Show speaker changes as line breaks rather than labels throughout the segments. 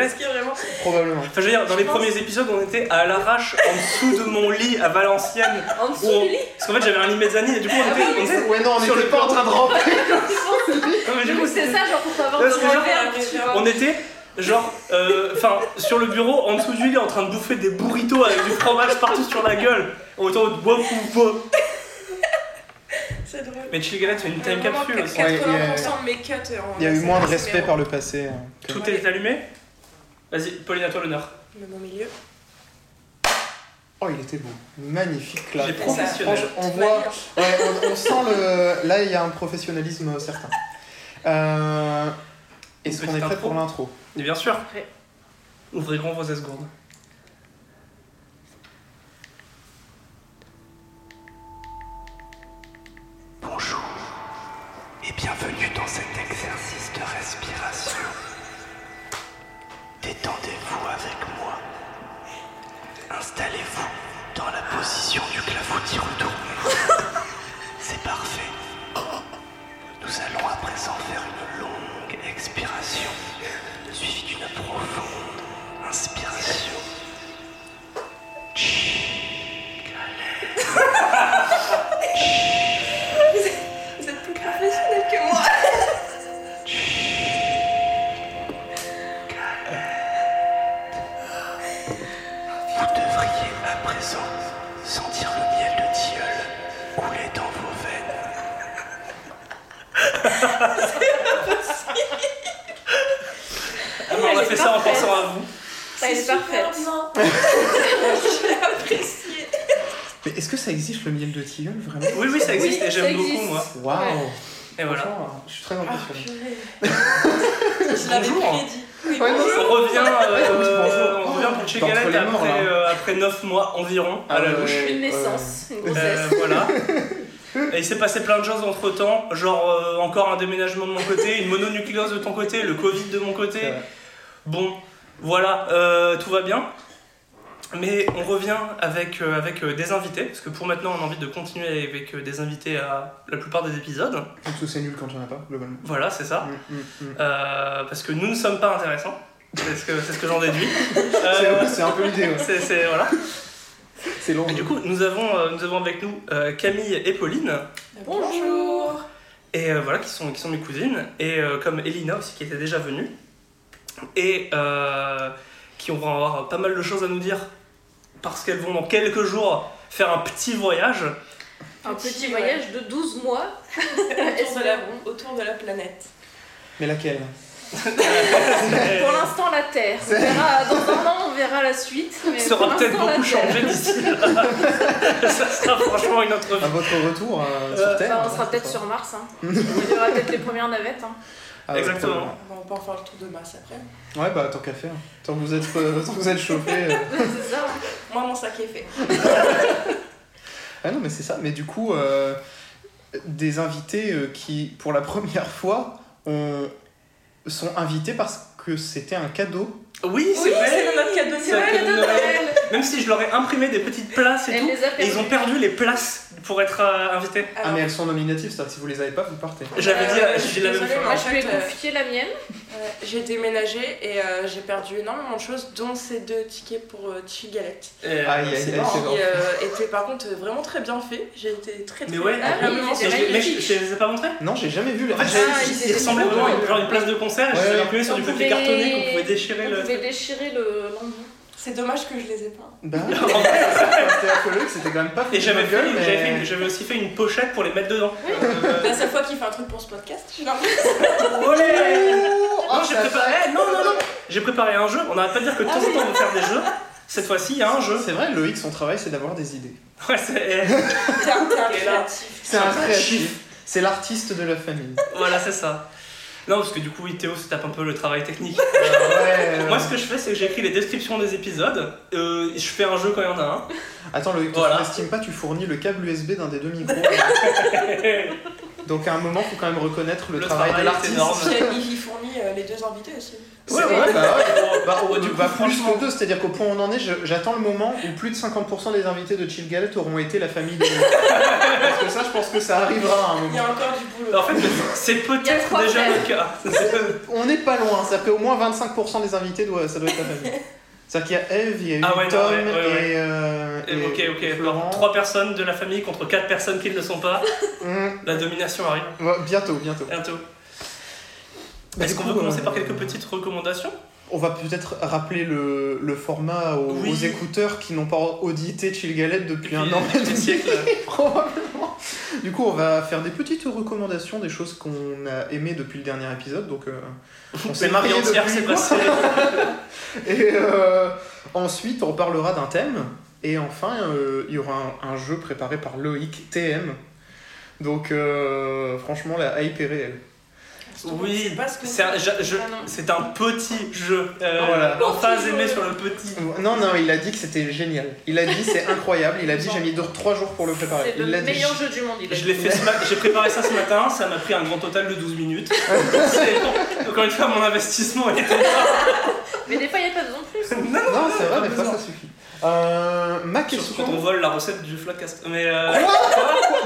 Est-ce qu'il y a vraiment
Probablement.
Enfin, je veux dire, dans les
pense-
premiers épisodes, on était à l'arrache en dessous de mon lit à Valenciennes.
En
où
dessous
on-
du lit
Parce qu'en fait, j'avais un lit mezzanine et du coup, on
Ah
était. on était-
Ouais, non, on
Sur
était
le
pas en train de ramper.
Non, mais du
Du
coup,
coup, c'est ça, genre pour pas avoir
Parce
de
que genre,
revers, tu vois.
On était genre, euh, enfin, sur le bureau, en dessous du lit, en train de bouffer des burritos avec du fromage partout sur la gueule. On était en mode bof ou bof.
C'est drôle.
Mais Chilgalet, c'est une time
Vraiment,
capsule aussi.
80%
Ouais,
de mes cuts en.
Il y a eu
c'est
moins de
pas
respect
zéro.
par le passé.
Tout est allumé Vas-y, Pauline, à toi l'honneur.
Mais mon milieu.
Oh, il était beau. Magnifique là.
J'ai professionnel.
Franchement, on
de
voit,
manière.
ouais, on, on sent le. Là, il y a un professionnalisme certain. Euh, Est-ce
Une
qu'on est
petite
prêt
intro
pour l'intro
Et bien sûr. Ouvrez grand vos 16 secondes.
Bonjour et bienvenue dans cet exercice de respiration. Détendez-vous avec moi. Installez-vous dans la position du clafoutis retourné. C'est parfait. Nous allons à présent faire une longue expiration suivie d'une profonde inspiration.
Vous êtes plus professionnel que moi.
Vous devriez à présent sentir le miel de tilleul couler dans vos veines.
Ah, mais on a
Elle est
fait ça en
parfaite.
pensant à vous.
Ça, elle est parfaite.
Non. J'ai apprécié.
Mais est-ce que ça existe le miel de tilleul vraiment
Oui, oui, ça existe
Oui,
et
ça
j'aime beaucoup,
existe.
moi.
Waouh
Ouais.
Et voilà.
Franchement, Je suis très
Ah,
impressionné.
Je l'avais
Bonjour.
prédit. Oui,
Ouais, non,
bonjour.
On revient, euh,
bonjour.
on revient pour Chilgalet
les morts,
après,
là.
euh, après 9 mois environ à la
Ah,
louche.
ouais,
Une
ouais.
naissance, une grossesse.
Euh, voilà. Et il s'est passé plein de choses entre temps, genre euh, encore un déménagement de mon côté, une mononucléose de ton côté, le Covid de mon côté.
C'est vrai.
Bon, voilà, euh, tout va bien. Mais on revient avec, euh, avec euh, des invités, parce que pour maintenant on a envie de continuer avec euh, des invités à la plupart des épisodes.
Parce que c'est nul quand on as pas, globalement.
Voilà, c'est ça.
Mm, mm, mm.
Euh, parce que nous ne sommes pas intéressants, c'est ce que, c'est ce que j'en déduis. Euh,
C'est- C'est un peu l'idée, ouais.
c'est, c'est- voilà.
C'est long.
Et du coup, nous avons, euh, nous avons avec nous euh, Camille et Pauline.
Euh, Bonjour.
Et euh, voilà, qui sont, qui sont mes cousines, et euh, comme Elina aussi, qui était déjà venue, et euh, qui vont avoir pas mal de choses à nous dire, parce qu'elles vont dans quelques jours faire un petit voyage.
Un petit voyage de 12 mois.
autour, de la, autour de la planète.
Mais laquelle
Pour l'instant, la Terre. On verra, dans un an, on verra la suite. Mais
Ça aura
pour
peut-être
l'instant, la
beaucoup
Terre.
changé d'ici là. Ça sera franchement une autre
À
vie.
votre retour euh,
Euh,
sur Terre
Enfin, on sera peut-être
ça.
sur Mars. hein. Il y aura peut-être les premières navettes. hein.
Ah ouais,
Exactement.
Bon, on peut en faire le tour de masse après.
probablement. Ouais, bah tant qu'à faire. Tant que vous êtes, euh, tant que vous êtes chauffé. euh.
C'est ça. hein.
Moi, mon sac est fait.
Ah non, mais c'est ça. Mais du coup, euh, des invités euh, qui, pour la première fois, ont- sont invités parce que c'était un cadeau.
Oui, c'est
Oui,
vrai.
c'est notre cadeau de
C'est
Noël.
un cadeau de Noël. Même si je leur ai imprimé des petites places et
Elle
tout,
les a
et ils ont
perdues.
perdu les places pour être euh, invités.
Ah,
Alors,
mais elles sont nominatives, c'est-à-dire que si vous les avez pas, vous partez.
J'avais dit,
Euh,
j'ai
je
dit
suis
la même
désolée,
chose.
Moi,
En
je
fait,
lui ai
euh,
confié la mienne.
ouais, Euh, j'ai déménagé et euh, j'ai perdu énormément de choses, dont ces deux tickets pour euh, Chigalette.
Et, euh,
Aïe, aïe,
c'est
aïe,
mort.
c'est
Qui
bon.
euh, étaient par contre vraiment très bien faits. J'ai été très très
Mais ouais,
Ah oui,
agréablement
c'est
Mais je-
surprise.
mais je je les ai pas montrés
Non, j'ai jamais vu les.
En fait, j'ai-
Ah,
il-
ils
il
étaient
ressemblait
trop
vraiment à
beaux.
une, genre une place de concert,
Ouais,
je l'ai
ouais.
imprimé sur du
On
papier
pouvait-
cartonné qu'on pouvait déchirer
On
le.
pouvait déchirer le l'embout.
C'est dommage que je les ai pas.
Bah, c'était un peu le, c'était quand même pas.
Et j'avais
ma
fait-
gueule, mais-
j'avais fait- j'avais aussi fait une pochette pour les mettre dedans. Euh,
La seule fois qu'il fait un truc pour ce podcast, je
Olé
Oh,
Non, j'ai
ça
préparé...
fait-
eh, non, non, non J'ai préparé un jeu, on n'arrête pas de dire que de temps en temps on va faire des jeux. Cette fois-ci, il y a un jeu.
C'est vrai, Loïc, son travail, c'est d'avoir des idées.
Ouais, c'est- eh,
T'es un t'es un
Et là-
créatif.
C'est un créatif. C'est l'artiste de la famille.
Voilà, c'est ça. Non, parce que du coup, Théo se tape un peu le travail technique.
Ouais.
Moi, ce que je fais, c'est que j'écris les descriptions des épisodes. euh, je fais un jeu quand il y en a un.
Attends, Loïc, tu
Voilà.
n'estimes pas, tu fournis le câble USB d'un des deux micros.
le
Donc à un moment, faut quand même reconnaître le, travail, de
est
l'artiste.
énorme.
Il fournit euh, les deux invités aussi.
C'est
Ouais,
vrai,
ouais.
bah ouais. Bah, au-
Ouais, du coup,
bah, plus
franchement.
que deux, c'est-à-dire qu'au point où on en est, je- j'attends le moment où plus de 50% des invités de Chill Galette auront été la famille de... Parce Alors que ça, je pense que ça arrivera à un
Il y
moment.
a encore du boulot.
En fait, c'est
Il y a
peut-être
trois
déjà
frères.
le cas.
On n'est pas loin, c'est-à-dire qu'au moins 25% des invités, doivent, ça doit être la famille. C'est-à-dire qu'il y a Eve, il y a eu
Ah ouais, non,
Tom
ouais, ouais, ouais.
et, euh,
Et
et
ok, ok.
Florent.
Alors, trois personnes de la famille contre quatre personnes qui ne le sont pas.
Mm,
La domination arrive.
ouais, bientôt, bientôt.
Bientôt.
Bah,
Est-ce
du
qu'on
coup,
veut commencer
euh,
par quelques petites recommandations
On va peut-être rappeler le, le format aux,
Oui.
aux écouteurs qui n'ont pas audité Chill Galette depuis
Depuis
un an et
des
demi.
siècles.
Probablement. Du coup, on va faire des petites recommandations, des choses qu'on a aimées depuis le dernier épisode. Donc, euh, on s'est
Les maris
mariés
entières,
depuis.
c'est passé.
Et euh, ensuite, on parlera d'un thème. Et enfin, euh, il y aura un, un jeu préparé par Loïc, TM. Donc, euh, franchement, la hype est réelle.
Oui,
C'est pas ce que
c'est un, je- je-
Ah non.
c'est un petit jeu. Euh,
Ah, Voilà.
L'emphase
Petit
est mise
jeu.
sur le petit.
Non, non, il a dit que c'était génial. Il a dit c'est incroyable. Il a dit j'ai mis deux- trois jours pour le préparer.
C'est
Il l'a
le
dit.
meilleur jeu du monde. Il a
Je
dit.
l'ai fait ce mat- j'ai préparé ça ce matin, ça m'a pris un grand total de 12 minutes. C'est- Encore une fois, mon investissement était
Mais des fois, il n'y a pas besoin de plus.
Non, non,
Non, c'est vrai,
pas
mais ça,
besoin.
ça suffit. Euh, ma
Surtout quand
question.
on vole la recette du flacast. Mais euh,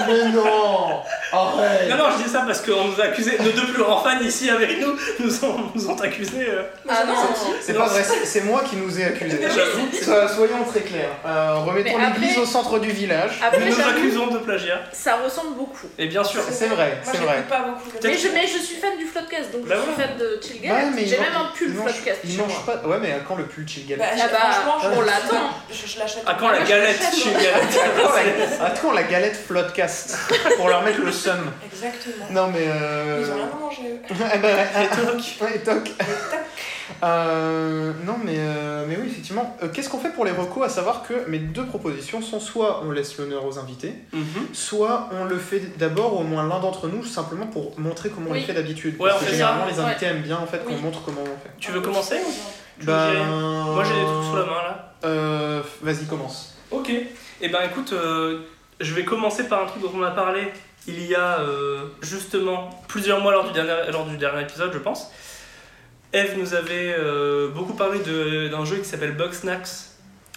Mais non Arrête
Non, non, je dis ça parce qu'on nous a accusés, nos deux plus grands fans ici avec nous, nous ont, nous ont accusés. euh.
Ah non,
C'est pas vrai, c'est c'est moi qui nous ai accusés.
J'avoue.
So- Soyons très clairs. Euh, remettons
Mais après- Ah,
l'église au centre du village.
Nous
après,
nous
j'avoue,
accusons de plagiat.
ça ressemble beaucoup.
Et bien sûr,
C'est vrai,
Moi,
c'est
j'écoute
vrai.
pas beaucoup.
Peut-être-
Mais
Mais je, mais je suis fan du Floodcast, donc
Bah
je suis
voilà.
fan de Chill
Ouais,
Galette.
mais
J'ai
il
même
mange-
un pull
il mange-
Floodcast
Il
chez moi.
mange pas. Ouais, mais à quand le pull chill
Bah,
galette
j'ai-
Ah bah,
franchement, je
on
me suis
l'attend.
dit, Je, je l'achète.
à quand la
Moi, Ah, je
galette
l'achète,
chez
moi.
Galette
Attends, la- Attends la galette floodcast pour leur mettre le seum.
Exactement.
Non mais
Ils ont
euh...
rien mangé. eux.
eh ben, ouais,
Et
ah,
toc.
ah, ouais, toc. Euh, non mais euh, mais oui effectivement. Euh, Qu'est-ce qu'on fait pour les recos À savoir que mes deux propositions sont soit on laisse l'honneur aux invités,
Mhm.
soit on le fait d'abord ou au moins l'un d'entre nous simplement pour montrer comment on
Oui.
le fait d'habitude.
Ouais,
Parce
on
que
fait
ça.
généralement les invités aiment bien en fait qu'on
Oui.
montre comment on fait.
Tu veux commencer Tu veux
Ben,
gérer Moi j'ai des trucs sous la main là.
Euh, vas-y commence.
Ok. Eh ben écoute, euh, je vais commencer par un truc dont on a parlé il y a euh, justement plusieurs mois lors du dernier, lors du dernier épisode, je pense. Eve nous avait euh, beaucoup parlé de- d'un jeu qui s'appelle Bug Snacks.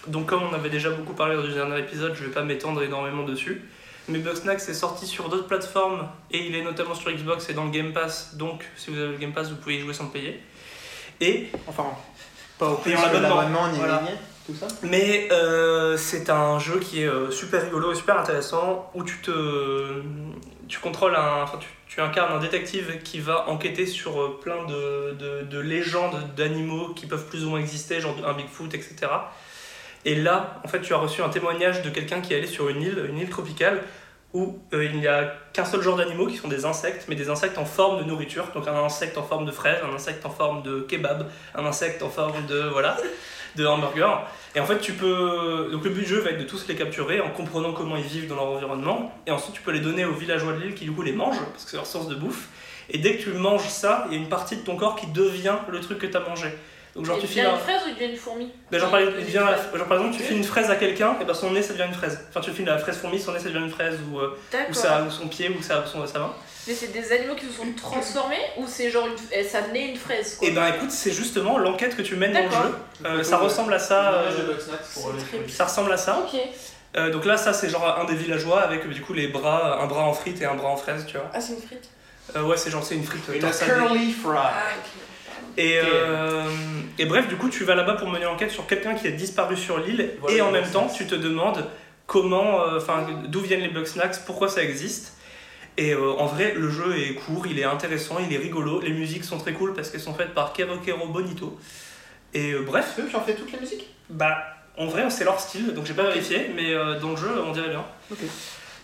Donc comme on avait déjà beaucoup parlé lors du dernier épisode, je vais pas m'étendre énormément dessus. Mais Bug Snacks est sorti sur d'autres plateformes et il est notamment sur Xbox et dans le Game Pass. Donc si vous avez le Game Pass, vous pouvez y jouer sans le payer. Et
Enfin pas au
Payons
prix de
l'abonnement.
l'abonnement ni
Voilà.
ni- tout ça.
Mais euh, c'est un jeu qui est euh, super rigolo et super intéressant où tu te tu contrôles un enfin tu, tu incarnes un détective qui va enquêter sur euh, plein de, de, de légendes d'animaux qui peuvent plus ou moins exister genre un Bigfoot etc et là en fait tu as reçu un témoignage de quelqu'un qui est allé sur une île une île tropicale où euh, il n'y a qu'un seul genre d'animaux qui sont des insectes mais des insectes en forme de nourriture donc un insecte en forme de fraise un insecte en forme de kebab un insecte en forme de voilà de hamburger et en fait, tu peux. Donc, le but du jeu va être de tous les capturer en comprenant comment ils vivent dans leur environnement. Et ensuite, tu peux les donner aux villageois de l'île qui, du coup, les mangent, parce que c'est leur source de bouffe. Et dès que tu manges ça, il y a une partie de ton corps qui devient le truc que tu as mangé. Donc, genre,
il
tu
devient
files
une
un.
fraise ou il devient une fourmi
Ben, genre, par, il devient la- genre, par exemple, tu files une fraise à quelqu'un, et ben son nez ça devient une fraise. Enfin, tu files la fraise fourmi, son nez ça devient une fraise, ou, euh, ou,
D'accord.
ça, ou son pied, ou ça, son, sa main.
Mais c'est des animaux qui se sont transformés ou c'est genre une... eh, ça naît une fraise quoi
Et ben écoute, c'est justement l'enquête que tu mènes dans le
D'accord.
jeu. Euh, ça ressemble à ça. euh,
pour, euh, très-
ça ressemble à ça.
Ok.
Euh, donc là, ça c'est genre un des villageois avec euh, du coup les bras, un bras en frites et un bras en fraise, tu vois.
Ah, c'est une frite
Euh, ouais, c'est genre c'est une frite. euh,
Et la
torsadée.
curly fry.
Ah, ok.
Et, euh, et bref, du coup, tu vas là-bas pour mener enquête sur quelqu'un qui a disparu sur l'île et en même temps, tu te demandes comment, euh, enfin, d'où viennent les bug snacks, pourquoi ça existe. Et euh, en vrai, le jeu est court, il est intéressant, il est rigolo. Les musiques sont très cool parce qu'elles sont faites par Kero Kero Bonito. Et euh, bref,
C'est eux qui ont fait toute la musique
Bah, en vrai, c'est leur style, donc j'ai pas vérifié, mais euh, dans le jeu, on dirait bien.
Ok.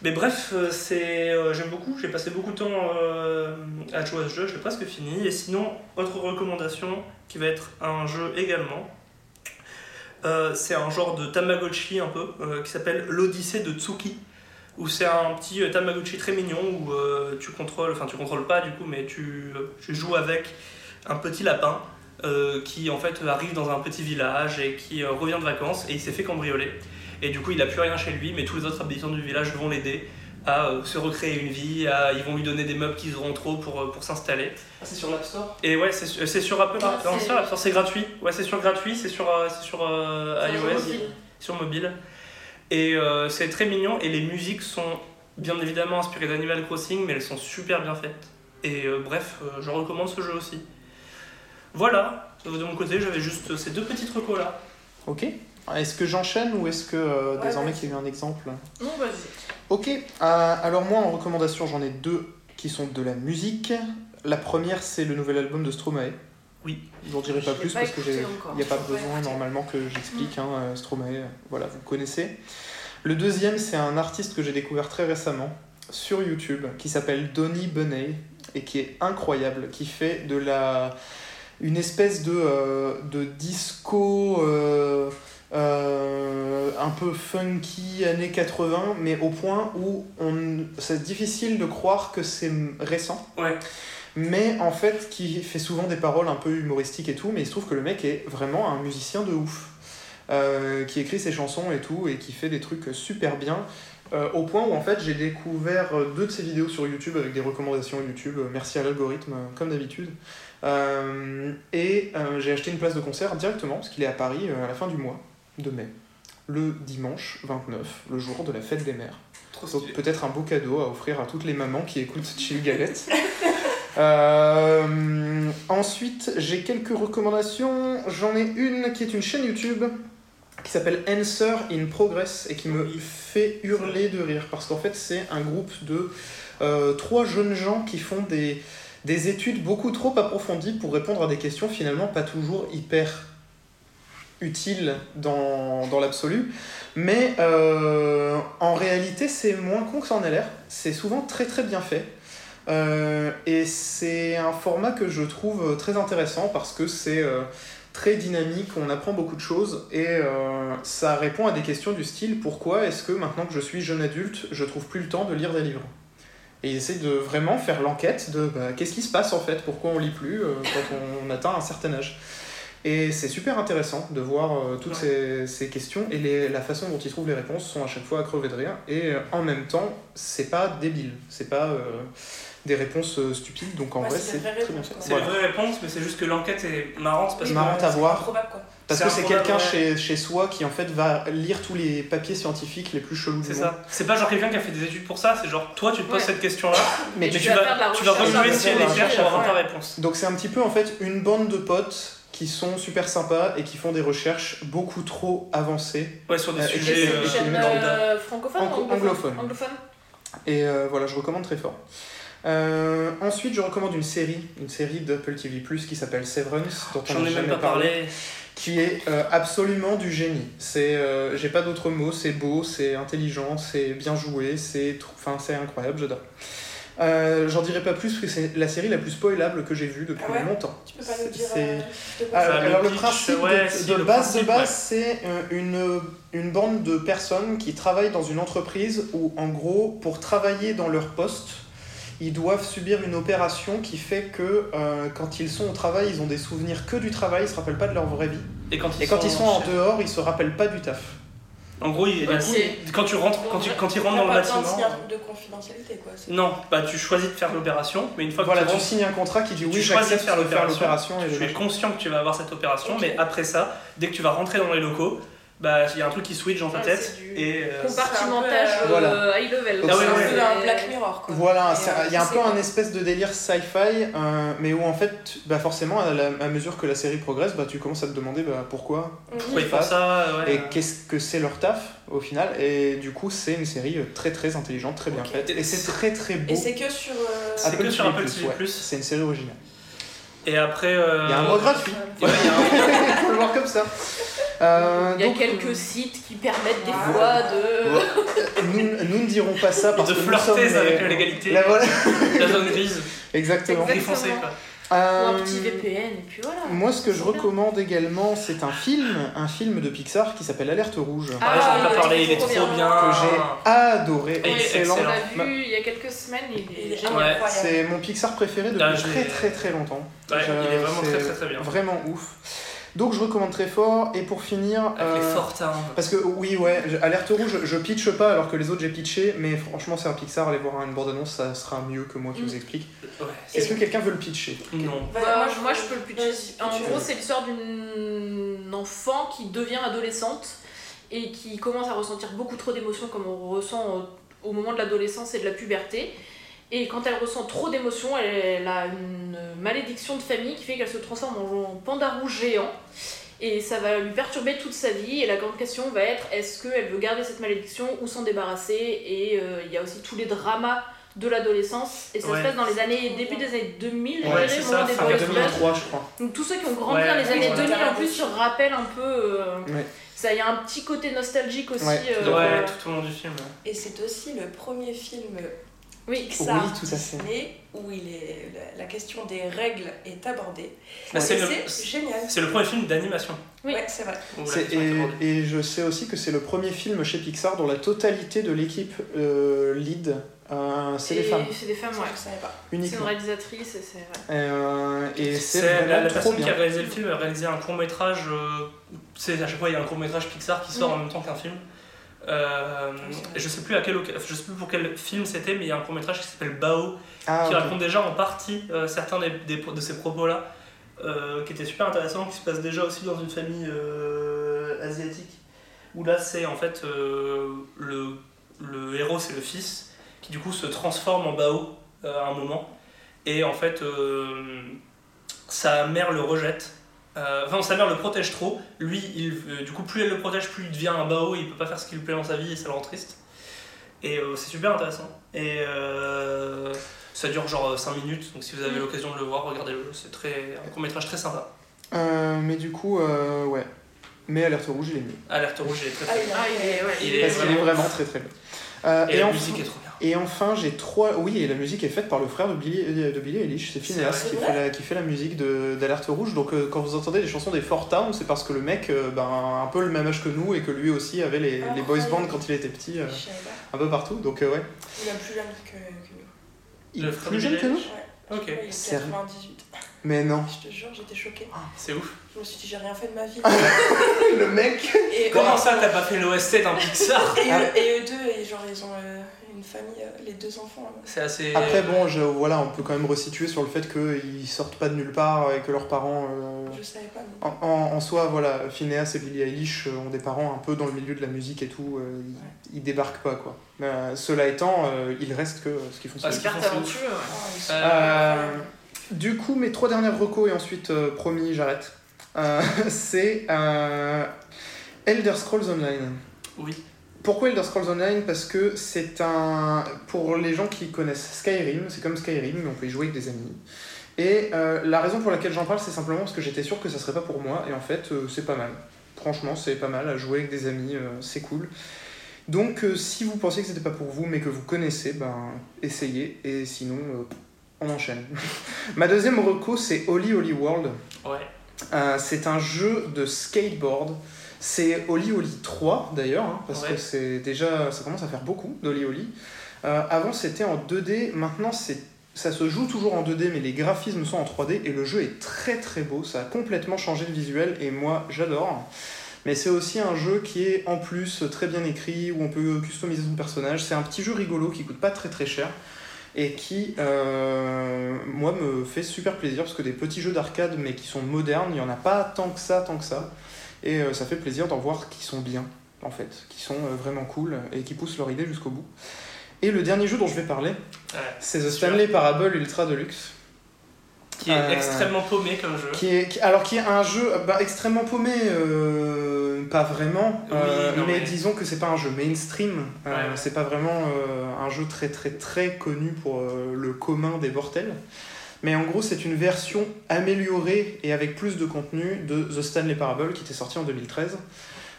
Mais bref, euh, c'est, euh, j'aime beaucoup, j'ai passé beaucoup de temps euh, à jouer à ce jeu, je l'ai presque fini. Et sinon, autre recommandation qui va être un jeu également, euh, c'est un genre de Tamagotchi un peu, euh, qui s'appelle l'Odyssée de Tsuki. Où c'est un petit euh, Tamagotchi très mignon où euh, tu contrôles, enfin tu contrôles pas du coup, mais tu, euh, tu joues avec un petit lapin euh, qui en fait arrive dans un petit village et qui euh, revient de vacances et il s'est fait cambrioler. Et du coup, il n'a plus rien chez lui, mais tous les autres habitants du village vont l'aider à euh, se recréer une vie, à- ils vont lui donner des meubles qu'ils auront trop pour, euh, pour s'installer.
Ah, C'est sur l'App Store
Et ouais, c'est su- c'est sur Apple,
Ah,
non,
c'est-
sur App Store, c'est gratuit. Ouais, c'est sur gratuit, c'est sur, euh, c'est sur euh,
Sur
iOS,
mobile.
sur mobile. Et euh, c'est très mignon et les musiques sont bien évidemment inspirées d'Animal Crossing, mais elles sont super bien faites. Et euh, bref, euh, je recommande ce jeu aussi. Voilà, de mon côté, j'avais juste ces deux petites recos là.
Ok. Est-ce que j'enchaîne ou est-ce que euh,
Ouais,
désormais
vas-y.
qu'il y a eu un exemple
Non, vas-y.
Ok, euh, alors moi en recommandation j'en ai deux qui sont de la musique. La première c'est le nouvel album de Stromae.
Oui.
J'en dirai
Je
pas
l'ai
plus
pas
parce que
écouté
j'ai-
encore.
il n'y a pas
Je l'ai pas
besoin
écouté.
normalement que j'explique. hein, euh, Stromae, euh, voilà, vous le connaissez. Le deuxième c'est un artiste que j'ai découvert très récemment sur YouTube qui s'appelle Donny Bunney et qui est incroyable, qui fait de la une espèce de, euh, de disco euh, euh, un peu funky années 80, mais au point où on c'est difficile de croire que c'est récent.
Ouais.
Mais en fait, qui fait souvent des paroles un peu humoristiques et tout, mais il se trouve que le mec est vraiment un musicien de ouf, euh, qui écrit ses chansons et tout, et qui fait des trucs super bien. Euh, au point où en fait j'ai découvert euh, deux de ses vidéos sur YouTube avec des recommandations YouTube, euh, merci à l'algorithme euh, comme d'habitude. Euh, et euh, j'ai acheté une place de concert directement parce qu'il est à Paris euh, à la fin du mois de mai, le dimanche 29, le jour de la fête des mères.
Trop
Donc
stylé.
peut-être un beau cadeau à offrir à toutes les mamans qui écoutent Chill Galette. Euh, ensuite, j'ai quelques recommandations. J'en ai une qui est une chaîne YouTube qui s'appelle Answer in Progress et qui me
Oui.
fait hurler de rire parce qu'en fait c'est un groupe de euh, trois jeunes gens qui font des, des études beaucoup trop approfondies pour répondre à des questions finalement pas toujours hyper utiles dans, dans l'absolu. Mais euh, en réalité, c'est moins con que ça en a l'air. C'est souvent très très bien fait. Euh, et c'est un format que je trouve très intéressant parce que c'est euh, très dynamique, on apprend beaucoup de choses et euh, ça répond à des questions du style pourquoi est-ce que maintenant que je suis jeune adulte, je trouve plus le temps de lire des livres et ils essaient de vraiment faire l'enquête de bah, qu'est-ce qui se passe en fait, pourquoi on lit plus euh, quand on atteint un certain âge. Et c'est super intéressant de voir euh, toutes ces, ces questions et les- la façon dont ils trouvent les réponses sont à chaque fois à crever de rire. Et euh, en même temps, c'est pas débile, c'est pas euh, des réponses euh, stupides, donc en
Ouais,
vrai
c'est
c'est
des vraies
très bien
réponses,
fait.
quoi.
C'est
Voilà.
la vraie réponse, mais c'est juste que l'enquête est marrante parce
C'est
que.
marrant à voir.
Probable quoi.
Parce
C'est
que
un
c'est
problème,
quelqu'un
ouais.
chez, chez soi qui en fait va lire tous les papiers scientifiques les plus chelous du
C'est
monde.
ça. C'est pas genre quelqu'un qui a fait des études pour ça, c'est genre toi tu te poses
Ouais.
cette question là,
Mais
mais
tu
tu
vas faire de la
vas, tu vas
recherche,
tu
renouer
vas
si elle
faire
est
de la
vierge pour avoir ta
recherche,
réponse.
Donc c'est un petit peu en fait une bande de potes qui sont super sympas et qui font des recherches beaucoup trop avancées.
Ouais, sur des
Euh, et
Et
sujets.
C'est
euh,
une chaîne
lambda.
euh, francophone
Anglo-
ou anglophone
anglophone. Et euh, voilà, je recommande très fort. Euh, ensuite, je recommande une série, une série d'Apple TV Plus qui s'appelle Severance, dont on
J'en
n'a
ai même
jamais
pas
parlé,
parlé.
qui est euh, absolument du génie. C'est, euh, j'ai pas d'autres mots, c'est beau, c'est intelligent, c'est bien joué, c'est, tr- enfin, c'est incroyable, j'adore. Euh, J'en dirai pas plus parce que c'est la série la plus spoilable que j'ai vue depuis
Ah ouais
longtemps.
Tu peux pas nous dire.
C'est-
euh, de quoi
Ah,
Ça,
ça
le
alors le
pitch,
principe
ouais,
de,
si,
de
le
base de
principe,
base, c'est euh, une, une bande de personnes qui travaillent dans une entreprise où en gros pour travailler dans leur poste, ils doivent subir une opération qui fait que euh, quand ils sont au travail, ils ont des souvenirs que du travail, ils se rappellent pas de leur vraie vie.
Et quand ils
Et quand
sont,
ils sont en dehors, ils se rappellent pas du taf.
En gros, il-
Ouais,
du coup,
Bah, c'est-
quand tu rentres, quand tu, quand ils rentrent dans le
T'as pas besoin
bâtiment.
de
euh.
signer un truc de confidentialité quoi. c'est-
Non, bah tu choisis de faire l'opération, mais une fois que
Voilà,
tu
tu
rentres,
signes un contrat qui dit oui,
choisis de
j'accepte de
faire
faire
l'opération,
l'opération et
tu
le
es conscient que tu vas avoir cette opération,
Ok.
mais après ça, dès que tu vas rentrer dans les locaux, bah il y a un truc qui switch dans ta
Ouais,
tête
Ah, c'est du-
et euh,
Compartimentage
C'est un
peu, euh,
euh, high level.
Ah ouais,
C'est
ouais.
un peu un Black
C'est-
Mirror quoi.
Voilà,
Et,
c'est-
euh,
il y a un
c'est
peu un
quoi
espèce de délire sci-fi, euh, mais où en fait, bah forcément, à, la- à mesure que la série progresse, bah, tu commences à te demander bah, pourquoi
pourquoi ils
Ils
font
passent.
ça euh, ouais.
et qu'est-ce que c'est leur taf au final. Et du coup, c'est une série euh, très très intelligente, très bien
Ok.
faite, et c'est très très beau.
Et c'est que sur. euh,
c'est que sur Apple TV+.
ouais. C'est une série originale.
Et après euh,
Il y a un mot gratuit,
ouais, il y a un-
il faut le voir comme ça. Euh, Ah.
Il y a
donc,
quelques sites qui permettent des
Ouais.
fois de.
nous, nous ne dirons pas ça parce
De
que nous
flirter
sommes euh,
avec
les-
la légalité.
la- voilà.
la zone grise,
Exactement.
Exact-
défoncée quoi.
Ou un
Euh,
petit VPN, et puis voilà.
Moi, ce que je
C'est bien.
recommande également, c'est un film, un film de Pixar qui s'appelle Alerte Rouge.
Ah,
Ouais, j'en ai
il
pas
est
parlé, il est
trop
trop
bien.
bien.
que j'ai adoré,
Et
excellent.
Ah. excellent.
On
Ma-
l'a vu il y a quelques semaines, Bah, il
Il
est
est
génial.
Ouais,
incroyable.
C'est mon Pixar préféré depuis
Là, Ah, je l'ai-
très très très longtemps.
Ouais,
Je-
il est vraiment
c'est
très très très bien.
Vraiment ouf. Donc je recommande très fort. Et pour finir,
Avec les
euh,
fortins.
parce que oui ouais, je- Alerte Rouge, je pitche pas alors que les autres j'ai pitché, mais franchement c'est un Pixar, allez voir hein, une bande annonce, ça sera mieux que moi qui
Mm.
vous explique.
Ouais,
Est-ce que quelqu'un veut le pitcher
non.
Vas-y,
Bah,
je-
moi, je peux le pitcher.
Vas-y,
En
pitch.
gros, c'est l'histoire d'une enfant qui devient adolescente et qui commence à ressentir beaucoup trop d'émotions comme on ressent euh, au moment de l'adolescence et de la puberté. Et quand elle ressent trop d'émotions, elle, elle a une malédiction de famille qui fait qu'elle se transforme en panda rouge géant. Et ça va lui perturber toute sa vie. Et la grande question va être est-ce qu'elle veut garder cette malédiction ou s'en débarrasser Et euh, il y a aussi tous les dramas de l'adolescence. Et ça
Ouais.
se passe dans les années début des années 2000, je
Ouais,
dirais,
c'est
au
ça,
moment des
fin
Boys
2003, je crois.
donc tous ceux qui ont grandi
Ouais,
dans les
oui,
années
voilà.
2000 en plus se rappellent un peu. euh,
Ouais.
Ça, il y a un petit côté nostalgique aussi.
Ouais, tout à
euh,
Ouais, tout au long du film. ouais.
Et c'est aussi le premier film
Oui.
Pixar
Oui, tout à fait.
Disney où il est, la- la question des règles est abordée.
Bah,
Et
c'est le-
C'est génial.
C'est le premier film d'animation.
Oui. Ah,
Ouais, c'est vrai.
où la
C'est-
question est
et,
abordée.
et je sais aussi que c'est le premier film chez Pixar dont la totalité de l'équipe euh, lead, euh, c'est des
Et
femmes,
C'est des femmes,
Moi,
ouais.
je savais pas.
C'est une
uniquement.
réalisatrice et c'est ouais.
Euh, et c'est
C'est la, la
vraiment trop
personne qui a
bien.
réalisé le film a réalisé un court métrage. euh, c'est à chaque fois il y a un court métrage Pixar qui sort
Mm.
en même temps qu'un film. Euh,
Oui, Ah, c'est vrai.
et je sais plus à quel, oca- je sais plus pour quel film c'était, mais il y a un court métrage qui s'appelle Bao
Ah,
qui
ok.
raconte déjà en partie euh, certains des, des- de ces propos là, qui étaient super intéressants, qui se passent déjà aussi dans une famille euh, asiatique. Où là c'est en fait euh, le, le héros c'est le fils qui du coup se transforme en Bao euh, à un moment. Et en fait, euh, sa mère le rejette. Euh, enfin, sa mère le protège trop. Lui, il, euh, du coup, plus elle le protège, plus il devient un bao et il peut pas faire ce qu'il lui plaît dans sa vie et ça le rend triste. Et euh, c'est super intéressant. Et euh, ça dure genre 5 minutes, donc si vous avez
Mm.
l'occasion de le voir, regardez-le. C'est très, un court-métrage très sympa.
Euh, mais du coup, euh, ouais. Mais Alerte Rouge, il est mieux.
Alerte rouge, il est très
Ah,
très
il
Ah, il est, ouais,
Il
il
est
est-
Parce qu'il est
vraiment-
vraiment très très bien. Euh,
Et, la
enfin-
musique est trop bien.
Et enfin, j'ai trois. Oui, et la musique est faite par le frère de Billy, de Billy Eilish, c'est Phineas
C'est
qui
vrai
fait, la, qui fait la musique de- d'Alerte Rouge. Donc, euh, quand vous entendez les chansons des Four Towns, c'est parce que le mec, euh, ben, a un peu le même âge que nous et que lui aussi avait les, les boys bands quand il était petit, euh,
Je savais pas.
un peu partout. Donc, euh, ouais.
Il a plus jeune que, que nous.
Il
Le
est
frère
plus
de
jeune
Billie
que nous
Ouais.
Ok.
Il est
Sérieux
98.
Mais non.
Je te jure, j'étais choquée.
C'est ouf.
Je me suis dit, j'ai rien fait de ma vie.
le mec
Et,
Comment ça, Ah. t'as pas fait l'OST d'un Pixar
et, eux, et eux deux, et genre, ils ont euh, une famille, euh, les deux enfants. hein.
C'est assez.
Après, bon, je, voilà, on peut quand même resituer sur le fait qu'ils sortent pas de nulle part et que leurs parents. euh,
Je savais pas. mais-
Oh.
En, en- en soi, voilà, Phineas et Billie Eilish euh, ont des parents un peu dans le milieu de la musique et tout, euh, ils, ils débarquent pas quoi. Euh, cela étant, euh, il reste que euh, ce qu'ils font. c'est
Parce
ce
qu'ils
qu'ils
font,
Carte
c'est ouf.
aventure. ouais.
Ah, ils
Euh,
sont-
Euh, du coup, mes trois dernières recos et ensuite, euh, promis, j'arrête. Euh, c'est euh, Elder Scrolls Online.
Oui.
Pourquoi Elder Scrolls Online Parce que c'est un. Pour les gens qui connaissent Skyrim, c'est comme Skyrim, mais on peut y jouer avec des amis. Et euh, la raison pour laquelle j'en parle, c'est simplement parce que j'étais sûr que ça serait pas pour moi, et en fait, euh, c'est pas mal. Franchement, c'est pas mal à jouer avec des amis, euh, c'est cool. Donc, euh, si vous pensiez que c'était pas pour vous, mais que vous connaissez, ben, essayez, et sinon, euh, on enchaîne. Ma deuxième reco, c'est Oli Oli World.
Ouais.
Euh, c'est un jeu de skateboard. C'est Oli Oli 3 d'ailleurs, hein, parce
Ouais.
que c'est déjà, ça commence à faire beaucoup d'Oli Oli. Euh, avant c'était en 2D, maintenant c'est ça se joue toujours en 2D, mais les graphismes sont en 3D et le jeu est très très beau. Ça a complètement changé le visuel et moi j'adore. Mais c'est aussi un jeu qui est en plus très bien écrit, où on peut customiser son personnage. C'est un petit jeu rigolo qui coûte pas très très cher et qui, euh, moi, me fait super plaisir parce que des petits jeux d'arcade mais qui sont modernes, il n'y en a pas tant que ça, tant que ça. Et euh, ça fait plaisir d'en voir qui sont bien, en fait, qui sont euh, vraiment cool et qui poussent leur idée jusqu'au bout. Et le dernier jeu dont je vais parler, c'est The
Sûr.
Stanley Parable Ultra Deluxe.
Qui est
Euh,
extrêmement paumé comme jeu.
Qui est, qui- alors qui est un jeu bah, extrêmement paumé, euh, pas vraiment,
Oui,
euh,
non,
mais,
mais-
disons que c'est pas un jeu mainstream, euh,
Ouais, ouais.
c'est pas vraiment euh, un jeu très très très connu pour euh, le commun des mortels. Mais en gros, c'est une version améliorée et avec plus de contenu de The Stanley Parable qui était sorti en 2013.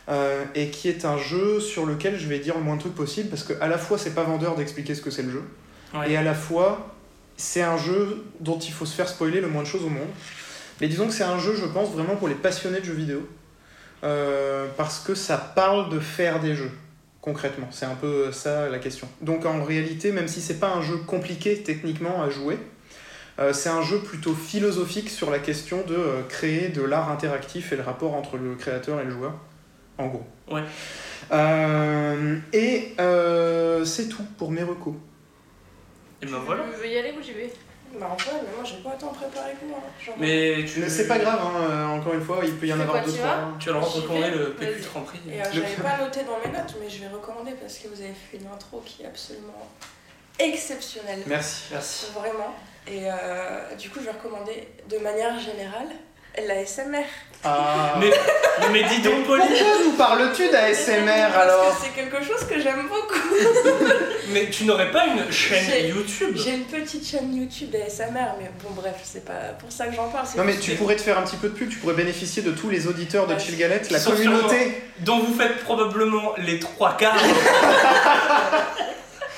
euh, et qui est un jeu sur lequel je vais dire le moins de trucs possible parce que à la fois c'est pas vendeur d'expliquer ce que c'est le jeu
Ouais.
et à la fois c'est un jeu dont il faut se faire spoiler le moins de choses au monde. Mais disons que c'est un jeu, je pense, vraiment pour les passionnés de jeux vidéo. Euh, parce que ça parle de faire des jeux, concrètement. C'est un peu euh, ça la question. Donc en réalité, même si c'est pas un jeu compliqué techniquement à jouer, euh, c'est un jeu plutôt philosophique sur la question de euh, créer de l'art interactif et le rapport entre le créateur et le joueur, en gros.
Ouais.
Euh, et euh, c'est tout pour mes recos.
Et ben voilà.
Je veux y aller ou j'y vais
Bah en fait, mais moi j'ai pas autant préparé que moi. hein. Genre-
Mais tu
Mais c'est pas grave, hein, euh, encore une fois, il peut y en
C'est quoi,
avoir deux,
tu
trois.
vas
hein.
Tu vas leur
J'y
recommander
vais,
le PQ
vas-y.
de Grand Prix.
Et euh, j'avais pas noté dans mes notes, mais je vais recommander parce que vous avez fait une intro qui est absolument exceptionnelle.
Merci.
Merci.
Vraiment. Et euh, du coup, je vais recommander de manière générale la SMR.
Ah.
Mais, mais dis donc, Pauline,
Pourquoi nous parles-tu d'ASMR alors
Parce que c'est quelque chose que j'aime beaucoup.
mais tu n'aurais pas une chaîne
J'ai-
YouTube
J'ai une petite chaîne YouTube ASMR, mais bon, bref, c'est pas pour ça que j'en parle. c'est
Non mais
juste
tu
que-
pourrais te faire un petit peu de pub, tu pourrais bénéficier de tous les auditeurs de
Ouais.
Chill Galette, la
Bah, Sauf
communauté,
dont vous faites probablement les trois quarts.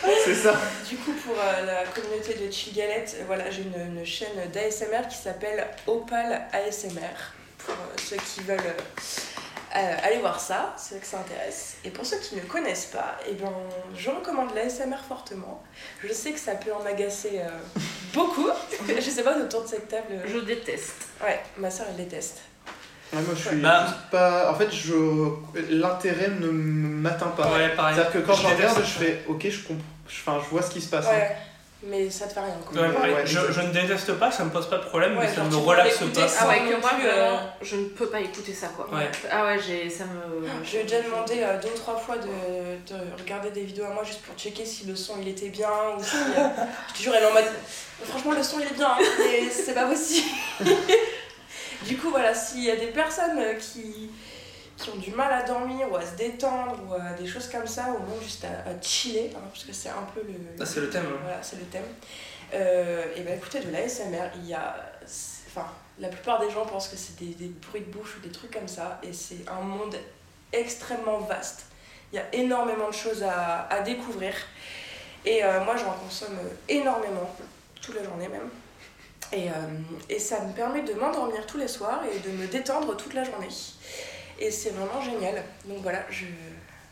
c'est ça.
Du coup, pour euh, la communauté de Chill Galette, euh, voilà, j'ai une, une chaîne d'ASMR qui s'appelle Opal ASMR. Pour euh, ceux qui veulent euh, euh, aller voir ça, ceux que ça intéresse. Et pour ceux qui ne connaissent pas, eh ben, je recommande l'ASMR fortement. Je sais que ça peut en agacer euh, beaucoup. je sais pas, autour de cette table.
Je déteste.
Ouais, ma soeur, elle déteste.
Ouais, Ah, moi je suis
Bah.
juste pas... En fait, je... l'intérêt ne m'atteint pas.
Ouais, pareil.
C'est-à-dire que quand je,
déteste
regarde,
ça.
je fais ok, je comprends, je, enfin, je vois ce qui se passe. hein.
Ouais, mais ça te fait rien. Quoi.
Ouais, pareil.
Ouais,
je, je ne déteste pas, ça me pose pas de problème,
Ouais,
mais ça
genre,
ne
tu
me
peux
relaxe
l'écouter
pas.
sans-
Ah ouais,
non
que moi,
plus,
je,
euh,
je ne peux pas écouter ça, quoi.
Ouais.
Ah ouais, j'ai, ça me...
J'ai déjà demandé euh, deux ou trois fois de, de regarder des vidéos à moi juste pour checker si le son il était bien ou si. euh, je te jure, elle est en mode. Franchement, le son il est bien, hein, mais c'est pas possible. du coup, voilà, s'il y a des personnes euh, qui, qui ont du mal à dormir ou à se détendre ou à des choses comme ça, ou même juste à, à chiller, hein, parce que c'est un peu le.
Ah, c'est le thème, hein.
Voilà, c'est le thème. Euh, et ben écoutez, de l'ASMR, il y a. c'est- Enfin, la plupart des gens pensent que c'est des, des bruits de bouche ou des trucs comme ça, et c'est un monde extrêmement vaste. Il y a énormément de choses à, à découvrir. Et euh, moi, j'en consomme énormément, toute la journée même. Et, euh, et ça me permet de m'endormir tous les soirs et de me détendre toute la journée. Et c'est vraiment génial. Donc voilà, je,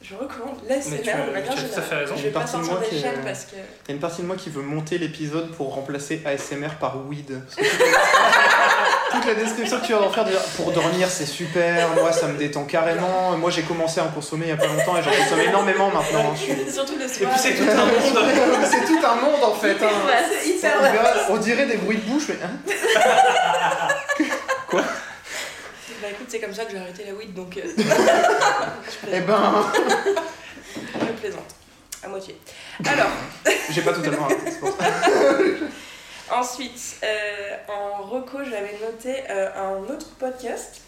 je recommande l'ASMR
Mais tu
de
as,
manière
tu as tout à
générale.
fait raison.
Je
J'ai
vais pas
parti de
sortir
moi
des
qui est-
chaînes parce que.
Il y a une partie de moi qui veut monter l'épisode pour remplacer ASMR par weed. Parce que toute la description que tu vas en faire, dire pour dormir c'est super, moi ça me détend carrément, moi j'ai commencé à en consommer il y a pas longtemps et j'en consomme énormément maintenant. hein, je suis-
Surtout le
Et
soir. euh,
puis c'est tout un monde.
c'est tout un monde en fait. hein.
Ouais,
C'est
On,
hyper
verra- on dirait des bruits de bouche, mais hein
Bah écoute, c'est comme ça que j'ai arrêté la weed donc. euh,
Eh ben,
Je plaisante. À moitié. Alors,
j'ai pas totalement arrêté, c'est pour ça.
ensuite, euh, en reco, j'avais noté euh, un autre podcast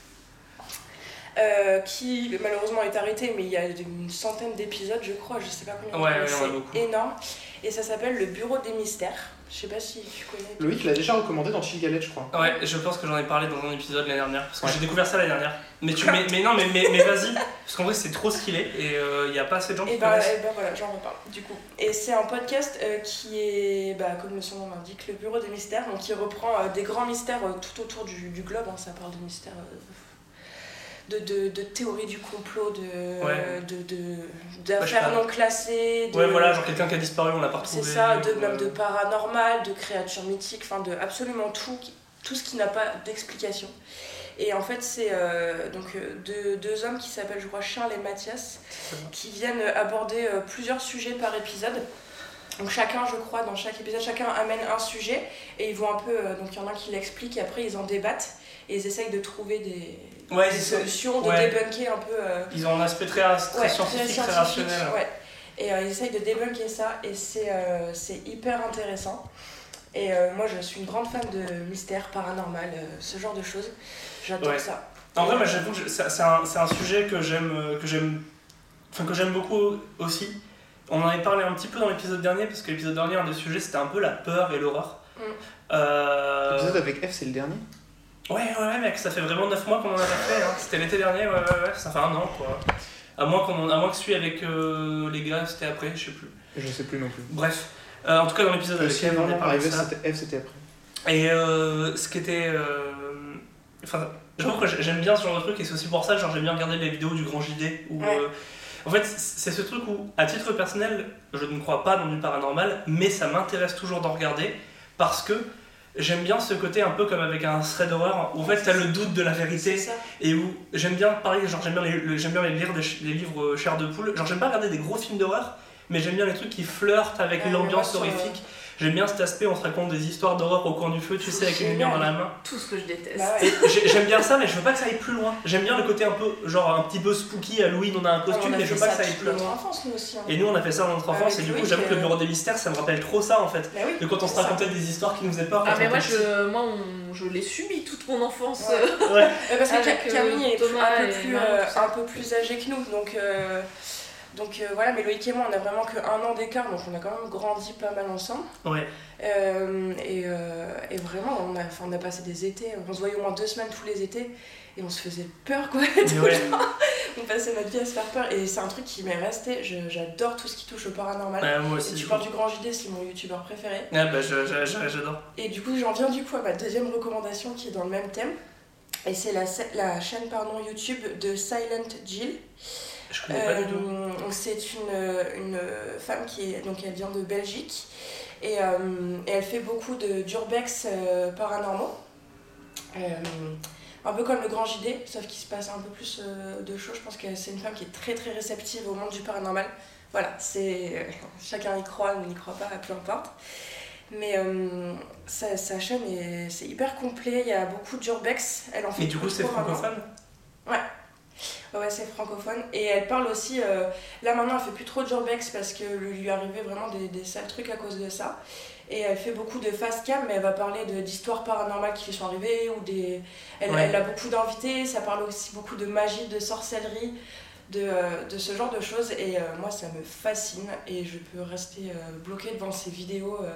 euh, qui malheureusement est arrêté, mais il y a une centaine d'épisodes, je crois, je sais pas combien.
Ouais,
mais
ouais, on a beaucoup.
c'est énorme. Et ça s'appelle Le Bureau des Mystères. Je sais pas si tu connais.
Loïc l'a déjà recommandé dans Chill Galette, je crois.
Ouais, je pense que j'en ai parlé dans un épisode l'année dernière, parce que
Ouais.
j'ai découvert ça l'année dernière. Mais, tu, mais, mais non, mais, mais, mais vas-y, parce qu'en vrai c'est trop stylé et il n'y a pas assez de gens
Et
qui
ben,
connaissent.
eh ben voilà, j'en reparle du coup. Et c'est un podcast euh, qui est, bah, comme son nom l'indique, le bureau des mystères, donc qui reprend euh, des grands mystères euh, tout autour du, du globe. hein. ça parle de mystères, euh, de, de, de théories du complot, de
Ouais. Bah,
de- de-
je sais pas.
d'affaires non classées. De,
Ouais, voilà, genre quelqu'un qui a disparu, on l'a pas
euh, C'est
retrouvé.
ça, de,
ou,
même de
euh,
paranormal, de créatures mythiques, enfin de absolument tout, qui- tout ce qui n'a pas d'explication. Et en fait, c'est euh, donc euh, deux, deux hommes qui s'appellent, je crois, Charles et Mathias,
C'est ça.
qui viennent aborder euh, plusieurs sujets par épisode. Donc chacun, je crois, dans chaque épisode, chacun amène un sujet et ils vont un peu, euh, donc il y en a un qui l'explique et après ils en débattent et ils essayent de trouver des,
Ouais,
des
c'est-
solutions, de
ouais.
débunker un peu. euh,
Ils ont un aspect très, ra- très
Ouais,
scientifique, très
scientifique,
rationnel. hein.
ouais. Et euh, ils essayent de débunker ça et c'est euh, c'est hyper intéressant. Et euh, moi, je suis une grande fan de mystère paranormal, euh, ce genre de choses. J'adore
Ouais.
ça.
En vrai, moi, j'avoue que je- c'est c'est un, c'est un sujet que j'aime, euh, que j'aime, enfin que j'aime beaucoup aussi. On en avait parlé un petit peu dans l'épisode dernier parce que l'épisode dernier, un des sujets, c'était un peu la peur et l'horreur.
Mm.
Euh,
L'épisode avec F, c'est le dernier.
Ouais, ouais, ouais, mec, ça fait vraiment 9 mois qu'on en a pas fait. hein. C'était l'été dernier, ouais, ouais, ouais, ça fait un an, quoi. À moins, qu'on en- à moins que celui avec euh, les gars, c'était après, je sais plus.
Je sais plus non plus.
Bref, Euh, en tout cas, dans l'épisode avec
Si
Eve, on a
vraiment
parlé de
arrivé,
ça.
c'était F, c'était après.
Et euh, ce qui était. euh, Enfin, j'avoue que j'aime bien ce genre de truc et c'est aussi pour ça genre j'aime bien regarder les vidéos du Grand JD. Où,
Ouais.
euh, en fait, c'est ce truc où, à titre personnel, je ne crois pas dans du paranormal, mais ça m'intéresse toujours d'en regarder parce que j'aime bien ce côté un peu comme avec un thread horror où en fait t'as le doute de la vérité
C'est ça.
et où j'aime bien pareil genre j'aime bien les, le- j'aime bien les lire des ch- les livres euh, chair de poule genre j'aime pas regarder des gros films d'horreur mais j'aime bien les trucs qui flirtent avec
Ouais, mais moi,
l'ambiance
sur, euh,
horrifique J'aime bien cet aspect, on se raconte des histoires d'horreur au coin du feu, tu sais, avec une lumière dans la main.
Tout ce que je déteste.
Bah ouais.
Et j'ai- J'aime bien ça, mais je veux pas que ça aille plus loin. J'aime bien le côté un peu, genre un petit peu spooky, Halloween, on a un costume,
Ah, On a
mais je
fait
veux pas que ça
toute
aille plus loin.
notre enfance, nous aussi. hein.
Et nous, on a fait ça dans notre
Avec
enfance, et du coup,
Loïc,
j'avoue que le
euh,
bureau des mystères, ça me rappelle trop ça en fait.
Bah oui,
De quand on se
c'est ça.
racontait des histoires qui nous faisaient peur.
Ah
quand
mais
on
moi
était petit.
je, moi on- je l'ai subi toute mon enfance.
Ouais.
Ouais.
Ouais, parce que
Avec,
Ca- Camille
euh,
est plus-
Thomas
un peu
et
plus,
Manon,
euh,
tout ça.
un peu plus âgée que nous, donc, euh, donc euh, voilà, mais Loïc et moi, on a vraiment que un an d'écart, donc on a quand même grandi pas mal ensemble.
Ouais.
Euh, et, euh, et vraiment, on a, enfin, on a passé des étés, on se voyait au moins deux semaines tous les étés, et on se faisait peur, quoi. tout
Mais
le
ouais.
temps. on passait notre vie à se faire peur, et c'est un truc qui m'est resté, Je- j'adore tout ce qui touche au paranormal.
Ouais, moi
Et
aussi.
tu
je-
parles du grand JD, c'est mon youtubeur préféré.
Ah bah je- je- je- j'adore.
Et du coup, j'en viens du coup à ma deuxième recommandation qui est dans le même thème. Et c'est la, sa- la chaîne pardon, YouTube de Silent Jill.
Je connais pas du
Euh,
tout.
donc c'est une, euh, une euh, femme qui est donc elle vient de Belgique et, euh, et elle fait beaucoup de d'urbex euh, paranormaux. Euh, un peu comme le grand JD, sauf qu'il se passe un peu plus euh, de choses. Je pense que c'est une femme qui est très très réceptive au monde du paranormal. Voilà, c'est euh, chacun y croit ou n'y croit pas, peu importe. Mais euh, sa, sa chaîne est c'est hyper complet. Il y a beaucoup d'urbex. Elle en fait.
Mais du coup, c'est
beaucoup, vraiment.
francophone
Ouais, ouais, c'est francophone. Et elle parle aussi. euh, là maintenant, elle fait plus trop de urbex parce que lui arrivait vraiment des, des sales trucs à cause de ça. Et elle fait beaucoup de fast cam, mais elle va parler de- d'histoires paranormales qui lui sont arrivées ou des. Elle,
Ouais.
elle a beaucoup d'invités. Ça parle aussi beaucoup de magie, de sorcellerie, de, euh, de ce genre de choses. Et euh, moi, ça me fascine et je peux rester euh, bloquée devant ces vidéos. euh,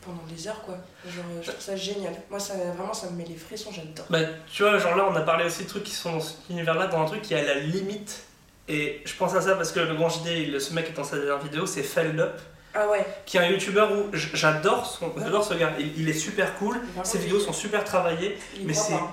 pendant des heures quoi genre euh, je trouve ça génial moi ça vraiment ça me met les frissons j'adore
Bah, tu vois, genre là, on a parlé aussi de trucs qui sont dans cet univers-là, dans un truc qui est à la limite. Et je pense à ça parce que le grand JD, il- ce mec est dans sa dernière vidéo, c'est Feld Up,
ah ouais
qui est un youtubeur où j- j'adore son, j'adore ce gars. Il, il est super cool,
Vraiment,
ses
il-
vidéos sont super travaillées.
il
mais
croit
c'est-
pas.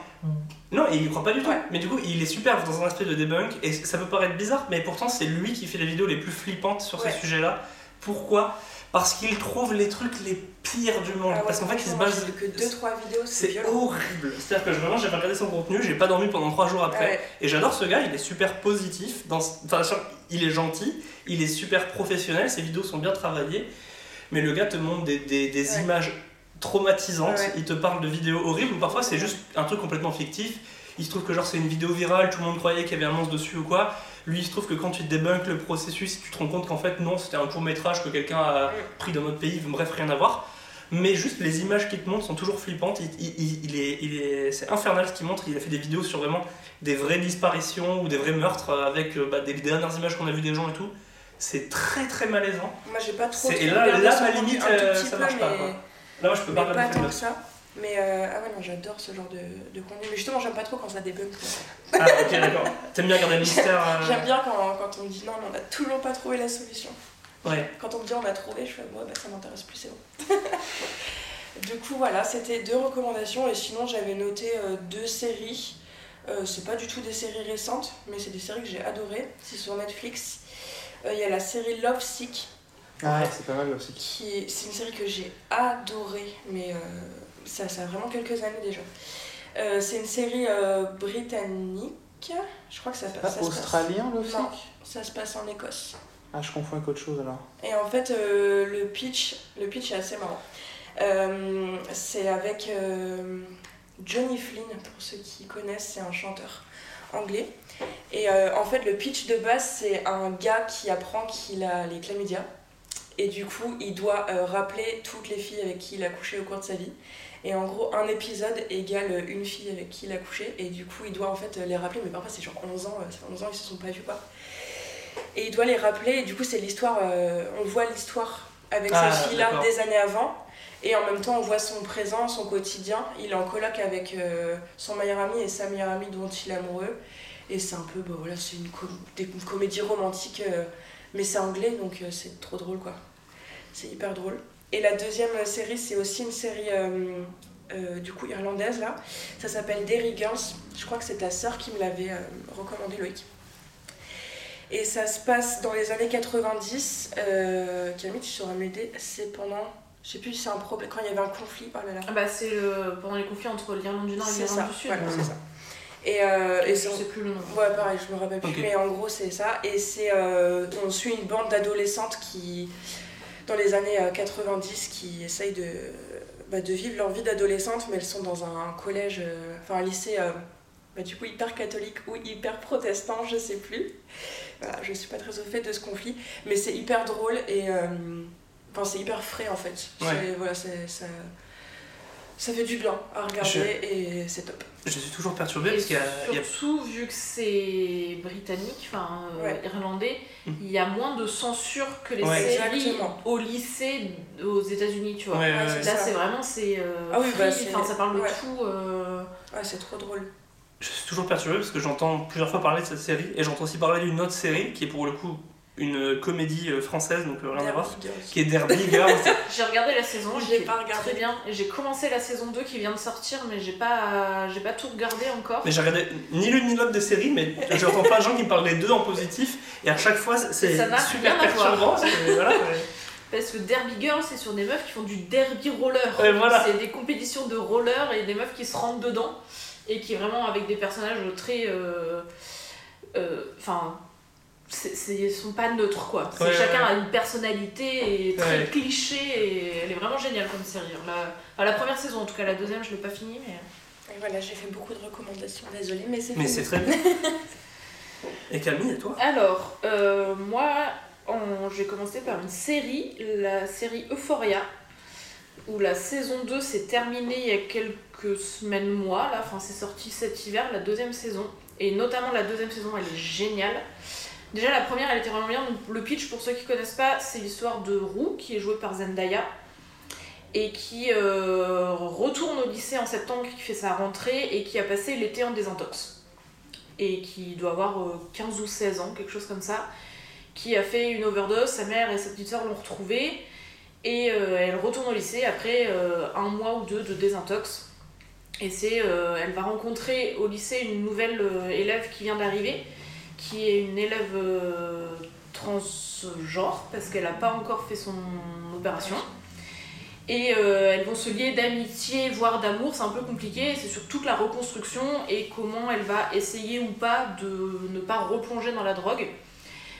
Non, et il y croit pas du tout.
Ouais.
Mais du coup, il est super dans un aspect de debunk. Et ça peut paraître bizarre, mais pourtant, c'est lui qui fait les vidéos les plus flippantes sur
Ouais.
ces sujets-là. Pourquoi Parce qu'il trouve les trucs les pires du monde.
Ah ouais,
Parce qu'en fait, il se
franchement, moi,
base.
j'ai vu que 2-3 vidéos,
C'est
c'est violent.
horrible. C'est-à-dire que je- vraiment, j'avais regardé son contenu, j'ai pas dormi pendant trois jours
Ah
après.
ouais.
Et j'adore ce gars, il est super positif. Dans... Enfin, sur- il est gentil, il est super professionnel, ses vidéos sont bien travaillées. Mais le gars te montre des, des- des
Ouais.
images traumatisantes,
Ouais.
il te parle de vidéos horribles, ou parfois c'est juste un truc complètement fictif. Il se trouve que genre c'est une vidéo virale, tout le monde croyait qu'il y avait un monstre dessus ou quoi. Lui, il se trouve que quand tu débunkes le processus, tu te rends compte qu'en fait, non, c'était un court métrage que quelqu'un a pris dans notre pays, bref, rien à voir. Mais juste les images qu'il te montre sont toujours flippantes. Il, il- il- il est, il est- c'est infernal ce qu'il montre. Il a fait des vidéos sur vraiment des vraies disparitions ou des vrais meurtres euh, avec euh, bah, des dernières images qu'on a vues des gens et tout. C'est très très malaisant.
Moi j'ai pas trop.
C'est-
trop
et là-
regardé
là,
son
ma
contenu,
limite,
un tout
euh,
petit
ça
peu,
marche pas,
mais-
quoi. Là, moi, je peux
Mais
parler
pas
de
tant
film.
que ça. Mais euh, ah ouais, non, j'adore ce genre de, de contenu. Mais justement, j'aime pas trop quand ça débug.
Ah, ok, d'accord. T'aimes bien garder le mystère. euh,
J'aime bien quand, quand on me dit non, mais on a toujours pas trouvé la solution.
Ouais.
Quand on me dit on a trouvé, je fais ouais, bah ça m'intéresse plus, c'est bon. du coup, voilà, c'était deux recommandations. Et sinon, j'avais noté euh, deux séries. Euh, c'est pas du tout des séries récentes, mais c'est des séries que j'ai adorées. C'est sur Netflix. Euh, Il y a la série Love Sick.
Ah, c'est pas mal aussi.
qui est- c'est une série que j'ai adorée, mais euh, ça, ça a vraiment quelques années déjà. Euh, c'est une série euh, britannique, je crois que ça,
Pas
ça se passe.
australien le flic
Non, ça se passe en Écosse.
Ah, je confonds avec autre chose alors.
Et en fait, euh, le pitch, le pitch est assez marrant. Euh, c'est avec euh, Johnny Flynn, pour ceux qui connaissent, c'est un chanteur anglais. Et euh, en fait, le pitch de base, c'est un gars qui apprend qu'il a les chlamydia. Et du coup, il doit euh, rappeler toutes les filles avec qui il a couché au cours de sa vie. Et en gros, un épisode égale euh, une fille avec qui il a couché. Et du coup, il doit en fait euh, les rappeler. Mais parfois, c'est genre 11 ans, euh, ça fait 11 ans, ils se sont pas vus quoi. Et il doit les rappeler. Et du coup, c'est l'histoire. euh, on voit l'histoire avec
Ah,
cette fille-là
d'accord.
des années avant. Et en même temps, on voit son présent, son quotidien. Il est en colloque avec euh, son meilleur ami et sa meilleure amie dont il est amoureux. Et c'est un peu, bah voilà, c'est une, com- des- une comédie romantique, euh, mais c'est anglais, donc euh, c'est trop drôle, quoi. C'est hyper drôle. Et la deuxième série, c'est aussi une série, euh, euh, du coup, irlandaise, là. Ça s'appelle Derry Girls. Je crois que c'est ta sœur qui me l'avait euh, recommandé, Loïc. Et ça se passe dans les années 90. Euh, Camille, tu sauras m'aider. C'est pendant... Je sais plus si c'est un problème... Quand il y avait un conflit, oh là là.
Ah bah c'est le- pendant les conflits entre l'Irlande du Nord et
C'est
l'Irlande
ça,
du Sud.
voilà,
Mmh.
c'est ça. Et, euh, et
je
c'est-
sais plus le nom.
Ouais, pareil, je me rappelle plus,
Ok.
mais en gros, c'est ça. Et c'est. euh, on suit une bande d'adolescentes qui, dans les années euh, 90 qui essayent de, bah, de vivre leur vie d'adolescente, mais elles sont dans un collège, euh, enfin un lycée, euh, bah, du coup hyper catholique ou hyper protestant, je sais plus. Voilà, je suis pas très au fait de ce conflit, mais c'est hyper drôle et euh, enfin, c'est hyper frais en fait.
Ouais.
C'est- Voilà, c'est- ça, ça fait du bien à regarder
Je-
et c'est top.
Je suis toujours perturbé
Et
parce qu'il y a- il y a.
surtout, vu que c'est britannique, enfin euh,
Ouais.
irlandais,
Mhm.
il y a moins de censure que les
Ouais.
séries
Exactement.
au lycée aux États-Unis, tu vois.
Ouais,
Ouais,
ouais,
c'est
ouais.
ça.
Là, c'est vraiment, c'est. euh,
Ah oui,
free,
bah, c'est-
enfin, ça parle de
ouais.
tout. euh,
Ouais, Ah, c'est trop drôle.
Je suis toujours perturbé parce que j'entends plusieurs fois parler de cette série et j'entends aussi parler d'une autre série qui est pour le coup une comédie euh, française, donc euh, rien à voir,
Derby Girls.
qui est Derby Girls.
J'ai regardé la saison,
J'ai
j'étais
pas regardé.
Très bien. Et J'ai commencé la saison 2 qui vient de sortir, mais j'ai pas, j'ai pas tout regardé encore.
Mais j'ai regardé ni l'une ni l'autre des séries, mais j'entends plein de gens qui me parlent des deux en positif, et à chaque fois c'est
Ça n'a
super
rien à voir.
perturbant. parce que, voilà, ouais.
Parce que Derby Girl, c'est sur des meufs qui font du derby roller.
Ouais, voilà.
C'est des compétitions de roller et des meufs qui se rentrent dedans et qui vraiment avec des personnages très. euh, euh, Enfin. c'est- c'est- Ils sont pas neutres quoi. C'est
Ouais,
chacun
ouais.
a une personnalité et très
Ouais.
cliché et elle est vraiment géniale comme série. La, enfin, la première saison en tout cas, la deuxième je l'ai pas finie mais.
Et voilà, j'ai fait beaucoup de recommandations, désolée, mais c'est
Mais
fini.
c'est très bien. Et Camille, et toi
Alors, euh, moi, en- j'ai commencé par une série, la série Euphoria, où la saison 2 s'est terminée il y a quelques semaines, mois, là, enfin c'est sorti cet hiver, la deuxième saison, et notamment la deuxième saison, elle est géniale. Déjà, la première, elle était vraiment bien. Donc, le pitch, pour ceux qui connaissent pas, c'est l'histoire de Rue, qui est jouée par Zendaya, et qui euh, retourne au lycée en septembre, qui fait sa rentrée, et qui a passé l'été en désintox et qui doit avoir euh, 15 ou 16 ans, quelque chose comme ça, qui a fait une overdose, sa mère et sa petite soeur l'ont retrouvée, et euh, elle retourne au lycée après euh, un mois ou deux de désintox. Et c'est, euh, elle va rencontrer au lycée une nouvelle euh, élève qui vient d'arriver, qui est une élève euh, transgenre, parce qu'elle n'a pas encore fait son opération. Et euh, elles vont se lier d'amitié, voire d'amour, c'est un peu compliqué, c'est sur toute la reconstruction et comment elle va essayer ou pas de ne pas replonger dans la drogue.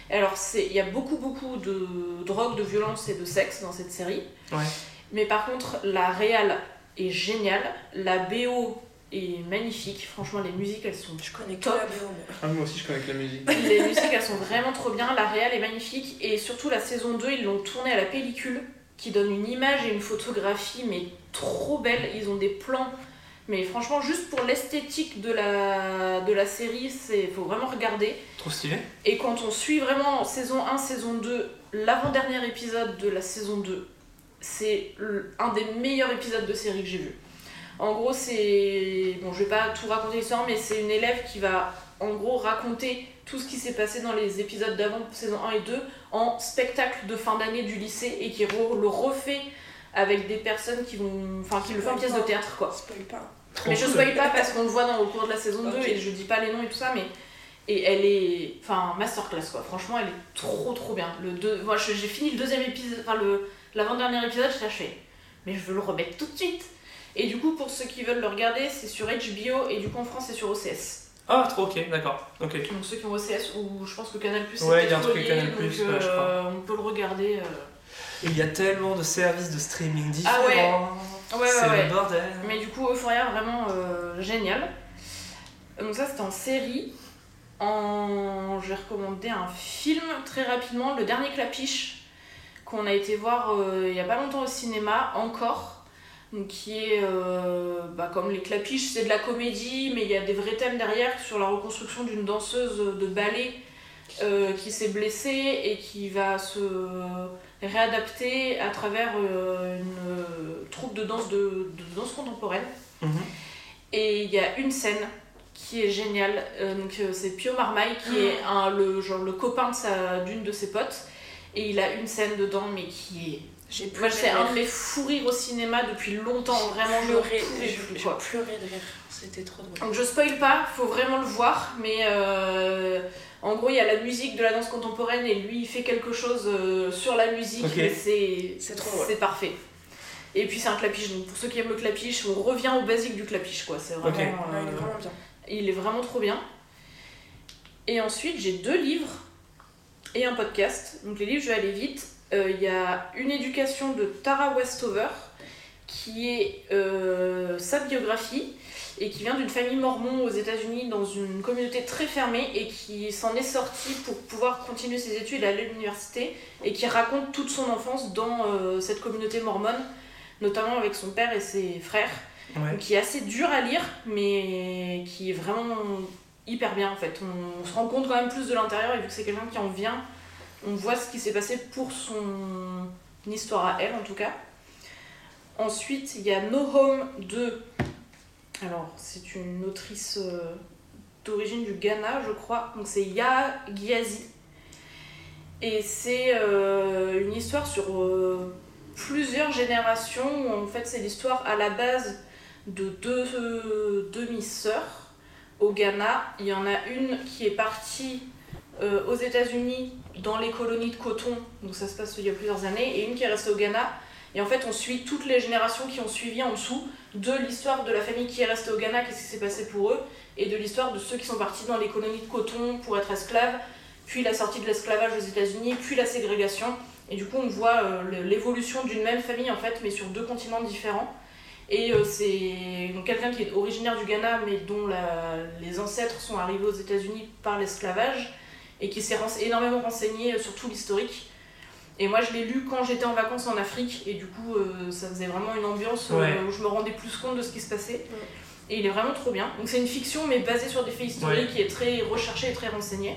Alors c'est- il y a beaucoup beaucoup de drogue, de violence et de sexe dans cette série.
Ouais.
Mais par contre la réal est géniale, la BO est magnifique, franchement les musiques elles sont
Je connais que
Top.
la BO, mais-
Ah, moi aussi, je connais que la musique.
les musiques, elles sont vraiment trop bien. La réal est magnifique. Et surtout, la saison 2, ils l'ont tournée à la pellicule, qui donne une image et une photographie, mais trop belle. Ils ont des plans. Mais franchement, juste pour l'esthétique de la, de la série, il faut vraiment regarder.
Trop stylé.
Et quand on suit vraiment saison 1, saison 2, l'avant-dernier épisode de la saison 2, c'est le- un des meilleurs épisodes de série que j'ai vu. En gros, c'est. Bon, je vais pas tout raconter l'histoire, mais c'est une élève qui va en gros raconter tout ce qui s'est passé dans les épisodes d'avant, saison 1 et 2, en spectacle de fin d'année du lycée et qui re- le refait avec des personnes qui vont. Enfin, qui le font en pièce de théâtre, quoi.
spoil pas.
Trop
Mais je
cool.
spoil pas parce qu'on le voit dans, au cours de la saison 2
Ok.
et je dis pas les noms et tout ça, mais. Et elle est. Enfin, masterclass quoi. Franchement, elle est trop trop bien. Le deux... Moi, je- j'ai fini le deuxième épisode, enfin, le... l'avant-dernier épisode, je l'ai achevé. Mais je veux le remettre tout de suite. Et du coup, pour ceux qui veulent le regarder, c'est sur HBO et du coup en France, c'est sur OCS.
Ah, trop ok, d'accord. Ok.
Donc ceux qui ont OCS ou je pense que Canal Plus, c'est
Ouais, il y a un
peut-être
truc
relié,
Canal+,
donc,
ouais, je crois.
euh, on peut le regarder. euh.
Il y a tellement de services de streaming différents.
Ah ouais. Ouais,
c'est
ouais, ouais.
le bordel.
Euh, Mais du coup, Euphoria, vraiment euh, génial. Donc ça, c'était en série. En... Je vais recommander un film très rapidement, Le Dernier Clapiche, qu'on a été voir euh, il n'y a pas longtemps au cinéma, encore. Donc, qui est, euh, bah, comme les clapiches, c'est de la comédie, mais il y a des vrais thèmes derrière sur la reconstruction d'une danseuse de ballet euh, qui s'est blessée et qui va se réadapter à travers euh, une euh, troupe de danse de, de danse contemporaine.
Mhm.
Et il y a une scène qui est géniale. Euh, donc euh, c'est Pio Marmaille qui est
Ah.
un, le genre le copain de sa d'une de ses potes et il a une scène dedans mais qui
J'ai
est moi
pleuré.
c'est
de
un
rire.
de mes fous rires au cinéma depuis longtemps vraiment je
Pleurer,
pouvais
je-
plus,
je
quoi.
pleurais de rire. C'était trop drôle.
Donc je spoil pas, faut vraiment le voir, mais euh, en gros il y a la musique de la danse contemporaine et lui il fait quelque chose euh, sur la musique
Ok.
et c'est
C'est trop drôle.
c'est parfait. Et puis c'est un clapiche, donc pour ceux qui aiment le clapiche, on revient au basique du clapiche quoi, c'est vraiment,
Ok.
Ouais, il est
euh,
vraiment bien.
il est vraiment trop bien. Et ensuite j'ai deux livres et un podcast, donc les livres je vais aller vite. euh, il y a une éducation de Tara Westover qui est euh, sa biographie et qui vient d'une famille mormon aux États-Unis dans une communauté très fermée et qui s'en est sortie pour pouvoir continuer ses études à l'université et qui raconte toute son enfance dans euh, cette communauté mormone, notamment avec son père et ses frères,
Ouais.
donc qui est assez dur à lire mais qui est vraiment hyper bien en fait. On, on se rend compte quand même plus de l'intérieur et vu que c'est quelqu'un qui en vient, on voit ce qui s'est passé pour son histoire à elle en tout cas. Ensuite, il y a No Home 2. Alors, c'est une autrice euh, d'origine du Ghana, je crois. Donc, c'est Ya Ghiazi. Et c'est euh, une histoire sur euh, plusieurs générations. où, en fait, c'est l'histoire à la base de deux euh, demi-sœurs au Ghana. Il y en a une qui est partie euh, aux États-Unis dans les colonies de coton. Donc, ça se passe il y a plusieurs années. Et une qui est restée au Ghana. Et en fait, on suit toutes les générations qui ont suivi en dessous de l'histoire de la famille qui est restée au Ghana, qu'est-ce qui s'est passé pour eux, et de l'histoire de ceux qui sont partis dans les colonies de coton pour être esclaves, puis la sortie de l'esclavage aux États-Unis, puis la ségrégation. Et du coup, on voit euh, le- l'évolution d'une même famille, en fait, mais sur deux continents différents. Et euh, c'est donc quelqu'un qui est originaire du Ghana, mais dont la- les ancêtres sont arrivés aux États-Unis par l'esclavage, et qui s'est rense- énormément renseigné euh, sur tout l'historique. Et moi, je l'ai lu quand j'étais en vacances en Afrique, et du coup, euh, ça faisait vraiment une ambiance euh,
Ouais.
où je me rendais plus compte de ce qui se passait. Et il est vraiment trop bien. Donc c'est une fiction, mais basée sur des faits historiques, qui est très recherchée et très renseignée.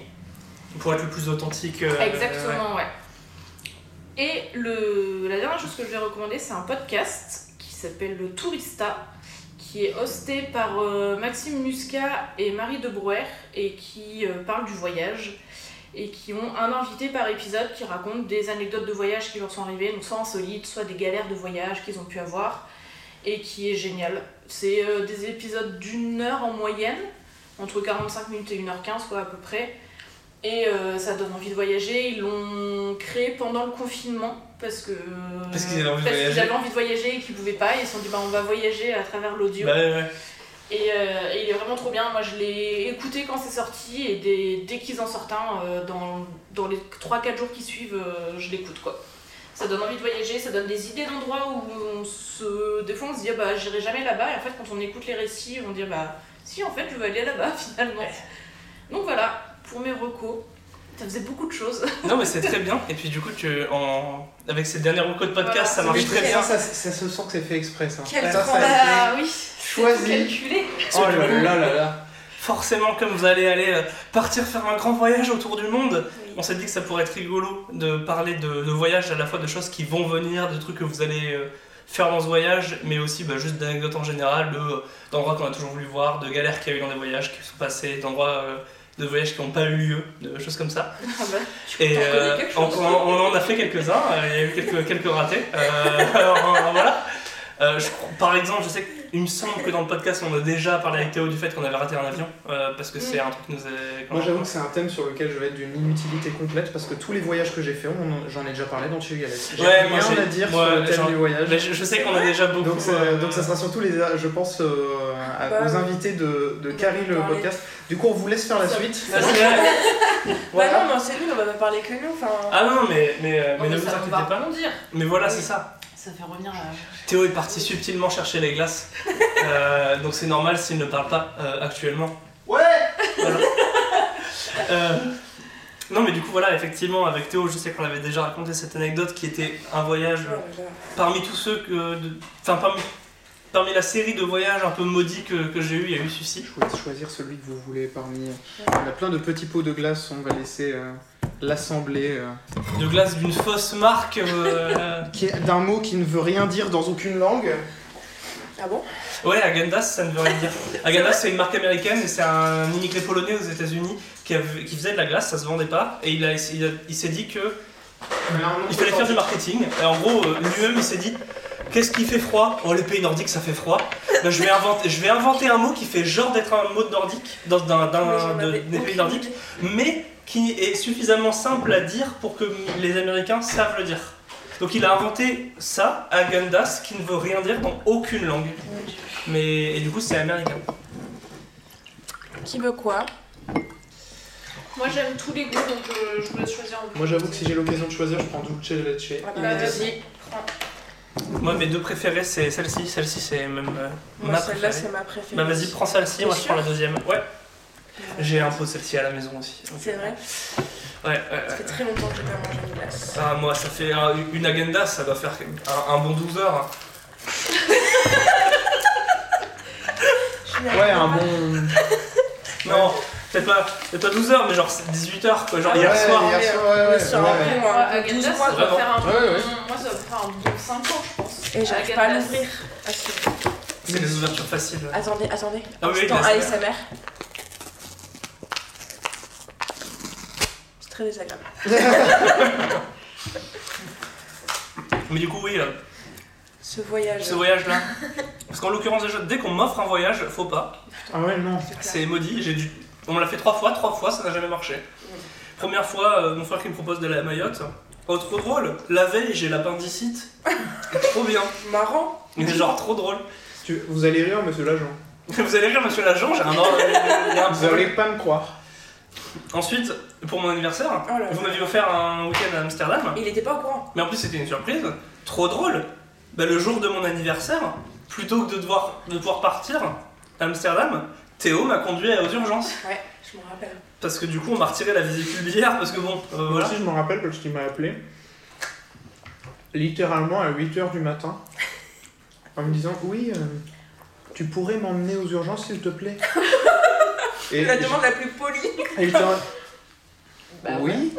Pour être le plus authentique. euh, ouais.
Exactement, ouais. Et le, la dernière chose que je vais recommander, c'est un podcast qui s'appelle Le Tourista, qui est hosté par euh, Maxime Muscat et Marie de Brouwer, et qui euh, parle du voyage, et qui ont un invité par épisode qui raconte des anecdotes de voyage qui leur sont arrivées, donc soit insolites, soit des galères de voyage qu'ils ont pu avoir, et qui est génial. C'est euh, des épisodes d'une heure en moyenne, entre 45 minutes et 1h15, quoi, à peu près. Et euh, ça donne envie de voyager. Ils l'ont créé pendant le confinement parce que.
Parce qu'ils avaient envie de
parce qu'ils
voyager.
avaient envie de voyager et qu'ils pouvaient pas. Ils se sont dit, bah, on va voyager à travers l'audio.
Bah, ouais, ouais.
Et, euh, et il est vraiment trop bien. Moi, je l'ai écouté quand c'est sorti et dès, dès qu'ils en sortent un, euh, dans, dans les 3-4 jours qui suivent, euh, je l'écoute quoi. Ça donne envie de voyager, ça donne des idées d'endroits où on se. Des fois, on se dit, ah bah, j'irai jamais là-bas. Et en fait, quand on écoute les récits, on dit, bah, si, en fait, je veux aller là-bas finalement. Donc voilà, pour mes recos. Ça faisait beaucoup de choses.
Non, mais c'est très bien. Et puis, du coup, tu, en... avec ces dernières recos de podcast,
Voilà.
ça marche
Mais
très
ça,
bien.
Ça, ça se sent que c'est fait exprès, ça.
Quel
ça,
scandale.
ça-
Bah
Ah oui,
Choisis.
calculé.
Oh là là là là.
Forcément, comme vous allez aller euh, partir faire un grand voyage autour du monde, on s'est dit que ça pourrait être rigolo de parler de, de voyage, à la fois de choses qui vont venir, de trucs que vous allez euh, faire dans ce voyage, mais aussi bah, juste d'anecdotes en général, de, euh, d'endroits qu'on a toujours voulu voir, de galères qu'il y a eu dans des voyages qui sont passés, d'endroits euh, de voyages qui n'ont pas eu lieu, de choses comme ça.
Ah bah,
Et
T'en connais
euh,
quelque
on,
chose
on- on en a fait quelques-uns, euh, il y a eu quelques, quelques ratés. Euh, alors, euh, voilà. Euh, je crois- par exemple, je sais qu'il me semble que dans le podcast, on a déjà parlé avec Théo du fait qu'on avait raté un avion, euh, parce que
Mm.
c'est un truc qui nous est...
Moi, j'avoue que c'est un thème sur lequel je vais être d'une inutilité complète parce que tous les voyages que j'ai fait, on- j'en ai déjà parlé dans Chez Galette. J'ai
Ouais, moi,
rien
j'ai-
à dire
moi,
sur le thème
j'en-
du voyage.
Mais je, je sais qu'on a déjà beaucoup...
Donc, ça-
euh,
donc ça sera surtout les, je pense, euh, à-
Bah,
aux
ouais.
invités de, de
On
Carrie
va
le
parler.
podcast. Du coup, on vous laisse faire la
Ça-
suite.
ça, Ah, c'est-
Bah
Voilà.
non, mais c'est nul, on va pas parler que nous. Enfin,
Ah non, mais, mais, euh,
Oh,
mais
Non,
ne
mais
vous
ça, on
inquiétez
va
pas.
rebondir.
Mais voilà, c'est ça.
Ça fait revenir euh, à.
Théo est parti subtilement chercher les glaces, Euh, donc c'est normal s'il ne parle pas euh, actuellement.
Ouais
Voilà. Euh, non, mais du coup, voilà, effectivement, avec Théo, je sais qu'on avait déjà raconté cette anecdote qui était un voyage euh, parmi tous ceux que. de- Enfin, parmi, parmi la série de voyages un peu maudits que, que j'ai eu, il y a eu celui-ci.
Je vous laisse choisir celui que vous voulez parmi. euh, On a plein de petits pots de glace, on va laisser euh, l'assembler. euh,
De glace d'une fausse marque. euh,
qui est- D'un mot qui ne veut rien dire dans aucune langue.
ah bon
Ouais, Agendas, ça ne veut rien dire. Agendas, c'est une marque américaine et c'est un immigré polonais aux États-Unis qui, avait- qui faisait de la glace, ça se vendait pas. Et il, a, il, a- il s'est dit que il fallait faire du marketing. Et en gros, euh, l'UE, il s'est dit qu'est-ce qui fait froid Oh, les pays nordiques, ça fait froid. Ben, je, vais inventer, je vais inventer un mot qui fait genre d'être un mot de nordique, dans, d'un,
Mais
d'un-
j'en
Euh, de-
avais
des pays
aucune
nordiques,
idée.
mais qui est suffisamment simple à dire pour que les Américains savent le dire. Donc il a inventé ça, Agendas, qui ne veut rien dire dans aucune langue. Mais et du coup c'est américain.
Qui veut quoi
Moi j'aime tous les goûts donc euh, je vous laisse choisir en
Moi j'avoue que si j'ai l'occasion de choisir, je prends Dulce Leche.
Ah bah,
Bah,
vas-y.
vas-y, prends.
Moi, mes deux préférées, c'est celle-ci. Celle-ci, c'est même euh,
Moi,
ma
celle-là,
préférée.
c'est ma préférée.
Bah, vas-y, prends celle-ci.
T'es
Moi, je prends
sûr
la deuxième. Ouais. J'ai un pot de celle-ci à la maison aussi. donc,
C'est vrai.
Ouais, ouais, ouais.
Ça fait très longtemps que j'ai pas mangé de glace.
Ah, moi, ça fait un- une agenda, ça doit faire un, un bon 12 heures.
Ouais, un bon.
Non, peut-être pas, peut-être pas 12 heures, mais genre 18 heures, quoi. Genre Ah, hier
Ouais,
soir.
Hier
hier
soir, ouais,
On est
ouais,
sur
ouais.
un bon,
Moi,
hein,
Agenda,
12
ça
mois,
doit
vraiment.
faire un bon-
Ouais, ouais.
Moi, ça doit faire un bon 5 ans, je pense.
Et j'arrive pas à
Agenda.
l'ouvrir. Ah, si.
C'est des ouvertures faciles. ouais.
Attendez, attendez.
Ah oui,
Instant
la semaine.
ASMR. C'est très désagréable.
Mais du coup, oui, euh,
Ce voyage.
ce voyage-là. Parce qu'en l'occurrence, déjà, dès qu'on m'offre un voyage, faut pas.
Ah ouais,
euh,
non.
C'est maudit. J'ai dû... On me l'a fait trois fois, trois fois, ça n'a jamais marché. Première fois, euh, mon frère qui me propose d'aller à Mayotte. Autre drôle, la veille, j'ai l'appendicite. trop bien.
Marrant.
Mais genre, trop drôle.
Tu- Vous allez rire, monsieur l'agent.
Vous allez rire, monsieur l'agent, j'ai un or- il y a un
Vous allez pas me croire.
Ensuite, pour mon anniversaire,
Oh là là.
vous m'aviez offert un week-end à Amsterdam,
Il était pas au courant.
mais en plus c'était une surprise, trop drôle. Bah, le jour de mon anniversaire, plutôt que de devoir, de devoir partir à Amsterdam, Théo m'a conduit aux urgences.
Ouais, je me rappelle.
Parce que du coup, on m'a retiré la vésicule biliaire, parce que bon, euh,
Moi
voilà.
aussi, je me rappelle parce qu'il m'a appelé. Littéralement à 8h du matin. En me disant Oui, euh, tu pourrais m'emmener aux urgences, s'il te plaît. Et
La
j-
demande la plus polie.
et j'étais en-
Bah
oui.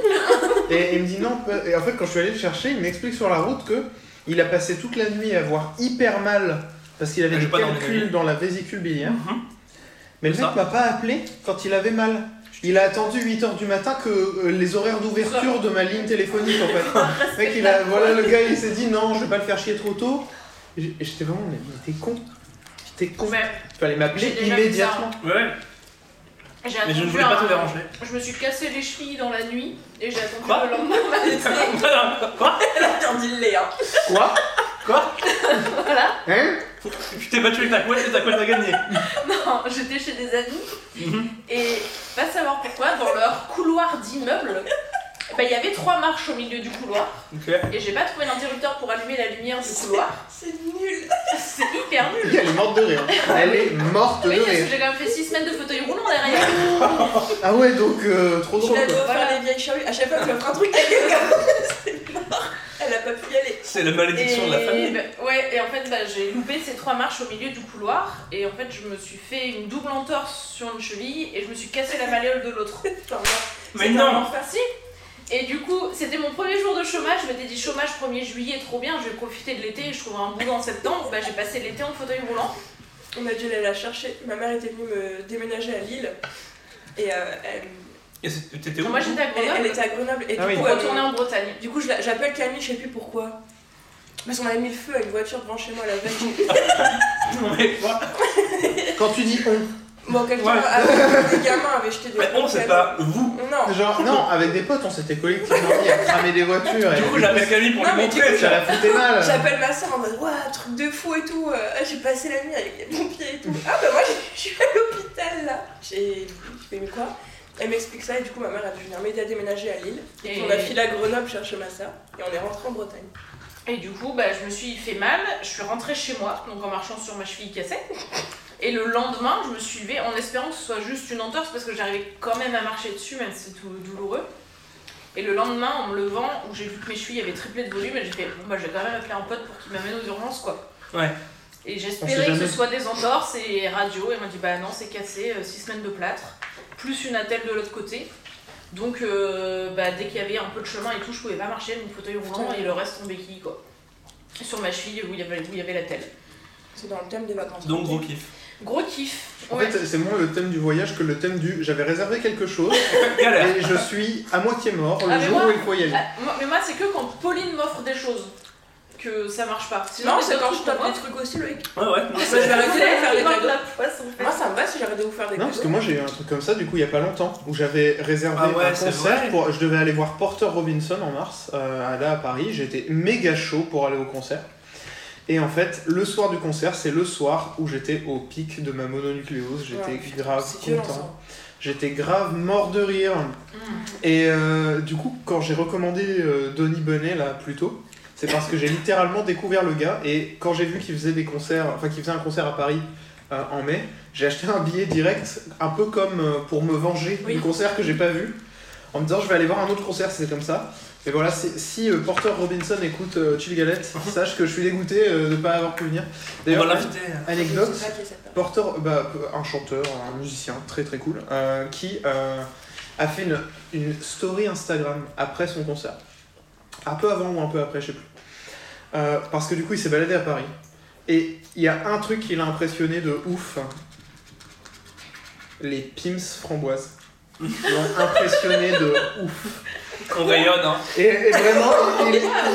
Et il me dit non. pas- Et en fait, quand je suis allé le chercher, il m'explique sur la route que il a passé toute la nuit à avoir hyper mal parce qu'il avait
Ah, j'ai
des
pas dormi la
calculs dans la vésicule biliaire.
Mhm.
Mais le
C'est
mec
ça.
m'a pas appelé quand il avait mal. Il a attendu 8h du matin que euh, les horaires d'ouverture de ma ligne téléphonique en fait. Le mec, il a, voilà, le gars il s'est dit non, je vais pas le faire chier trop tôt. Et j'- et j'étais vraiment, mais mais t'es con. T'es con.
Mais
Fallait m'appeler
J'ai déjà vu
immédiatement.
Ouais, ouais,
j'ai
mais je ne
attendu
voulais pas te
un-
déranger.
Je me suis cassé les chevilles dans la nuit et j'ai attendu
Quoi
le lendemain matin.
Quoi
Elle a interdit le lait, hein.
Quoi Quoi
voilà.
Hein
Tu t'es battu avec ta couette et ta couette a gagné.
Non, j'étais chez des amis
Mhm.
et va savoir pourquoi, dans leur couloir d'immeuble, bah, il y avait trois marches au milieu du couloir
Ok.
et j'ai pas trouvé l'interrupteur pour allumer la lumière du couloir.
C'est nul.
C'est hyper nul.
Elle est morte de rire. Elle est
Ah
morte de
Oui, parce que
rire.
j'ai quand même fait 6 semaines de fauteuil roulant derrière.
Ah ouais, donc euh, trop
Tu
drôle.
la
quoi.
dois faire les vieilles charrues. À chaque fois que tu offres un truc à quelqu'un, c'est mort. Elle a pas pu y aller.
C'est la malédiction de la famille.
bah, ouais, et en fait, bah, j'ai loupé ces trois marches au milieu du couloir, et en fait, je me suis fait une double entorse sur une cheville, et je me suis cassé la malléole de l'autre.
Putain,
Mais
c'est
non
vraiment-
Enfin, si. Et du coup, c'était mon premier jour de chômage, je m'étais dit chômage 1er juillet, trop bien, je vais profiter de l'été, je trouverai un boulot en septembre, bah, j'ai passé l'été en fauteuil roulant.
On a dû aller la chercher. Ma mère était venue me déménager à Lille. Et euh, elle,
Et c'est- t'étais où
Moi, j'étais à
elle- elle
Grenoble
était à Grenoble. Et
Ah
du
oui.
coup, euh,
pour
elle-
retourner en Bretagne.
du coup, je la- j'appelle Camille, je sais plus pourquoi. Parce qu'on avait mis le feu à une voiture devant chez moi la veille.
Mais quoi
Quand tu dis on,
Bon, quelqu'un,
Ouais.
avait- des gamins avaient jeté des.
Mais on, c'est pas vous.
Non.
genre, non, avec des potes, on s'était collectivement mis à cramer des voitures.
Du
Et
coup, j'appelle Camille pour lui
Non, mais du
montrer. ça.
ça la foutait mal.
J'appelle ma soeur en mode Waouh, truc de fou et tout. euh, j'ai passé la nuit avec les pompiers et tout. Ah bah moi je suis à l'hôpital là. J'ai fait mais quoi Elle m'explique ça et du coup ma mère a dû venir m'aider à déménager à Lille. Et puis, on a
Et-
filé à Grenoble chercher ma soeur et on est rentré en Bretagne.
Et du coup, bah, je me suis fait mal, je suis rentrée chez moi, donc en marchant sur ma cheville cassée. Et le lendemain, je me suis levée en espérant que ce soit juste une entorse parce que j'arrivais quand même à marcher dessus, même si c'est tout douloureux. Et le lendemain, en me levant, où j'ai vu que mes chevilles avaient triplé de volume, et j'ai fait, bon, bah, je vais quand même appeler un pote pour qu'il m'amène aux urgences, quoi.
Ouais.
Et
On sait
j'espérais que ce
jamais.
soit des entorses et radio. Et on m'a dit, bah non, c'est cassé, 6 semaines de plâtre, plus une attelle de l'autre côté. Donc, euh, bah, dès qu'il y avait un peu de chemin et tout, je pouvais pas marcher, mon fauteuil roulant et le reste en béquille, quoi. Sur ma cheville où il y avait, où il y avait la telle.
C'est dans le thème des vacances.
Donc, gros kiff.
Gros kiff.
En
Ouais.
fait, c'est moins le thème du voyage que le thème du j'avais réservé quelque chose
Galère.
et je suis à moitié mort le
Ah, mais
jour
moi-
où il faut y aller.
Ah, moi- mais moi, c'est que quand Pauline m'offre des choses que ça marche pas. Sinon,
non,
les
c'est
autres
quand je
trucs
tape
qu'on
des
m'offre,
trucs aussi Loïc.
Ouais, ouais.
Ça, Ah, bah, je vais arrêter de faire des
il manque
cadeaux.
la poisse, en fait.
Moi ça me va si j'arrête de vous faire des
Non,
cadeaux.
parce que moi j'ai eu un truc comme ça du coup il y a pas longtemps où j'avais réservé
Ah ouais,
un
c'est vrai.
concert. Pour... Je devais aller voir Porter Robinson en mars, euh, là à Paris. J'étais méga chaud pour aller au concert. Et en fait, le soir du concert, c'est le soir où j'étais au pic de ma mononucléose. J'étais
Ouais.
grave
C'est violent
content.
ça.
J'étais grave mort de rire.
Mmh.
Et euh, du coup, quand j'ai recommandé euh, Donny Bonnet là plus tôt, c'est parce que j'ai littéralement découvert le gars. Et quand j'ai vu qu'il faisait des concerts, enfin qu'il faisait un concert à Paris euh, en mai, j'ai acheté un billet direct, un peu comme euh, pour me venger
Oui.
du concert que j'ai pas vu, en me disant je vais aller voir un autre concert. C'est comme ça. Et voilà, c'est- si euh, Porter Robinson écoute euh, Chill Galette, sache que je suis dégoûté euh, de pas avoir pu venir.
hein. On
D'ailleurs,
va l'inviter.
anecdote.
Je sais pas qui est cette personne.
Porter, bah, un chanteur, un musicien très très cool, euh, qui euh, a fait une, une story Instagram après son concert. Un peu avant ou un peu après, je sais plus. Euh, parce que du coup, il s'est baladé à Paris. Et il y a un truc qui l'a impressionné de ouf. Les Pims framboises. Ils l'ont impressionné de ouf.
On rayonne, hein.
Et, et vraiment,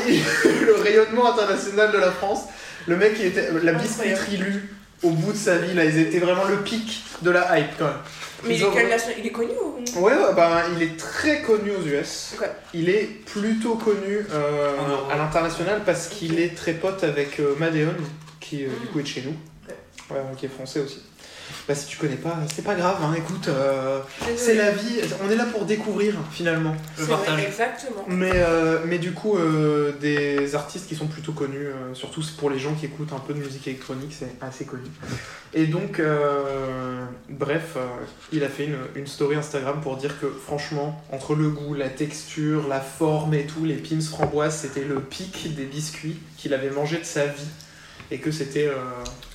il- il- le rayonnement international de la France, le mec il était la biscuiterie lue au bout de sa vie, là, ils étaient vraiment le pic de la hype quand même.
Mais il
Ils ont-
est, quelle nation- il est connu ou
Ouais, ouais, bah, il est très connu aux US.
Ok.
Il est plutôt connu euh,
En Europe.
à l'international parce qu'il
Ok.
est très pote avec euh, Madeon, qui euh,
Mm.
du coup est de chez nous,
Ok.
Ouais, qui est français aussi. Bah, si tu connais pas, c'est pas grave, hein, écoute, euh,
Désolé.
c'est la vie, on est là pour découvrir finalement.
Le
C'est vrai,
partage.
Exactement.
Mais, euh, mais du coup, euh, des artistes qui sont plutôt connus, euh, surtout pour les gens qui écoutent un peu de musique électronique, c'est assez connu. Et donc, euh, bref, euh, il a fait une, une story Instagram pour dire que franchement, entre le goût, la texture, la forme et tout, les Pims framboises, c'était le pic des biscuits qu'il avait mangé de sa vie. Et que c'était... euh,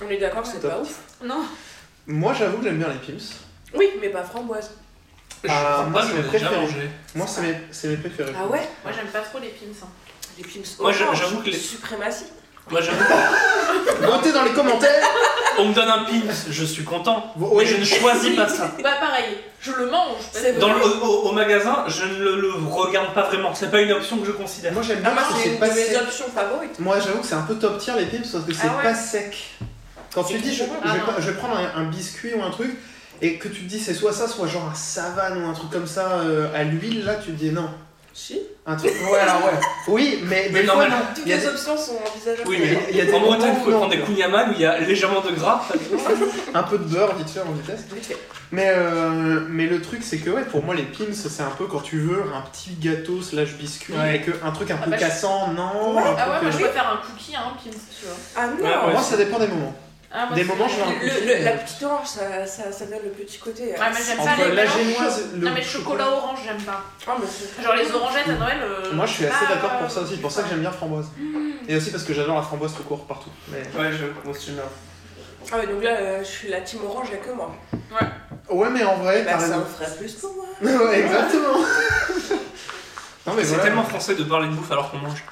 On est d'accord que c'est
Top.
pas ouf.
Non.
Moi, j'avoue que j'aime bien les Pims.
Oui, mais pas framboise.
Je
Ah,
crois
moi,
pas,
je
je
l'ai
l'ai déjà
préféré.
mangé.
Moi, c'est mes, c'est mes préférés.
Ah ouais
Moi j'aime pas trop les pins. hein.
Les films
Moi, j'a- j'avoue que les-
Suprématie.
Moi, j'avoue,
Votez dans les commentaires
on me donne un Pims, je suis content.
Vous-
Mais
oui,
je ne choisis pas ça.
Bah pareil, je le mange. parce
C'est
que-
Dans le, au, au magasin, je ne le, le regarde pas vraiment. C'est pas une option que je considère.
Moi, j'aime bien
Ah, moi,
parce que
c'est
c'est
une
pas
de mes
sec.
options favorites.
Moi j'avoue que c'est un peu top tier les pimes parce que c'est
Ah ouais.
pas sec. Quand
C'est
tu dis je,
trop bon.
je vais,
Ah
pas- je vais prendre un, un biscuit ou un truc et que tu te dis c'est soit ça, soit genre un savane ou un truc comme ça euh, à l'huile, là tu te dis non.
Si.
Un truc. Ouais, alors ouais. Oui, mais,
Mais
des fois,
normal.
non.
Toutes
Il y a
les
des-
options sont envisageables.
Oui,
il y
mais
a- il y a des
en
moments
Bretagne,
où
vous pouvez
non.
prendre des kouign-amann où il y a légèrement de gras.
un peu de beurre vite fait en vitesse.
Vite fait.
Mais, euh, mais le truc c'est que ouais, pour moi les pimes c'est un peu quand tu veux un petit gâteau slash biscuit
Ouais.
et que un truc un
Ah
peu
bah, je-
cassant, non.
Ouais,
un
Ah ouais,
truc,
moi je
euh,
préfère un cookie à un pins, tu vois.
Ah non
Ouais, ouais.
Moi ça dépend des moments.
Ah, moi,
Des
c'est-
moments, je vais un-
Le- le- La petite orange, ça, ça, ça donne le petit côté. euh,
Ah, mais j'aime pas
Entre
les
la
mélanges.
génoise, le
Non mais le chocolat orange j'aime pas.
Ah, mais c'est-
Genre les orangettes à Noël. euh,
Moi je suis assez
Ah,
pas-
d'accord pour ça aussi, c'est pour ça que j'aime bien framboise.
Hmm.
Et aussi parce que j'adore la framboise tout court partout. Mais...
Ouais, je consomme.
Ah ouais, donc là, euh, je suis la team orange, il y a que moi.
Ouais mais en vrai,
Bah,
t'as
ça
raison.
en ferait plus pour moi.
Ouais, exactement. non mais
C'est
voilà.
tellement français de parler de bouffe alors qu'on mange.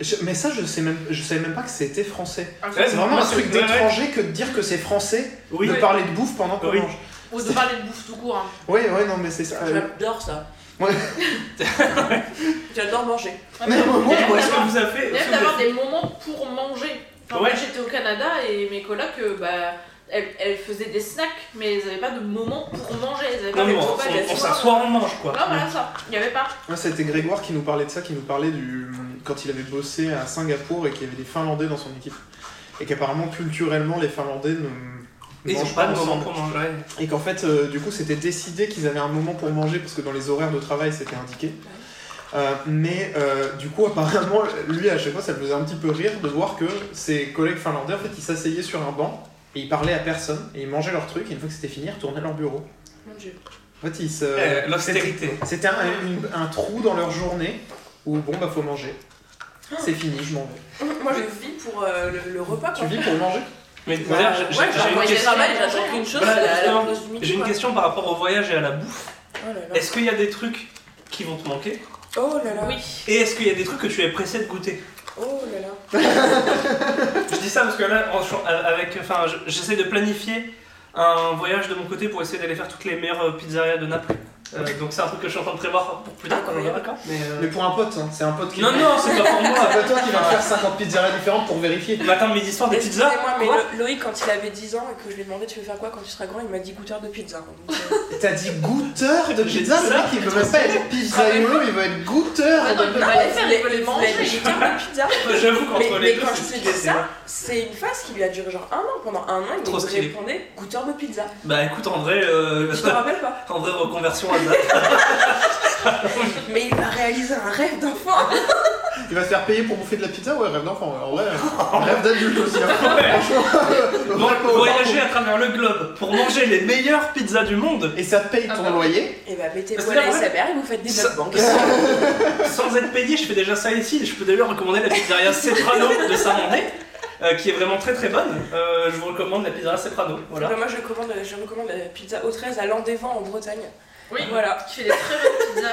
Je- Mais ça je sais même, je savais même pas que c'était français.
Ah,
Ouais,
C'est vraiment
moi,
un truc
c'est- ouais,
d'étranger que de dire que c'est français
Oui,
de parler de bouffe pendant qu'on
Oui.
mange.
Ou de parler de bouffe tout court. hein.
Ouais ouais non mais c'est ça. euh,
J'adore ça.
Ouais.
J'adore manger.
Ah,
Mais
mais-
moi,
mais
moi,
Est-ce
d'avoir-
que vous avez
Même d'avoir des moments pour manger. Enfin,
Ouais.
Moi j'étais au Canada et mes colocs, euh, bah, elles, elles faisaient des snacks, mais elles n'avaient pas de moments pour manger. Elles avaient
Non,
pas
non,
des
on,
repas
on- on
gratuits.
s'assoit, on mange quoi.
Là voilà ça, il n'y avait pas.
Ouais, c'était Grégoire qui nous parlait de ça, qui nous parlait du quand il avait bossé à Singapour et qu'il y avait des Finlandais dans son équipe et qu'apparemment culturellement les Finlandais ne
Ils ont
mangent
pas de moment
ensemble.
pour manger. ouais.
Et qu'en fait, euh, du coup, c'était décidé qu'ils avaient un moment pour manger parce que dans les horaires de travail, c'était indiqué. Euh, mais euh, du coup, apparemment, lui, à chaque fois, ça le faisait un petit peu rire de voir que ses collègues finlandais, en fait, ils s'asseyaient sur un banc et ils parlaient à personne et ils mangeaient leur truc. Et une fois que c'était fini, ils retournaient à leur bureau.
Mon dieu.
En fait, ils se.
Euh, L'austérité.
C'était un, une- un trou dans leur journée où bon, bah, faut manger. C'est fini, je m'en vais.
Moi, je vis pour euh, le, le repas.
Tu
Quoi.
vis pour manger
Mais
Ouais,
d'ailleurs, j'ai-
Ouais,
j'ai-
bah,
genre,
j'ai une
moi, j'ai
question-
travail, j'attends qu'une chose,
Voilà,
euh,
c'est la, la
justement.
pause du midi.
j'ai une
quoi.
question par rapport au voyage et à la bouffe.
Oh là là.
Est-ce qu'il y a des trucs qui vont te manquer
Oh là là.
Oui.
Et est-ce qu'il y a des trucs que tu es pressé de goûter
Oh là là.
Je dis ça parce que là, en- euh, avec, enfin, je- j'essaie de planifier un voyage de mon côté pour essayer d'aller faire toutes les meilleures pizzerias de Naples. Euh, donc c'est un truc que je suis en train de prévoir pour plus tard quand on verra quand. Mais, euh,
Mais pour un pote, hein, c'est un pote qui.
Non, non, c'est pas pour moi.
C'est pas toi qui vas faire 50 pizzerias différentes pour vérifier.
Matin, midi, soir, des pizzas.
Excusez-moi, mais
Quoi
le- Loïc, quand il avait 10 ans et que je lui ai demandé tu veux faire quoi quand tu seras grand, il m'a dit goûteur de pizza. Donc, euh,
T'as dit goûteur de
J'ai
pizza
dit
Le
ça.
mec, il veut même pas être pizzaïolo, il veut être goûteur
Ah non, il peut pas les faire, il peut les manger.
de pizza.
J'avoue
Mais,
qu'entre
mais
les deux,
quand
c'est
je t'ai
stylé,
dit
c'est
ça,
vrai.
c'est une phase qui lui a duré genre un an. Pendant un an, il
Trop
me
stylé.
répondait goûteur de pizza.
Bah écoute, en vrai, euh,
Je te rappelle pas.
en vrai reconversion à date.
Mais il va réaliser un rêve d'enfant.
Il va se faire payer pour bouffer de la pizza Ouais, rêve d'enfant. En vrai, rêve d'adulte aussi. hein. Franchement, le
Vo-
rêve pas au
Voyager
parcours.
à travers le globe pour manger les meilleures pizzas du monde
Et ça paye
Ah
ton
bah.
loyer
Et bah, mettez-vous
C'est
à la
normal.
SMR et vous faites des
Ça-
notes banques.
sans, sans être payé, je fais déjà ça ici. Je peux d'ailleurs recommander la pizzeria Ceprano de Saint-Mandé, euh, qui est vraiment très très bonne. Euh, je vous recommande la pizzeria Ceprano. Voilà.
Bah, moi, je recommande, je recommande la pizza aux 13 à Landévent en Bretagne.
Oui,
Voilà.
qui fait des très bonnes pizzas.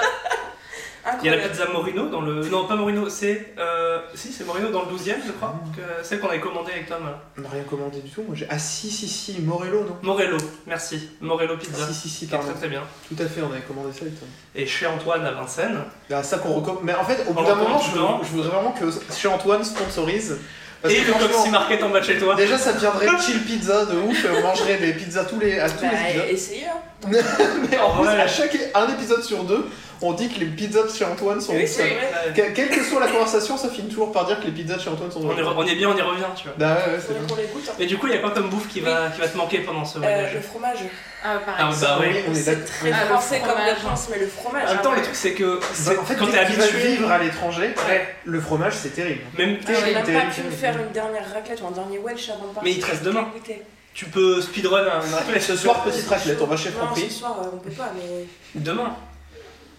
Il y a
Incroyable.
la pizza Morino dans le. Non, pas Morino, c'est. euh, Si, c'est Morino dans le 12 e je crois.
Mm.
que- Celle qu'on avait commandée avec Tom. là.
On n'a rien commandé du tout. Moi, j'ai. Ah si, si, si, Morello, non
Morello, merci. Morello Pizza.
Si, si, si,
Qui est très
pardon.
très bien.
Tout à fait, on avait commandé ça et tout.
Et chez Antoine à Vincennes.
Ah, ça qu'on recommande. Mais en fait, au
On
bout d'un
recommande
moment,
tout
je,
le temps.
je voudrais vraiment que chez Antoine sponsorise. Parce
et
que
le
franchement,
Coxy Market en bas de chez toi.
Déjà, ça deviendrait chill pizza de ouf. On mangerait des pizzas tous les, à tous
Bah,
les épisodes.
essayez. hein.
Mais en plus,
Ouais.
à chaque un épisode sur deux, on dit que les pizzas de chez Antoine sont
Oui,
bonnes.
c'est vrai.
Ouais.
Que- Quelle que soit la conversation, ça finit toujours par dire que les pizzas de chez Antoine sont
On, est,
bonnes.
on est bien, on y revient, tu vois.
Bah ouais, ouais, c'est
Faudrait
bien.
qu'on les goûte. hein.
Mais du coup, il y a quoi comme bouffe qui va, qui va te manquer pendant ce
Euh,
voyage
le fromage.
Ah,
Ah,
pareil.
bah oui.
Oui, on est
C'est
d'accord.
très
Ah, le
français comme la
fromage.
France, mais le fromage.
En même temps,
hein.
le truc, c'est que c'est-
Bah, en fait,
quand
dès
t'es
que tu vas
habitué.
vivre à l'étranger,
Ouais,
le fromage c'est terrible.
même
Ah, J'ai
terrible.
même pas
terrible,
pu me
terrible.
faire une dernière raclette ou un dernier Welsh avant de partir.
Mais il te reste demain.
Goûter.
Tu peux speedrun un une raclette
Ce soir, petite raclette, on va chez
Non, ce
Franprix.
soir, euh, on peut pas, mais.
Demain.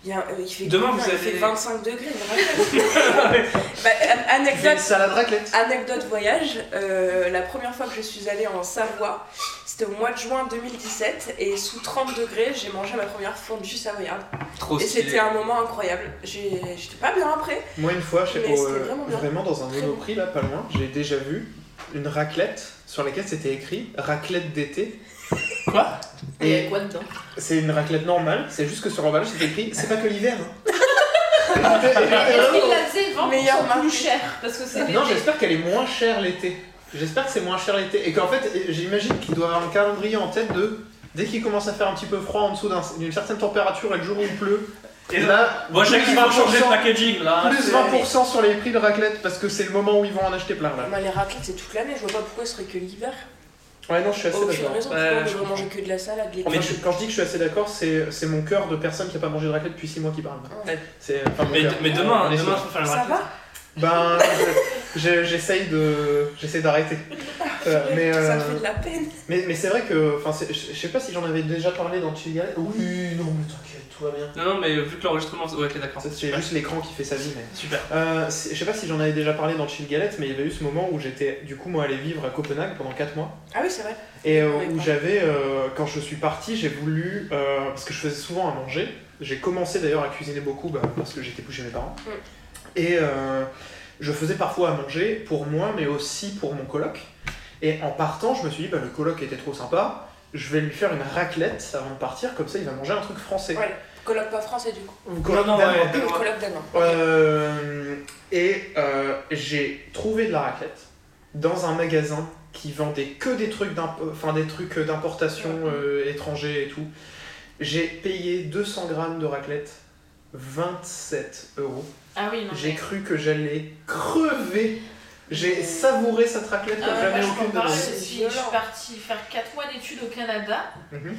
Il, y a, euh, il fait
Demain,
combien
vous
Il
avez-
fait 25 degrés. une raclette. bah, an-
Il y a une
anecdote,
salade raclette.
anecdote voyage. euh, la première fois que je suis allée en Savoie, c'était au mois de juin 2017, et sous 30 degrés, j'ai mangé ma première fondue savoyarde.
Trop
Et c'était
stylé.
un moment incroyable. J'ai- J'étais pas bien après.
Moi, une fois, je sais
Mais
pas,
c'était
euh,
vraiment bien.
vraiment dans un
Très
monoprix là, pas loin, j'ai déjà vu une raclette sur laquelle c'était écrit raclette d'été.
Quoi
Il y
Et
a quoi dedans
C'est une raclette normale, c'est juste que sur l'emballage c'est écrit c'est pas que l'hiver. hein. Et j'étais- et j'étais
Est-ce
vraiment-
qu'il la faisait vendre
Ah, oh. Meilleur
pour
marché.
plus cher Parce que c'est
non,
l'été.
j'espère qu'elle est moins chère l'été. J'espère que c'est moins cher l'été. Et qu'en fait, j'imagine qu'il doit avoir un calendrier en tête de dès qu'il commence à faire un petit peu froid en dessous d'un- d'une certaine température et le jour où il pleut.
Et là,
là,
bon, chaque
plus
fois, changer le
20%,
packaging là.
plus 20% sur les prix de raclette parce que c'est le moment où ils vont en acheter plein là.
Moi, Bah, les raclettes, c'est toute l'année. Je vois pas pourquoi ce serait que l'hiver.
Ouais, non, Oh, je suis assez
Aucune
d'accord.
Oh, raison.
Ouais,
pourquoi on
je
devrait
comprends.
manger que de la salade, des
Enfin, je- quand je dis que je suis assez d'accord, c'est c'est mon cœur de personne qui a pas mangé de raclette depuis 6 mois qui parle.
Ouais.
C'est enfin, mon
Mais,
cœur.
mais demain,
On est
demain,
sûr.
faut faire une
Ça
raclette.
va
Ben, je- j'essaye de, j'essaye d'arrêter. Euh, mais
Ça
euh,
te fait de la peine.
Mais, mais c'est vrai que, enfin, c'est- je je sais pas si j'en avais déjà parlé dans Chilgal. Oui, non, mais t'inquiète, tout va bien.
Non, non, mais vu que l'enregistrement. Ouais, ok, d'accord.
Ça, C'est
Super.
juste l'écran qui fait sa vie, mais.
Super.
Euh, c'est- je sais pas si j'en avais déjà parlé dans Chill Galette, mais il y avait eu ce moment où j'étais, du coup, moi, allé vivre à Copenhague pendant 4 mois.
Ah oui, c'est vrai.
Et euh,
D'accord.
où j'avais, euh, quand je suis parti, j'ai voulu, euh, parce que je faisais souvent à manger, j'ai commencé d'ailleurs à cuisiner beaucoup bah, parce que j'étais plus chez mes parents.
Mm.
Et euh, je faisais parfois à manger pour moi, mais aussi pour mon coloc. Et en partant, je me suis dit, bah, le coloc était trop sympa, je vais lui faire une raclette avant de partir, comme ça il va manger un truc français.
Ouais. Colloque pas français, du coup.
Ou coloc
Non, non,
danois.
ouais.
Colloque
ouais.
danois.
Euh, et euh, j'ai trouvé de la raclette dans un magasin qui vendait que des trucs d'imp- enfin des trucs d'importation
Ah.
euh, étrangers et tout. J'ai payé 200 grammes de raclette, 27 euros.
Ah oui, non.
J'ai
mais-
cru que j'allais crever. J'ai
Mais-
savouré cette raclette
Ah
comme
ouais, moi,
jamais
je peux en
aucune de
parler,
ma
c'est
je
vie.
suis je
violent.
suis partie faire 4 mois d'études au Canada
Mhm.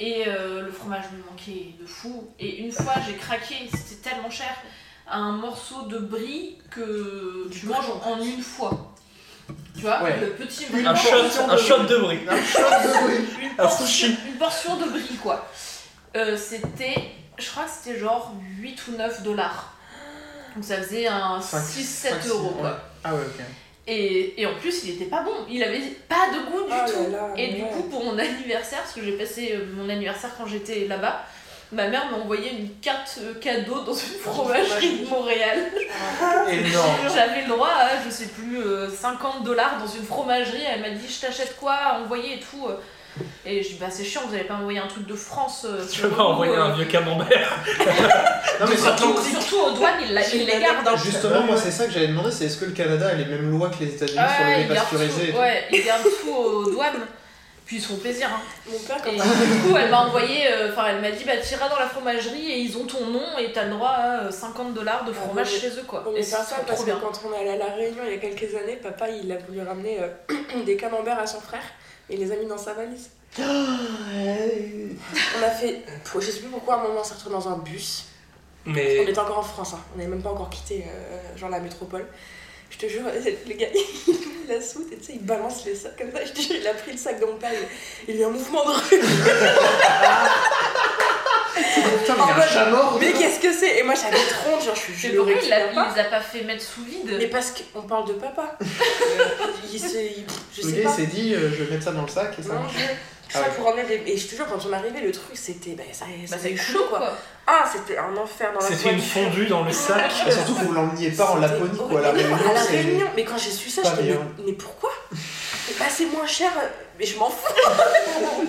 et euh, le fromage me manquait de fou. Et une fois, j'ai craqué, c'était tellement cher, un morceau de brie que tu manges en une fois. Tu vois,
Ouais.
le petit
Une
Un
morceau-
shot, un shot de brie.
Un choc de bruit.
une
Un
portion,
sushi.
une portion de brie, quoi. Euh, c'était, je crois que c'était genre 8 ou 9 dollars. Donc ça faisait un
Cinq-
6-7
cinq,
euros,
six,
quoi.
ouais. Ah ouais, ok.
Et, et en plus, il était pas bon. Il avait pas de goût du
Oh
tout.
là là.
Et du
ouais.
coup, pour mon anniversaire, parce que j'ai passé euh, mon anniversaire quand j'étais là-bas, ma mère m'a envoyé une carte euh, cadeau dans une fromagerie de Montréal.
Énorme.
J'avais le droit à, je sais plus, euh, 50 dollars dans une fromagerie. Elle m'a dit, je t'achète quoi à envoyer et tout. euh. Et je dis, bah c'est chiant, vous avez pas envoyé un truc de France. euh,
Tu
sur
veux
le
pas
coup,
envoyer
euh,
un vieux camembert
Non mais ah,
Atlantique.
surtout, surtout aux douanes, ils, la-
J'ai
ils
une
les gardent. hein.
Justement, moi, c'est ça que j'avais demandé, c'est est-ce que le Canada a les mêmes lois que les États-Unis sur le
Ouais,
lait
ils gardent
pasteurisé et
tout,
tout
ouais, ils gardent tout aux douanes. Puis ils se font plaisir. hein.
Mon père, quand
Et du coup, elle m'a envoyé, euh, enfin, elle m'a dit, bah, t'iras dans la fromagerie et ils ont ton nom et t'as le droit à euh, 50 dollars de
Ah,
fromage
mais-
chez eux, quoi.
On
Et
est
c'est
ça
trop,
parce que
trop bien.
quand on est allé à La Réunion il y a quelques années, papa il a voulu ramener euh, des camemberts à son frère et il les a mis dans sa valise. On a fait, je sais plus pourquoi, à un moment on s'est retrouvé dans un bus. On
Mais
était encore en France, hein. on n'avait même pas encore quitté euh, genre la métropole. Je te jure, le gars il a soute et tu sais, il balance les sacs comme ça. Je te jure, il a pris le sac de mon père, il- il y a eu un mouvement de rue.
Putain, mais il y a un chat mort
Mais qu'est-ce que c'est Et moi j'avais trop honte, genre je suis
C'est
je le
pourquoi il l'a-
récupère pas.
il les a pas fait mettre sous vide.
Mais parce qu'on parle de papa. Euh, il se, il- je
Le
sais
gars,
pas.
il s'est dit, euh, je vais mettre ça dans le sac et ça
Non,
marche.
je... Tout ça
Ah ouais.
pour emmener des... Et je te jure, quand on arrivait, le truc, c'était... Bah, ça, ça
Bah, c'est
faisait
chaud, quoi.
Ah, c'était un enfer dans la
c'était une
voiture.
fondue dans le sac.
Et Bah, surtout, vous l'emmeniez pas en
C'était
Laponie, quoi. à La
horrible.
Réunion,
À la
c'est-
Réunion. Mais quand j'ai su ça,
pas
j'étais...
bien.
Mais, mais pourquoi Mais Bah, c'est moins cher. Mais je m'en fous.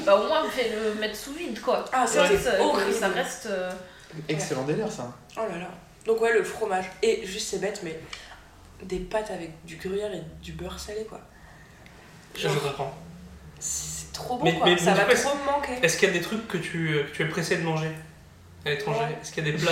Bah, au moins, fait le mettre sous vide, quoi.
Ah,
Ça,
c'était
ça-
horrible.
ça reste. euh,
Excellent délire, ça.
Oh là là. Donc ouais, le fromage. Et juste, c'est bête, mais... Des pâtes avec du gruyère et du beurre salé, quoi.
Je comprends.
C'est trop bon,
Mais-
quoi.
mais-
ça
mais
va
du coup,
trop me manquer.
Est-ce qu'il y a des trucs que tu, que tu es pressé de manger à l'étranger
Ouais.
Est-ce qu'il y a des plats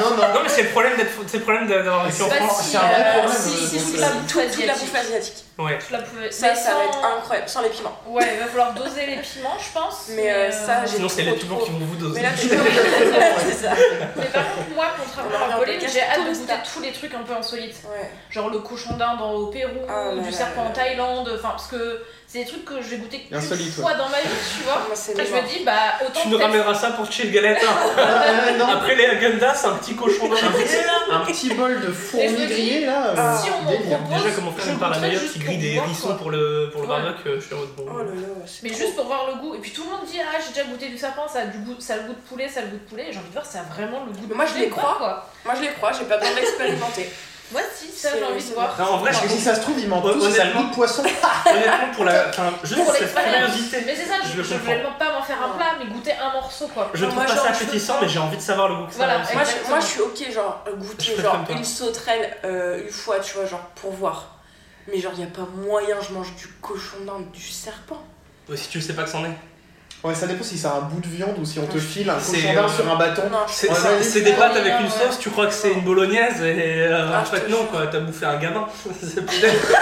Non,
Non, non.
non mais c'est le problème d'être, c'est le problème d'avoir vécu en
pas
France.
si,
c'est un vrai
euh,
problème,
Si,
euh, donc,
si, toute
euh,
la
tout-
bouffe
Toute la bouffe
asiatique.
asiatique.
Ouais.
Toute la bouffe-
Ça, ça
mais
va
sans-
être incroyable. Sans les piments.
Ouais, il va falloir doser les piments, je pense.
Mais, euh, ça, j'ai-
Sinon c'est les
trop,
piments
trop.
qui vont vous
Mais
doser.
là, tu C'est ça.
Mais par contre, moi, contrairement
On va
à
regarder
Pauline,
le
j'ai hâte de
Tourista.
goûter tous les trucs un peu insolites.
Ouais.
Genre le cochon d'Inde au Pérou,
Ah là
du
là
serpent
là
en
là.
Thaïlande, enfin, parce que c'est des trucs que j'ai goûté qu'une
Insolite,
fois dans ma vie, tu vois.
Moi, c'est
Après, je
mémoire.
me dis, bah, autant.
Tu nous
peut-être-
ramèneras ça pour chill galette. hein.
Ah, non.
Après les Agendas, un petit cochon dans la Ah, bouche.
Un petit bol de
Et je me
fourmis
dis,
grillés, là.
ah,
euh,
si on m'en
délire.
propose-
Déjà comment
Je
faire par la
goûterai
meilleure
juste
qui grille
pour
des
voir,
hérissons
quoi.
pour le pour le
Ouais.
barbecue, euh, je suis en mode, bon.
Oh là là, c'est
Mais
trop
juste pour voir le goût. Et puis tout le monde dit, ah, j'ai déjà goûté du serpent, ça a, du goût, ça a le goût de poulet, ça a le goût de poulet. Et J'ai envie de voir, ça a vraiment le goût de
Mais moi, je
poulet
les
ou pas,
crois.
quoi.
Moi je les crois, j'ai pas besoin d'expérimenter.
Moi, si, ça,
C'est-
j'ai envie de
c'est
voir.
Non, en vrai,
Parce que si ça se trouve, ils mentent
Ouais,
tous, et ça a le
honnêtement.
goût de poisson.
honnêtement pour la, enfin, je
Pour
serais
l'expérience.
invité.
Mais c'est ça,
Je
je
le
je veux
comprends.
vraiment pas m'en faire un
Ouais.
plat, mais goûter un morceau, quoi.
Je
Non,
trouve
moi,
pas ça
genre, je
appétissant,
peux
mais j'ai envie de savoir le goût que ça
Voilà,
a.
Moi
Exactement.
je, moi je suis ok, genre euh,
Je
goûter
préfère
genre
pas.
une sauterelle euh, une fois, tu vois, genre pour voir. Mais genre y a pas moyen, je mange du cochon d'Inde, du serpent.
Si tu sais pas que c'en est.
Ouais, ça dépend si c'est un bout de viande ou si on te file un
C'est,
cochon d'Inde
euh,
sur un bâton.
Non, je-
C'est
Ouais,
c'est-
ouais.
c'est des pâtes avec
Ouais,
une
ouais.
sauce, tu crois que c'est une bolognaise et euh,
Ah,
en
je
fait
te
non
jure.
quoi, t'as bouffé un gamin. C'est peut-être-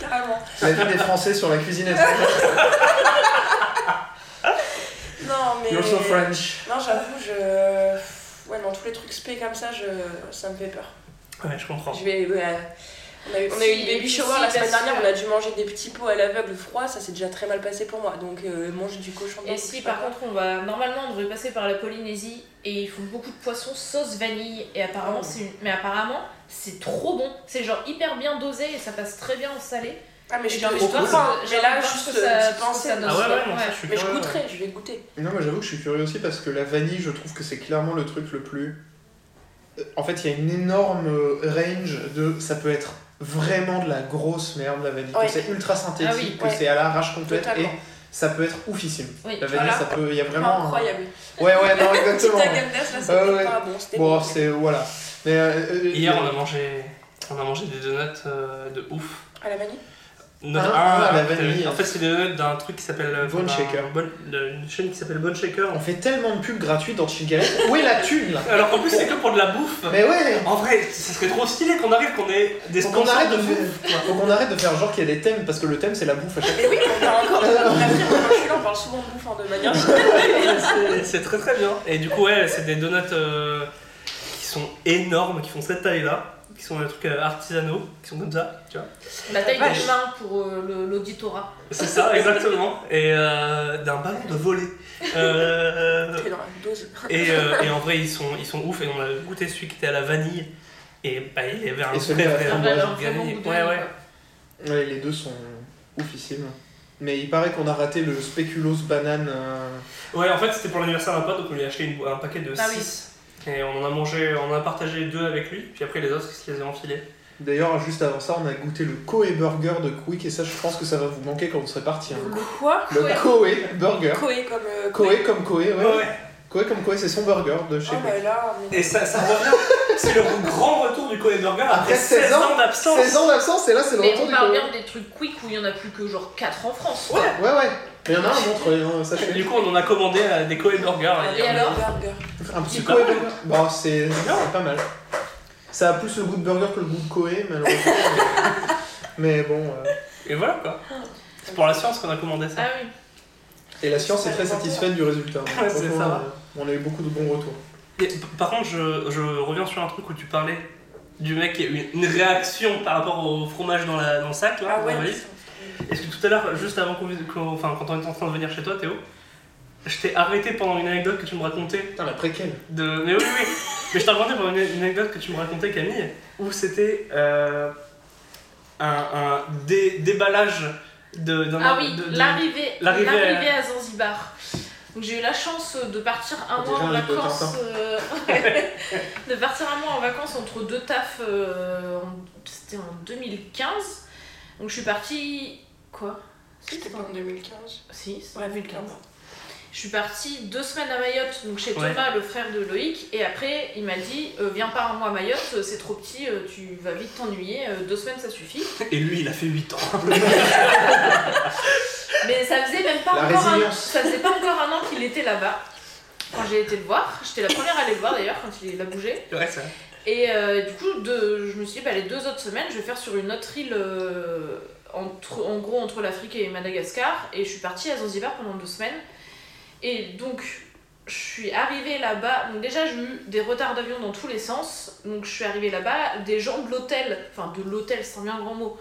carrément.
La vie des Français sur la cuisine espagnole.
Non mais.
You're so French.
Non j'avoue, je. Ouais, non, tous les trucs spé comme ça, je... ça me fait peur.
ouais, je comprends.
Je vais. ouais. On a, eu, on a eu
Si,
une baby shower
si,
la semaine
bien sûr.
dernière, on a dû manger des petits pots à l'aveugle froid, ça s'est déjà très mal passé pour moi. Donc euh, manger du cochon d'Inde.
Et
je
si
sais pas
par contre on va normalement on devrait passer par la Polynésie et ils font beaucoup de poissons sauce vanille et apparemment
Oh.
c'est une- mais apparemment c'est trop bon c'est genre hyper bien dosé et ça passe très bien en salé
Ah, mais je
J'ai envie
je
de voir
dois pas,
ce- j'ai
mais
envie
là,
de voir ce
juste
que ça-
euh, d'y
ce que
penser.
ça donne.
Ah ouais, ouais, non,
Ouais.
ça, je suis
Mais je
curieux.
goûterai, je vais goûter.
Non, mais j'avoue que je suis curieux aussi parce que la vanille, je trouve que c'est clairement le truc le plus. Euh, En fait, il y a une énorme euh, range de. Ça peut être vraiment de la grosse merde, la vanille.
Ouais.
Que c'est ultra synthétique,
Ah oui,
que
ouais.
c'est à l'arrache complète
Totalement.
et ça peut être oufissime.
Oui.
La vanille,
Voilà.
ça peut. Il y a vraiment. un-
Incroyable.
Ouais, ouais, non,
Petite
exactement.
agendas, là,
Ouais,
c'était
ouais.
pas bon. C'était
bon,
bon.
c'est. Voilà. Mais. euh, euh,
Hier
euh,
on a mangé on a mangé des donuts euh, de ouf.
À la manie
Note
Ah,
un,
la
euh,
vanille.
En fait c'est des donuts d'un truc qui s'appelle euh,
Bone
d'un-
Shaker.
Bone- d'une chaîne qui s'appelle Bone Shaker.
on fait tellement de pubs gratuites dans Chilgalette. Où est la thune là
Alors qu'en plus c'est que pour de la bouffe.
Mais ouais
En vrai, ça serait trop stylé qu'on arrive qu'on ait des
Faut qu'on
sponsors
arrête
de
de
bouffe.
faire. Faut qu'on arrête de faire genre qu'il y a des thèmes parce que le thème c'est la bouffe à chaque
Mais oui, on parle encore. on a pris, on- Je suis là, on parle souvent de bouffe hein, de manière.
C'est- C'est très très bien. Et du coup, ouais, c'est des donuts euh, qui sont énormes, qui font cette taille-là, qui sont des trucs euh, artisanaux, qui sont comme ça, tu vois.
la taille
Vache.
de main pour euh, le- l'auditorat
C'est ça, exactement. Et euh, d'un ballon de volée. Euh,
T'es dans la dose.
et, euh, et en vrai, ils sont, ils sont ouf. Et on a goûté celui qui était à la vanille. Et bah, il y avait un
Et celui
vrai,
à la
vrai
framboise.
vrai
Vraiment,
organe.
vraiment goût de
Ouais,
vanille,
ouais.
quoi.
Ouais, les deux sont oufissimes. Mais il paraît qu'on a raté le spéculoos banane. euh,
Ouais, en fait, c'était pour l'anniversaire d'un pote, donc on lui a acheté une- un paquet de
Ah oui.
6. Et on en a mangé, on en a partagé deux avec lui, puis après les autres, il se les a enfilés.
D'ailleurs, juste avant ça, on a goûté le Koei Burger de Quick et ça, je pense que ça va vous manquer quand vous serez parti. hein.
Quoi
Le
Koei.
Koei Burger.
Coé comme. euh,
Koei comme Koei, ouais. Koei comme Koei, c'est son burger de chez
Oh
Quick.
bah là, mais.
Et ça, ça revient, c'est le grand retour du Cohen Burger après
Après
16
16
ans d'absence.
16 ans d'absence et là c'est le
Mais
retour
on
du
parle
Cohen.
bien des trucs quick où il y en a plus que genre 4 en France.
Ouais.
Ouais, ouais. Mais il y en a un montre, euh, ça fait
Du coup, on en a commandé euh, des Cohen Burger.
Et alors
Burger.
un petit
C'est
Coé.
pas mal.
burger. Bon, c'est
C'est bien.
c'est pas mal. Ça a plus le goût de burger que le goût de Coé, malheureusement. Mais bon, euh,
Et voilà quoi. C'est pour la science qu'on a commandé ça.
Ah oui.
et la science est très satisfaite du résultat.
Ouais, c'est
Franchement,
ça.
euh, On a eu beaucoup de bons retours.
Et p- par contre, je, je reviens sur un truc où tu parlais du mec qui a eu une réaction par rapport au fromage dans, la, dans le sac, là,
Ah
dans
bah,
ouais.
la valise. Est-ce que tout à l'heure, juste avant qu'on. qu'on- enfin, quand on était en train de venir chez toi, Théo, je t'ai arrêté pendant une anecdote que tu me racontais
Putain, la préquelle.
de. Mais oui, oui, oui. Mais je t'ai arrêté pendant une, une anecdote que tu me racontais, Camille, où c'était euh, un, un dé- déballage de. d'un-
Ah oui,
de- de-
l'arrivée
l'arrivée à-
l'arrivée à... Zanzibar. Donc j'ai eu la chance euh, de partir un
Déjà
mois en
un peu
vacances.
Tintin.
euh, ouais. de partir un mois en vacances entre deux tafs. euh, en- C'était en 2015. Donc je suis partie. Quoi Si,
C'était
c'était
pas en 2015.
en- Si, c'était en
Ouais,
2015. Je suis partie deux semaines à Mayotte, donc chez
Ouais.
Thomas, le frère de Loïc, et après il m'a dit euh, Viens pas un mois à Mayotte, euh, c'est trop petit, euh, tu vas vite t'ennuyer, euh, deux semaines ça suffit.
Et lui, il a fait 8 ans.
Mais ça faisait même pas
La
encore un an.
résilience.
Ça faisait pas encore un an qu'il était là-bas. Quand j'ai été le voir, j'étais la première à aller le voir d'ailleurs quand il l'a bougé.
Ouais, ça.
Et euh, du coup, de, je me suis dit, bah, les deux autres semaines, je vais faire sur une autre île, euh, entre, en gros entre l'Afrique et Madagascar. Et je suis partie à Zanzibar pendant deux semaines. Et donc, je suis arrivée là-bas. Donc, déjà, j'ai eu des retards d'avion dans tous les sens. Donc, je suis arrivée là-bas. Des gens de l'hôtel, enfin, de l'hôtel, c'est un bien grand mot,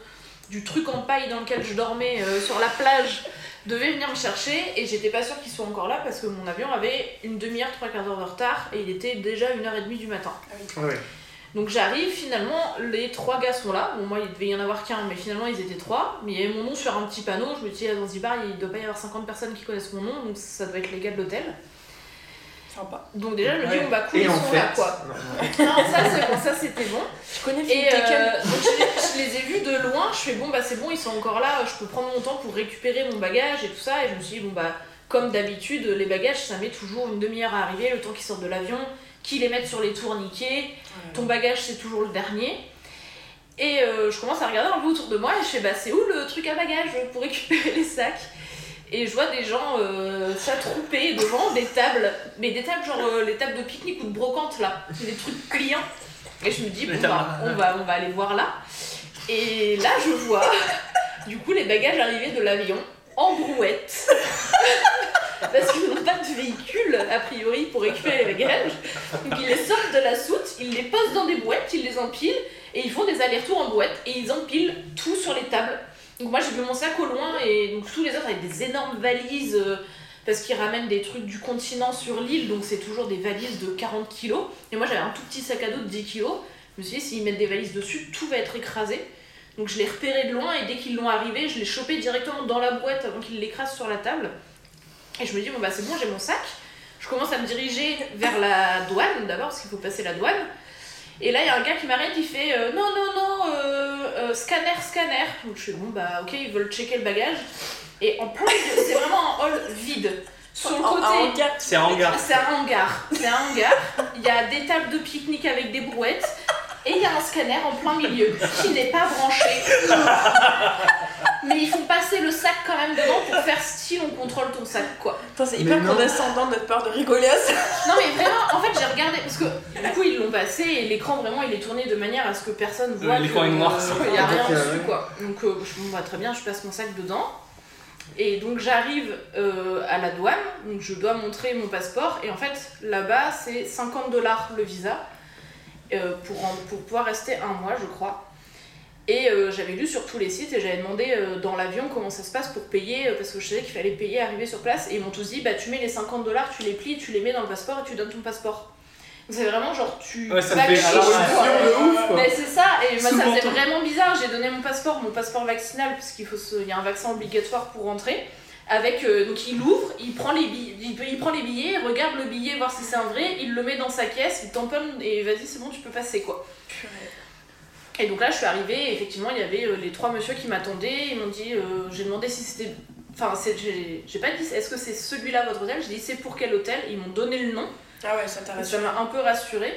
du truc en paille dans lequel je dormais euh, sur la plage, devaient venir me chercher. Et j'étais pas sûre qu'ils soient encore là parce que mon avion avait une demi-heure, trois quarts d'heure de retard. Et il était déjà une heure et demie du matin.
Ouais, ouais.
Donc j'arrive, finalement, les trois gars sont là. Bon, moi, il devait y en avoir qu'un, mais finalement, ils étaient trois. Mais il y avait mon nom sur un petit panneau. Je me dis, à Zanzibar, il doit pas y avoir 50 personnes qui connaissent mon nom, donc ça doit être les gars de l'hôtel.
Sympa.
Donc déjà, je me dis,
Ouais.
bon, bah cool, ils sont là, quoi.
Non, non.
Non, ça, c'est bon, ça, c'était bon.
Je connais
Et
Philippe Taken.
euh, donc, je, les, je les ai vus de loin, je fais bon bah c'est bon, ils sont encore là, je peux prendre mon temps pour récupérer mon bagage et tout ça. Et je me suis dit bon bah comme d'habitude, les bagages ça met toujours une demi-heure à arriver, le temps qu'ils sortent de l'avion, qu'ils les mettent sur les tourniquets,
Mm.
ton bagage c'est toujours le dernier. Et euh, je commence à regarder un peu autour de moi et je fais bah c'est où le truc à bagages pour récupérer les sacs et je vois des gens euh, s'attrouper devant des tables, mais des tables genre euh, les tables de pique-nique ou de brocante là, des trucs clients. Et je me dis,
Les
bon,
tables,
bah,
ouais.
on, va, on va aller voir là. Et là, je vois du coup les bagages arrivés de l'avion en brouette. Parce qu'ils n'ont pas de véhicule, a priori, pour récupérer les bagages. Donc ils les sortent de la soute, ils les posent dans des boîtes, ils les empilent, et ils font des allers-retours en boîte, et ils empilent tout sur les tables. Donc moi j'ai vu mon sac au loin, et donc tous les autres avec des énormes valises, euh, parce qu'ils ramènent des trucs du continent sur l'île, donc c'est toujours des valises de 40 kilos. Et moi j'avais un tout petit sac à dos de 10 kilos. Je me suis dit, s'ils mettent des valises dessus, tout va être écrasé. Donc je les repérais de loin et dès qu'ils l'ont arrivé, je les chopais directement dans la boîte avant qu'ils l'écrasent sur la table. Et je me dis, bon bah c'est bon, j'ai mon sac. Je commence à me diriger vers la douane d'abord, parce qu'il faut passer la douane. Et là, il y a un gars qui m'arrête, il fait euh, non, non, non, euh, euh, scanner, scanner. Donc je fais bon, bah ok, ils veulent checker le bagage. Et en plus, c'est vraiment un hall vide. Sur le
En- en
côté,
hangar.
C'est un hangar.
Ah, c'est un hangar. C'est un hangar. Il y a des tables de pique-nique avec des brouettes. Et il y a un scanner en plein milieu qui n'est pas branché. Mais ils font passer le sac quand même devant pour faire style on contrôle ton sac quoi.
Putain, c'est
Mais
hyper
non.
condescendant de notre part de rigoler à ça.
Non mais vraiment, en fait j'ai regardé parce que du coup ils l'ont passé et l'écran vraiment il est tourné de manière à ce que personne voit.
Euh, l'écran
que,
est noir,
euh,
ça.
Il n'y a rien
Ok, ouais.
dessus quoi. Donc euh, je me vois très bien, je passe mon sac dedans. Et donc j'arrive euh, à la douane, donc je dois montrer mon passeport et en fait là-bas c'est 50 dollars le visa euh, pour, en- pour pouvoir rester un mois je crois. Et euh, j'avais lu sur tous les sites et j'avais demandé euh, dans l'avion comment ça se passe pour payer, euh, parce que je savais qu'il fallait payer, arriver sur place. Et ils m'ont tous dit, bah tu mets les 50 dollars, tu les plies, tu les mets dans le passeport et tu donnes ton passeport. Donc c'est vraiment genre tu
Ouais, ça me
vas
fait
chez
à
la
toi.
révolution de ouf, quoi.
Mais c'est ça, et moi ça
Souvent,
faisait
toi.
vraiment bizarre. J'ai donné mon passeport, mon passeport vaccinal, parce qu'il faut se... il y a un vaccin obligatoire pour rentrer. Avec, euh, donc il ouvre, il prend, les billets, il, il prend les billets, il regarde le billet, voir si c'est un vrai, il le met dans sa caisse, il tamponne et vas-y c'est bon tu peux passer quoi. Et donc là, je suis arrivée, et effectivement, il y avait euh, les trois messieurs qui m'attendaient. Ils m'ont dit, euh, j'ai demandé si c'était. Enfin, c'est- j'ai j'ai pas dit, est-ce que c'est celui-là votre hôtel J'ai dit, c'est pour quel hôtel Ils m'ont donné le nom.
Ah ouais, ça
Ça
t'arrête.
m'a un peu rassurée.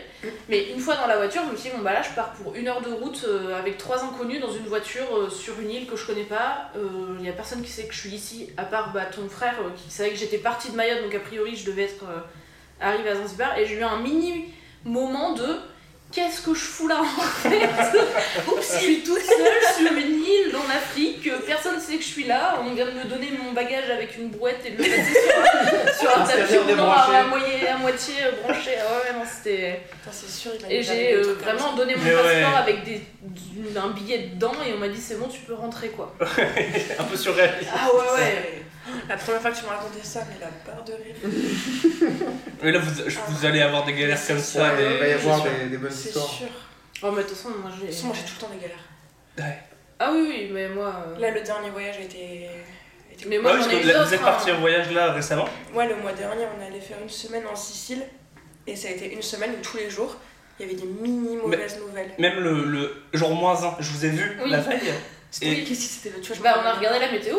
Mais une fois dans la voiture, je me suis dit, bon bah là, je pars pour une heure de route euh, avec trois inconnus dans une voiture euh, sur une île que je connais pas. Il n'y a personne qui sait que je suis ici, à part bah, ton frère euh, qui savait que j'étais partie de Mayotte, donc a priori, je devais être euh, arrivée à Zanzibar. Et j'ai eu un mini moment de. Qu'est-ce que je fous là en fait Oups, je suis toute seule sur une île en Afrique, euh, personne sait que je suis là, on vient de me donner mon bagage avec une brouette et de le passer sur, sur un
Un
tapis
serveur
roulant à,
débranché.
à moitié, à moitié branché. Ah ouais, non, c'était.
Putain, c'est sûr, il va
Et
nous
j'ai
arriver des
euh,
trucs comme
vraiment donné mon
Mais
passeport
ouais.
avec des, d- un billet dedans et on m'a dit c'est bon, tu peux rentrer quoi.
un peu surréaliste.
Ah ouais,
ça.
ouais.
La première fois que tu m'as raconté ça, mais la barre de rire.
Mais là, vous, je- vous allez avoir des galères comme
Ouais,
ça.
il
des-
va y
je
avoir
suis sûr.
des, des bonnes
C'est
histoires.
sûr.
Oh, mais de toute façon, moi j'ai.
De toute façon, moi j'ai tout le temps des galères.
Ouais.
Ah oui, oui, mais moi. euh,
Là, le dernier voyage a été. a été
Mais
Ouais,
moi
parce
j'en
que
ai eu
vous êtes- vous
d'autres.
êtes parti
hein.
en voyage là récemment
Ouais, le mois dernier, on allait faire une semaine en Sicile et ça a été une semaine où tous les jours il y avait des mini mauvaises nouvelles.
Même le, le jour moins 1, je vous ai vu
Oui.
la veille.
C'était
Et-
oui, qu'est-ce que c'était le tu vois, je me
Bah, on a
rappelle.
regardé la météo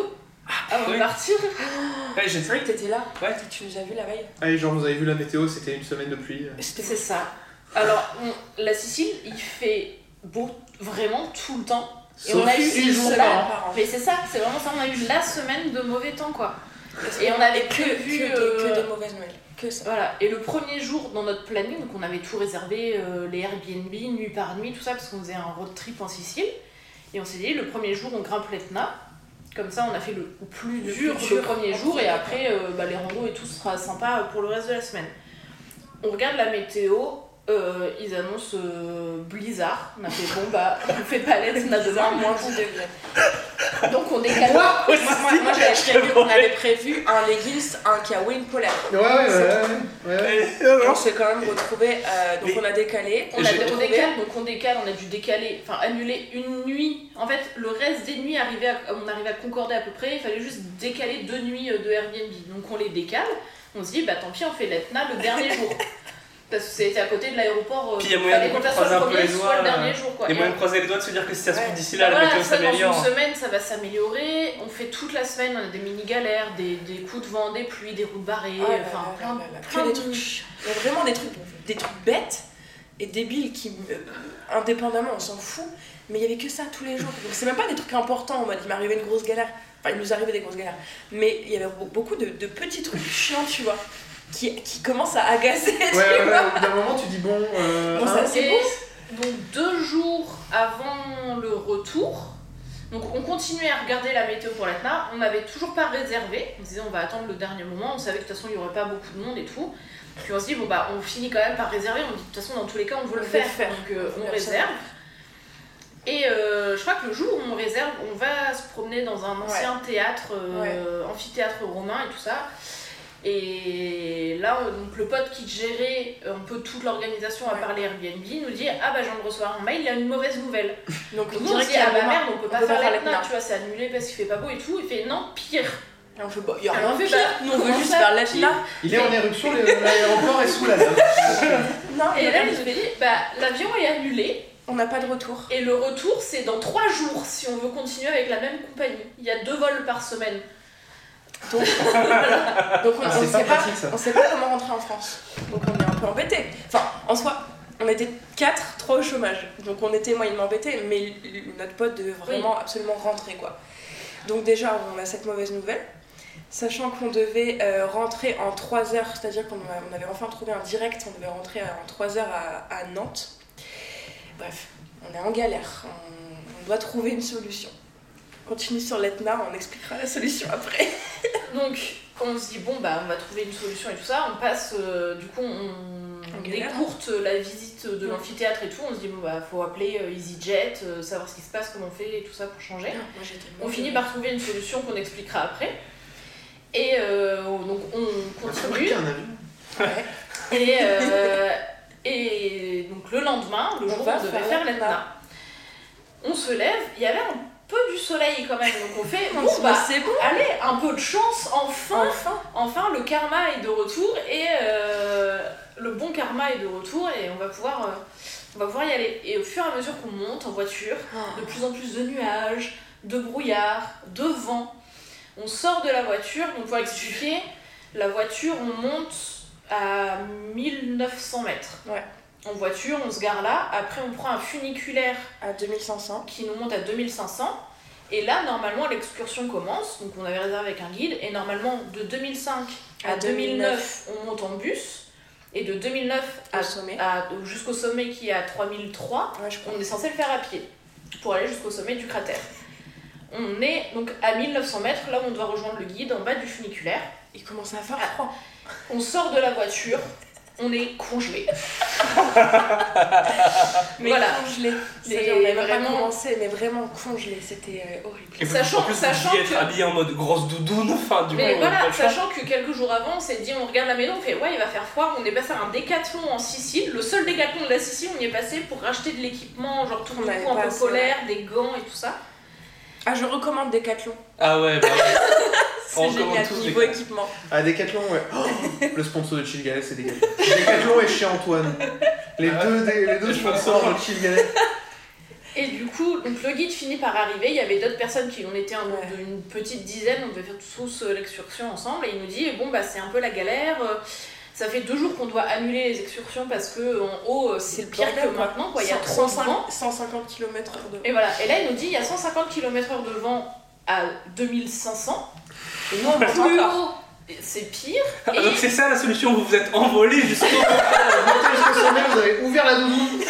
avant
oui.
de partir.
Ouais, j'ai
C'est vrai que t'étais là.
Ouais.
Tu nous as vu la veille.
Ah, et genre, vous avez vu la météo, c'était une semaine de pluie.
C'est ça. Alors, on- la Sicile, il fait beau vraiment tout le temps. Et on a eu
six
six
jours
semaines.
par an.
par an.
Mais c'est ça, c'est vraiment ça. On a eu la semaine de mauvais temps quoi.
Parce
Et on avait
que,
que vu.
que,
euh,
que des mauvaises nouvelles. Que ça.
Voilà, et le premier jour dans notre planning, donc on avait tout réservé, euh, les Airbnb, nuit par nuit, tout ça, parce qu'on faisait un road trip en Sicile. Et on s'est dit, le premier jour, on grimpe l'Etna. Comme ça, on a fait le plus
Le
dur
plus
le
dur.
premier jour, et après, euh, bah, les randos et tout sera sympa pour le reste de la semaine. On regarde la météo, euh, ils annoncent euh, blizzard. On a fait, bon, bah, on fait pas l'Etna demain,
Moins 10 degrés.
donc on décale.
Moi, moi, moi, j'avais
Je
prévu, on
comprends.
avait prévu un leggings, un kawaii, une polaire.
Ouais, ouais, ouais, ouais, ouais.
Et on s'est quand même retrouvés, euh, donc
Mais-
on a décalé.
On, a-
J'ai
on
trouvé-
décale, donc on décale, on a dû décaler, enfin annuler une nuit. En fait, le reste des nuits, arrivait à- on arrivait à concorder à peu près, il fallait juste décaler deux nuits euh, de Airbnb. Donc on les décale, on se dit, bah tant pis, on fait l'Etna le dernier jour. Parce que c'était à côté de l'aéroport, euh,
Puis il y a moyen
fallait
de
qu'on fasse
croiser
soit le
un peu
premier,
les
soit le
doigts,
dernier jour. Quoi.
Et
Et
moyen de
on-
croiser les doigts de se dire que si ça se trouve
Ouais.
d'ici là, la
voilà,
météo
ça, dans une
s'améliore.
semaine, ça va s'améliorer. On fait toute la semaine, on a des mini-galères, des, des coups de vent, des pluies, des routes barrées,
Ah là là
enfin
là
plein,
là là, que
bah, plein
des
de
trucs chiants. Il y a vraiment des trucs, des trucs bêtes et débiles qui, euh, indépendamment, on s'en fout. Mais il y avait que ça tous les jours. Donc c'est même pas des trucs importants en mode il m'arrivait une grosse galère. Enfin, il nous arrivait des grosses galères. Mais il y avait be- beaucoup de, de petits trucs chiants, tu vois, qui, qui commencent à agacer. tu
Ouais, ouais,
vois.
ouais, au bout d'un moment, tu dis bon. euh,
Bon,
hein,
ça c'est
Et
bon.
Donc deux jours avant le retour, donc on continuait à regarder la météo pour l'Atna, on n'avait toujours pas réservé, on se disait on va attendre le dernier moment, on savait que de toute façon il n'y aurait pas beaucoup de monde et tout. Puis on se dit bon bah on finit quand même par réserver, on dit de toute façon dans tous les cas on veut le
On veut le
faire,
faire.
donc euh,
On veut
on
le
réserve. Et euh, je crois que le jour où on réserve, on va se promener dans un ancien théâtre, euh, amphithéâtre romain et tout ça. Et là, euh, donc, le pote qui gérait euh, un peu toute l'organisation à
Ouais.
part les Airbnb nous dit Ah bah, je viens de recevoir un mail, il a une mauvaise nouvelle.
Donc
Donc,
on
nous, on
dirait
se dit
qu'il y a
Ah bah,
un
merde, on peut pas
peut
faire
pas faire
la
l'Etna.
tu vois, c'est annulé parce qu'il fait pas beau et tout. Il fait Non, pire.
Et on fait, bah, il y a
Alors,
rien
on
de
fait
pire.
pas.
Nous on veut
Comment
juste
ça,
faire l'être
pire
là.
Il est en éruption, le- l'aéroport est sous la Ah, lave.
Non,
Et
mais
là,
on
il
a-
nous dit Bah, l'avion est annulé
on n'a pas de retour.
et le retour, c'est dans trois jours si on veut continuer avec la même compagnie. Il y a deux vols par semaine.
Donc, voilà. Donc, on
Ah,
on
c'est
sait
pas
pas
pratique ça.
On sait pas comment rentrer en France, donc on est un peu embêté. Enfin, en soi, on était 4, 3 au chômage, donc on était moyennement embêté, mais l- l- notre pote devait vraiment absolument rentrer quoi. Donc déjà, on a cette mauvaise nouvelle, sachant qu'on devait euh, rentrer en 3 heures, c'est-à-dire qu'on a- on avait enfin trouvé un direct, on devait rentrer euh, en 3 heures à, à Nantes. Bref, on est en galère, on, on doit trouver une solution. Continue sur l'Etna, on expliquera la solution après.
Donc, on se dit Bon, bah, on va trouver une solution et tout ça. On passe, euh, du coup, on,
On galère.
décourte la visite de
Ouais.
l'amphithéâtre et tout. On se dit Bon, bah, faut appeler euh, EasyJet, euh, savoir ce qui se passe, comment on fait et tout ça pour changer. On finit par trouver une solution qu'on expliquera après. Et euh, donc on continue.
Fabriquer un avion.
Et, euh, et donc le lendemain, le
On
jour où
va
on devait
faire
faire
l'ENA.
l'ENA, on se lève, il y avait un peu du soleil quand même, donc on fait
On
bon
se dit, bah,
bah
c'est bon,
allez, un peu de chance, enfin,
enfin
enfin le karma est de retour et euh, le bon karma est de retour et on va pouvoir, euh, on va pouvoir y aller. Et au fur et à mesure qu'on monte en voiture,
Oh.
de plus en plus de nuages, de brouillard, de vent. On sort de la voiture, donc pour expliquer, la voiture, on monte à 1900 mètres.
Ouais.
En voiture, on se gare là. Après, on prend un funiculaire
à 2500.
qui nous monte à 2500. Et là, normalement, l'excursion commence. Donc, on avait réservé avec un guide. Et normalement, de 2005 à
À
2009, on monte en bus. Et de 2009 à,
Au sommet.
à- jusqu'au sommet qui est à 3003,
Ouais, je crois.
on est censé le faire à pied pour aller jusqu'au sommet du cratère. On est donc à 1900 mètres, là où on doit rejoindre le guide en bas du funiculaire.
Il commence à faire
Ah.
froid.
On sort de la voiture, on est congelé.
Mais
Voilà.
congelé.
Mais
C'est-à-dire, on avait
vraiment-
vraiment commencé, mais vraiment congelé. C'était euh, horrible.
Et vous-
Sachant-
en plus,
sachant
vous y êtes
que-
habillé en mode grosse doudoune, enfin, du coup, euh,
Mais
on a pas
voilà,
le choix.
sachant que quelques jours avant, on s'est dit, on regarde la maison, on fait ouais, il va faire froid. On est passé à un décathlon en Sicile. Le seul décathlon de la Sicile, on y est passé pour racheter de l'équipement, genre tout
On
le
avait
coup un
pas
peu
assez,
polaire, des gants et tout ça.
Ah, je recommande Decathlon.
Ah ouais, bah ouais.
C'est
On recommande
génial
tous
niveau
les-
équipement.
Ah, Decathlon, ouais. Oh, le sponsor de Chilgalet, c'est Decathlon. Decathlon est chez Antoine. Les deux, des- les deux
Je
sponsors de
comprends.
Chilgalet.
Et du coup, donc le guide finit par arriver. Il y avait d'autres personnes qui on était un,
Ouais.
de- une petite dizaine. On devait faire tous euh, l'excursion ensemble. Et il nous dit bon bah c'est un peu la galère. euh, Ça fait deux jours qu'on doit annuler les excursions parce que en haut euh, c'est
le
pire
bordel,
que
quoi.
maintenant quoi. Il y a
100,
35 ans.
150 km/h de.
Et voilà. Et là il nous dit il y a 150 km/h de vent à 2500.
Et nous, on monte
Plus
encore.
haut, c'est pire.
Ah,
Et
donc c'est ça la solution, vous vous êtes envolé jusqu'au.
Montez jusqu'au sommet, vous avez ouvert la doudoune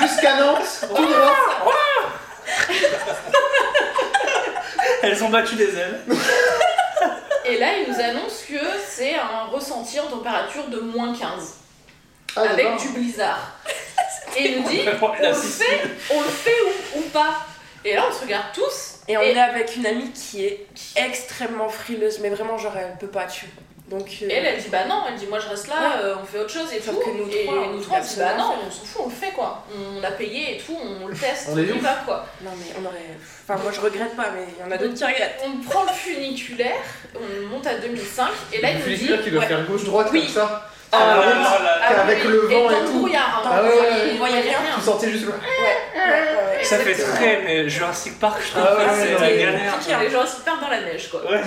jusqu'à Nantes,
Oh
tout droit.
Elles ont battu des ailes.
et là il nous annonce que c'est un ressenti en température de moins 15
Ah,
avec
d'accord.
du blizzard. Et il nous dit
Vraiment,
on
la
le
Sicile.
fait, on le fait ou, ou pas Et là, on se regarde tous.
Et on est avec une amie qui est extrêmement frileuse, mais vraiment, genre, elle peut pas tuer. Donc. euh,
et elle, elle dit bah non, elle dit moi je reste là, euh, on fait autre chose et
Sauf
tout.
que nous
et
trois, on
nous
dit
trois, on dit bah
absolument
non, on s'en fout, on le fait quoi. On a payé et tout, on le teste,
On
on
est
y
ouf.
va quoi.
Non, mais on aurait. Enfin, moi, je regrette pas, mais il y en a d'autres qui regrettent.
On prend le funiculaire, on monte à 2005 et là, il
Vous
nous dit.
dire qu'il doit
ouais.
faire gauche-droite
Oui.
comme ça.
Ah là
Ah,
là
ouais.
là là.
ah oui,
avec le
et
vent et
dans le
tout.
brouillard, hein,
Ah
on
ouais,
voyait-
ouais,
on
ouais.
voyait rien.
Vous sentez juste le.
Ouais,
Ça fait
Exactement.
très mais Jurassic Park, je trouve
Ah
que
ouais,
c'est la
ouais. Oh,
galère.
Tiens, Les gens se perdent dans la neige quoi.
Ouais.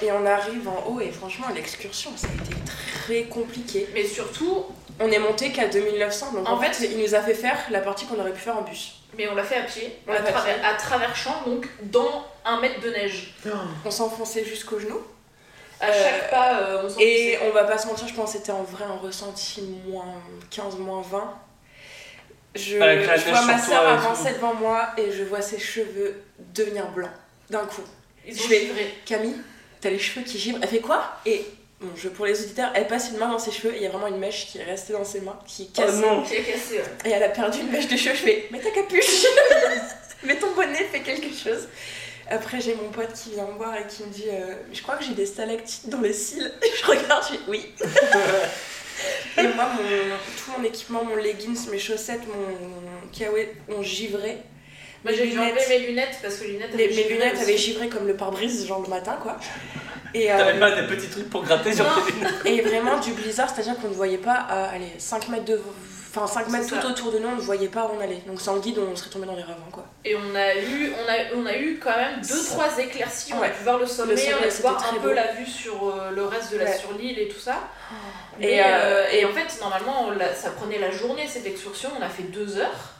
Et on arrive en haut, et franchement, l'excursion, ça a été très compliqué.
Mais surtout,
On est monté qu'à 2900, donc
En
en, fait, il nous a fait faire la partie qu'on aurait pu faire en bus.
mais on l'a fait à pied,
On
à,
l'a fait à
travers, à travers champ, donc dans un mètre de neige.
On s'enfonçait jusqu'aux genoux.
À chaque pas, euh, on s'en
Et on va pas se mentir, je pense que c'était en vrai un ressenti moins 15, moins 20. Je,
Avec Ah, la
je
neige
vois ma
sur
soeur
toi et
avancer
tout.
devant moi et je vois ses cheveux devenir blancs d'un coup.
Ils
Je
ont
vais-
givré.
Camille, t'as les cheveux qui gibrent. Elle fait quoi Et bon, je, pour les auditeurs, elle passe une main dans ses cheveux et il y a vraiment une mèche qui est restée dans ses mains, qui
Oh
casse.
non
Qui a cassé. ouais.
et elle a perdu une mèche de cheveux. Je fais, mets ta capuche Mets ton bonnet, fais quelque chose. Après, j'ai mon pote qui vient me voir et qui me dit euh, Je crois que j'ai des stalactites dans les cils. je regarde, je fais Oui. Et moi, mon- tout mon équipement, mon leggings, mes chaussettes, mon, mon kawaii ont givré.
Moi
Mes
j'ai dû enlever
lunettes.
mes lunettes parce que les lunettes
Les-
avaient
mes
givré
lunettes
aussi.
avaient givré comme le pare-brise, genre le matin, quoi. Et, euh,
T'avais pas des petits trucs pour gratter sur
Non.
tes lunettes
et vraiment du blizzard, c'est-à-dire qu'on ne voyait pas à allez, 5 mètres de. Enfin, 5 mètres
C'est
tout
ça.
autour de nous, on ne voyait pas où on allait. Donc sans le guide, on serait tombé dans les ravins, quoi.
Et on a eu, on a, on a eu quand même deux trois éclaircies. On a
Ouais.
pu voir le sommet,
Le sommet,
on a pu
c'était
voir
très
un peu
beau.
la vue sur euh, le reste de la
Ouais. Oh.
sur l'île et tout ça.
Et,
et,
euh,
et en fait, normalement, on l'a- ça prenait la journée cette excursion. On a fait deux heures.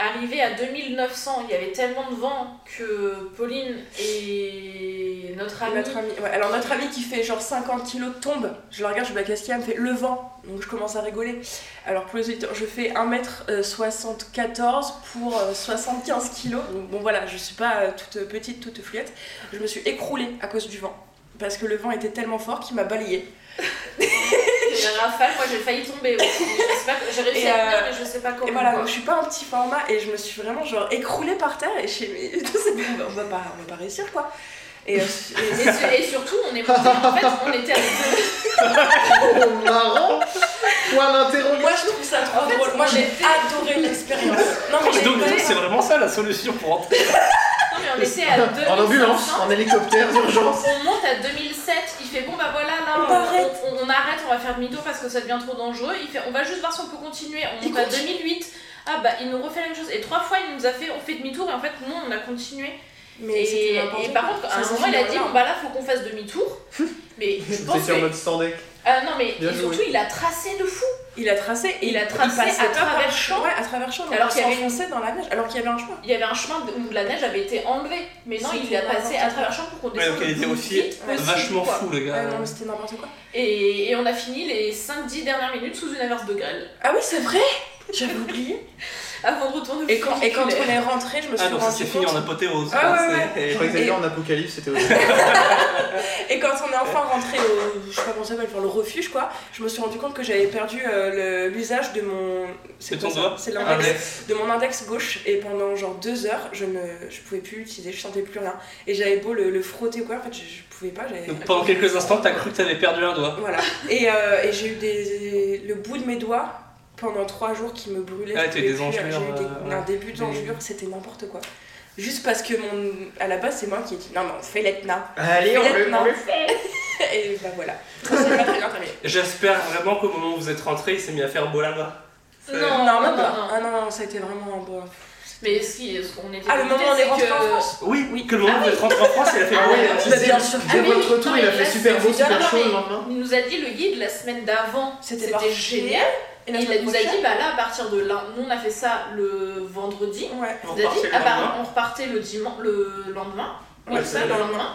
Arrivé à 2900, il y avait tellement de vent que Pauline et notre amie
Notre ami, ouais, alors notre ami qui fait genre 50 kilos tombe, je le regarde, je me qu'est-ce qu'il y a, elle me fait le vent, donc je commence à rigoler. Alors pour les auditeurs, je fais 1m74 pour euh, 75 kilos, donc bon voilà, je suis pas euh, toute petite, toute fluette, je me suis écroulée à cause du vent, parce que le vent était tellement fort qu'il m'a balayée.
et Raphaël, moi j'ai failli tomber aussi. Je sais pas- J'ai réussi
Et,
à tenir,
euh,
mais je sais pas comment.
Et voilà,
quoi.
donc je suis pas un petit format et je me suis vraiment genre écroulée par terre et je suis mais c'est bon, on va pas, on va pas réussir quoi. Et, euh, et-
Et, su- et surtout, on est monté. En fait, on était avec deux
Oh, marrant Point d'interrogation.
Moi je trouve ça trop
En fait,
drôle. Moi
on
j'ai
était-
adoré l'expérience. Non mais
Donc,
j'ai-
donc c'est vraiment ça la solution pour rentrer.
Non, mais on était à
En ambulance,
2500.
en hélicoptère d'urgence.
On monte à 2007. Il fait bon, bah voilà, là,
On arrête.
on, on arrête, on va faire demi-tour parce que ça devient trop dangereux. Il fait, on va juste voir si on peut continuer. On
Il
monte à
continue.
2008. Ah bah, il nous refait la même chose. Et trois fois, il nous a fait, on fait demi-tour et en fait, non, on a continué.
Mais
et,
c'était n'importe
et par
quoi.
contre, à
Ça
un
se
moment, il a
finit
dit,
en
bon bah là, faut qu'on fasse demi-tour. Mais je
Vous
pense
étiez
que.
en mode standec.
Ah non, mais
Bien
et surtout,
joué.
il a tracé de fou.
Il a tracé et
Il a tracé
passait
à
pas
travers
par-
champ.
Ouais, à travers champ.
Alors
Alors
qu'il
qu'il
y avait une-
s'enfonçait dans la neige, alors qu'il y avait un chemin.
Il y avait un chemin où la neige avait été enlevée. Mais non,
C'était
il a passé à
n'importe
travers champ pour qu'on
Ouais,
descende.
donc elle était
plus
aussi
vite
Ouais,
possible,
Vachement
quoi.
fou, le
Ah
gars.
non, mais c'était n'importe quoi.
Et, et on a fini les 5-10 dernières minutes sous une averse de grêle
Ah oui, c'est vrai J'avais oublié.
avant de retourner au
Et quand, et quand
funiculaire.
on est rentré, je me suis
Ah, donc ça
rendu
s'est fini
compte.
en apothéose.
Ah,
quoi,
ouais,
c'est-
Je croyais que t'allais dire en apocalypse, c'était aussi.
Et quand on est enfin rentré au, je sais pas comment ça s'appelle, enfin, le refuge quoi, je me suis rendu compte que j'avais perdu euh, le- l'usage de mon,
De ton
quoi ça
doigt
c'est
Ah,
l'index,
ouais.
de mon index gauche et pendant genre deux heures, je ne, je pouvais plus l'utiliser, je sentais plus rien et j'avais beau le, le frotter ou quoi, en fait je, je pouvais pas, j'avais.
Donc pendant quelques instants, t'as cru que t'avais perdu un doigt.
Voilà. Et, euh, et j'ai eu des, le bout de mes doigts pendant trois jours qui me brûlaient.
Ah,
je
t'as
pouvais
eu des
plus,
engelures,
J'ai eu des-
euh, ouais.
un début d'engelure, c'était n'importe quoi. Juste parce que mon. À la base, c'est moi qui ai dit non, non, fais l'Etna.
Allez, on le, on le fait
Et bah voilà. Ça s'est pas très bien terminé.
J'espère vraiment qu'au moment où vous êtes rentré, il s'est mis à faire beau là-bas. C'est-
Non,
non,
non,
même
non,
pas.
non.
Ah non, non, ça a été vraiment un bon.
Mais ce qui- ce qu'on était.
Ah, le moment où on est
c'est
rentré
que-
en France
Oui, oui. Que le moment où vous êtes rentré en France, il a fait
Ah
beau.
ouais,
il a
bah,
dit,
bah,
c'est-
bien sûr.
Ah
De
oui,
votre retour,
non,
il a
mais
fait
là,
super
c'est
beau, super
bizarre,
chaud le
mais-
lendemain.
Il nous a dit le guide la semaine d'avant.
C'était
C'était
parfait.
génial.
Et la
Il
semaine
nous a dit
prochaine
bah là à partir de là, nous on a fait ça le vendredi.
Ouais.
Vous
Il nous a dit,
repartez le
ah bah,
lendemain.
on repartait le, dimanche, le lendemain,
Ouais,
comme
c'est
ça,
le
le lendemain.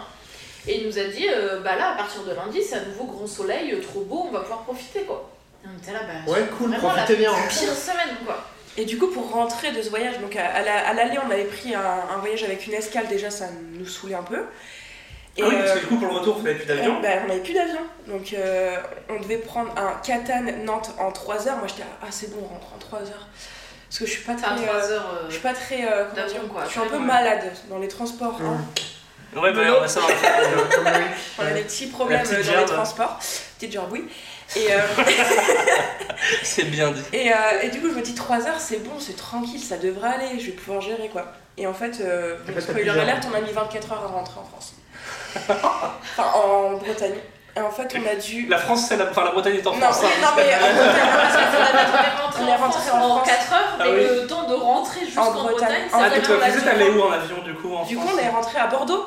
Et il nous a dit, euh, bah là, à partir de lundi, c'est à nouveau grand soleil, euh, trop beau, on va pouvoir profiter, quoi. Et on était là, bah,
Ouais, cool,
Vraiment,
profitez bien. hein.
pire semaine, quoi.
Et du coup, pour rentrer de ce voyage, donc à, à la- à l'aller, on avait pris un, un voyage avec une escale, déjà ça nous saoulait un peu. Et,
Ah oui, parce
euh,
que du coup, pour le retour, vous n'avez plus d'avion.
Euh, bah, on n'avait plus d'avion, donc euh, on devait prendre un Catane-Nantes en 3 heures. Moi j'étais ah c'est bon, on rentre en 3 heures. Parce que je suis pas très.
Enfin,
euh,
3 heures. euh,
je suis pas très. euh, comment
d'avion,
dire,
quoi.
Je suis un peu
Ouais.
malade dans les transports. hein.
Ouais, bah, on va savoir.
Euh, comme Loïc.
On a
Ouais.
des petits problèmes
petite
euh, dans les
gerbe.
transports. Petite gerbe, oui. Et, euh,
C'est bien dit.
et, euh, et du coup, je me dis 3 heures, c'est bon, c'est tranquille, ça devrait aller, je vais pouvoir gérer quoi. Et en fait, euh,
En fait,
bon,
t'as
spoiler
plus gerbe.
alert, on a mis 24 heures à rentrer en France. enfin, en Bretagne. Et en fait, on a dû.
La France, c'est la... Enfin, la Bretagne est en
Non,
France. hein.
non, mais en Bretagne,
parce qu'on avait- on
On
est rentré en France en 4 heures,
Ah
mais
oui.
le temps de rentrer jusqu'en
En Bretagne.
Bretagne,
Ah,
Ah,
ça fait
donc
qu'on a
vous êtes
dû
allé
prendre-
où en avion, du coup, en
Du coup,
France
on est rentré à Bordeaux.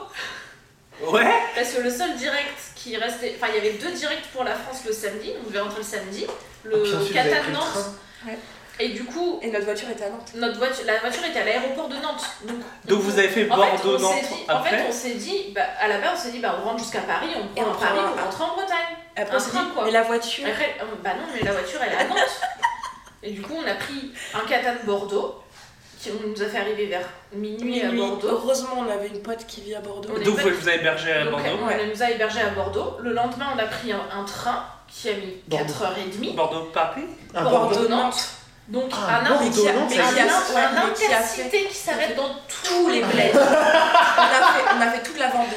Ouais
Parce que le seul direct qui restait. Enfin, il y avait deux directs pour la France le samedi, on devait rentrer le samedi,
Et Ah, puis
le
ensuite, vous avez pris le
Catane-Nantes.
train.
Et du coup,
Et notre voiture était à Nantes.
notre voiture, la voiture était à l'aéroport de Nantes. Donc,
Donc vous avez fait
En fait, on
Bordeaux-Nantes
s'est dit- en fait,
après
on s'est dit, bah, à la base, on s'est dit, bah, on rentre jusqu'à Paris, on
Et
prend
on
à Paris
prend un-
pour rentrer en Bretagne.
Après,
Un
on s'est
train,
dit,
quoi.
Mais la voiture.
Après, euh, bah non, mais la voiture, elle est à Nantes. Et du coup, on a pris un catane Bordeaux, qui on nous a fait arriver vers minuit à
Minuit.
Bordeaux.
Heureusement, on avait une pote qui vit à Bordeaux.
on est
D'où
pas-
vous vous avez hébergé à
Donc,
Bordeaux
on nous a hébergés à Bordeaux. Le lendemain, on a pris un, un train qui a mis
Bordeaux.
4h30.
Bordeaux-Paris
Ah,
Bordeaux, Nantes. Donc,
Ah,
un, inter-
Mais qui a-
Bordeaux-Nantes,
mais
un,
qui a-
ça existe.
ouais,
un
mais qui a fait-
intercité qui s'arrête dans tous les bleds.
On a fait- on a fait toute la Vendée.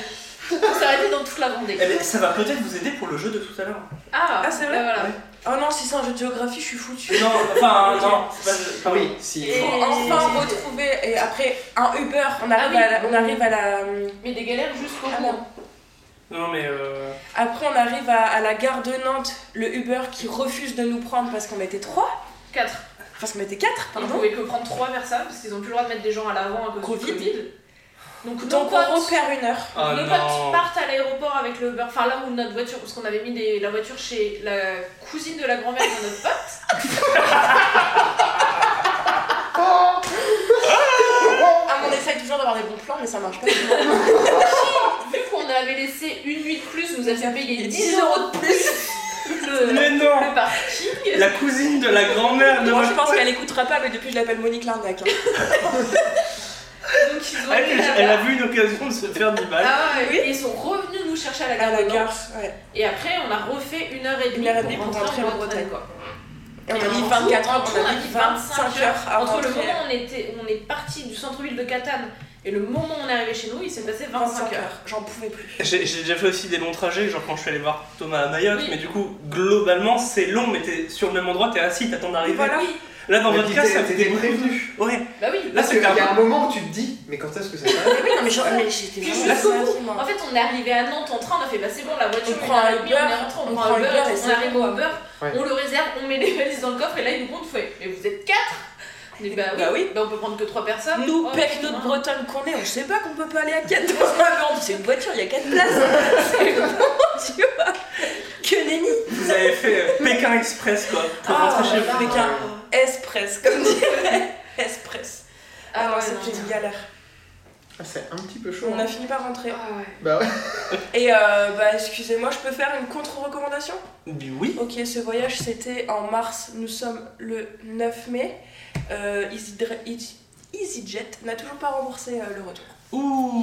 On s'arrêtait dans toute la Vendée.
Eh ben, ça va peut-être vous aider pour le jeu de tout à l'heure.
Ah,
Ah, c'est vrai
bah voilà.
Oh non, si c'est un jeu de géographie, je suis foutue.
Non, enfin, non, c'est pas... enfin,
Ah Oui, si.
Et-
Pour enfin retrouver. Et après, un Uber. On arrive,
Ah oui.
à, la, on arrive à la. hum,
Mais des galères jusqu'au
Ah
bout.
non.
Non, mais... euh,
Après, on arrive à, à la gare de Nantes. Le Uber qui refuse de nous prendre parce qu'on était trois.
4.
Parce qu'on était quatre,
Ils ne
pardon.
pouvaient que prendre 3 personnes parce qu'ils ont plus le droit de mettre des gens à l'avant à cause
Covid.
du Covid. Donc, nos
Donc, on
potes,
repère une heure.
Ah
nos
non
potes partent à l'aéroport avec le beurre. Enfin, là où notre voiture, parce qu'on avait mis des- la voiture chez la cousine de la grand-mère de notre pote.
Ah, mais on essaye toujours d'avoir des bons plans, mais ça marche pas.
Vu qu'on avait laissé une nuit de plus, nous avions payé
Et
10 euros
de plus.
le,
Mais non
le parking.
La cousine de la grand-mère de
Moi, je
votre...
pense qu'elle écoutera pas, mais depuis, je l'appelle Monique Larnac. hein.
Donc, ils ont
Elle,
été
elle a
là-bas.
vu une occasion de se faire 10 balles.
Ah ouais,
Oui.
et ils sont revenus nous chercher à la
À
gare.
la
de Nantes.
gare, ouais.
Et après, on a refait une heure et demie,
Une heure et demie
pour,
pour
rentrer en
Bretagne.
Bretagne. quoi.
Et on a
Et
mis
en
24 heures,
tout,
on a mis 25 heures à
Entre le
rentrer.
moment où on, était, où on est parti du centre-ville de Catane et le moment où on est arrivé chez nous, il s'est passé 25,
25
heures.
heures, j'en pouvais plus.
J'ai j'ai déjà fait aussi des longs trajets, genre quand je suis allé voir Thomas à Mayotte,
Oui.
mais du coup, globalement, c'est long, mais t'es sur le même endroit, t'es assis, t'attends d'arriver.
Voilà.
Là, dans
Mais
votre
puis
cas,
t'es-
ça
t'es
fait beaucoup.
prévenu.
Ouais,
Bah oui.
là,
Parce qu'il
c'était
y
un
a un moment où tu te dis, mais quand est-ce que ça va
Mais oui, non, mais j'en- mais j'étais
Puis
vraiment Ah,
jusqu'au
énervée, moi.
En fait, on est arrivé à Nantes en train, on a fait bah c'est bon, la voiture,
On
une
prend
heure et
un
demie,
Uber,
on est rentré, on, prend un Uber,
et
on
c'est
arrive
bon.
au Uber,
Ouais.
on le réserve, on met les valises dans le coffre et là, ils nous comptent, fait mais vous êtes 4 On dit bah oui,
Bah oui.
bah, on peut prendre que 3 personnes.
Nous,
Oh,
pec,
putain.
notre bretonne qu'on est, on sait pas qu'on peut pas aller à 4 dans un vent. C'est une voiture, il y a 4 places. C'est bon, tu vois. que nenni
Vous avez fait euh, Pékin Express, quoi, pour
Ah,
rentrer chez
là,
vous.
Pékin. Espresse, comme dirait. Espresse.
Ah ouais,
c'était
non,
une
non.
galère.
Ah, c'est un petit peu chaud.
On
hein.
a fini par rentrer.
Ah ouais.
Bah ouais.
Et euh, bah excusez-moi, je peux faire une contre-recommandation
Mais Bah oui.
Ok, ce voyage c'était en mars, nous sommes le 9 mai. Euh, Easy Dre- Easy- EasyJet n'a toujours pas remboursé euh, le retour.
Ouh.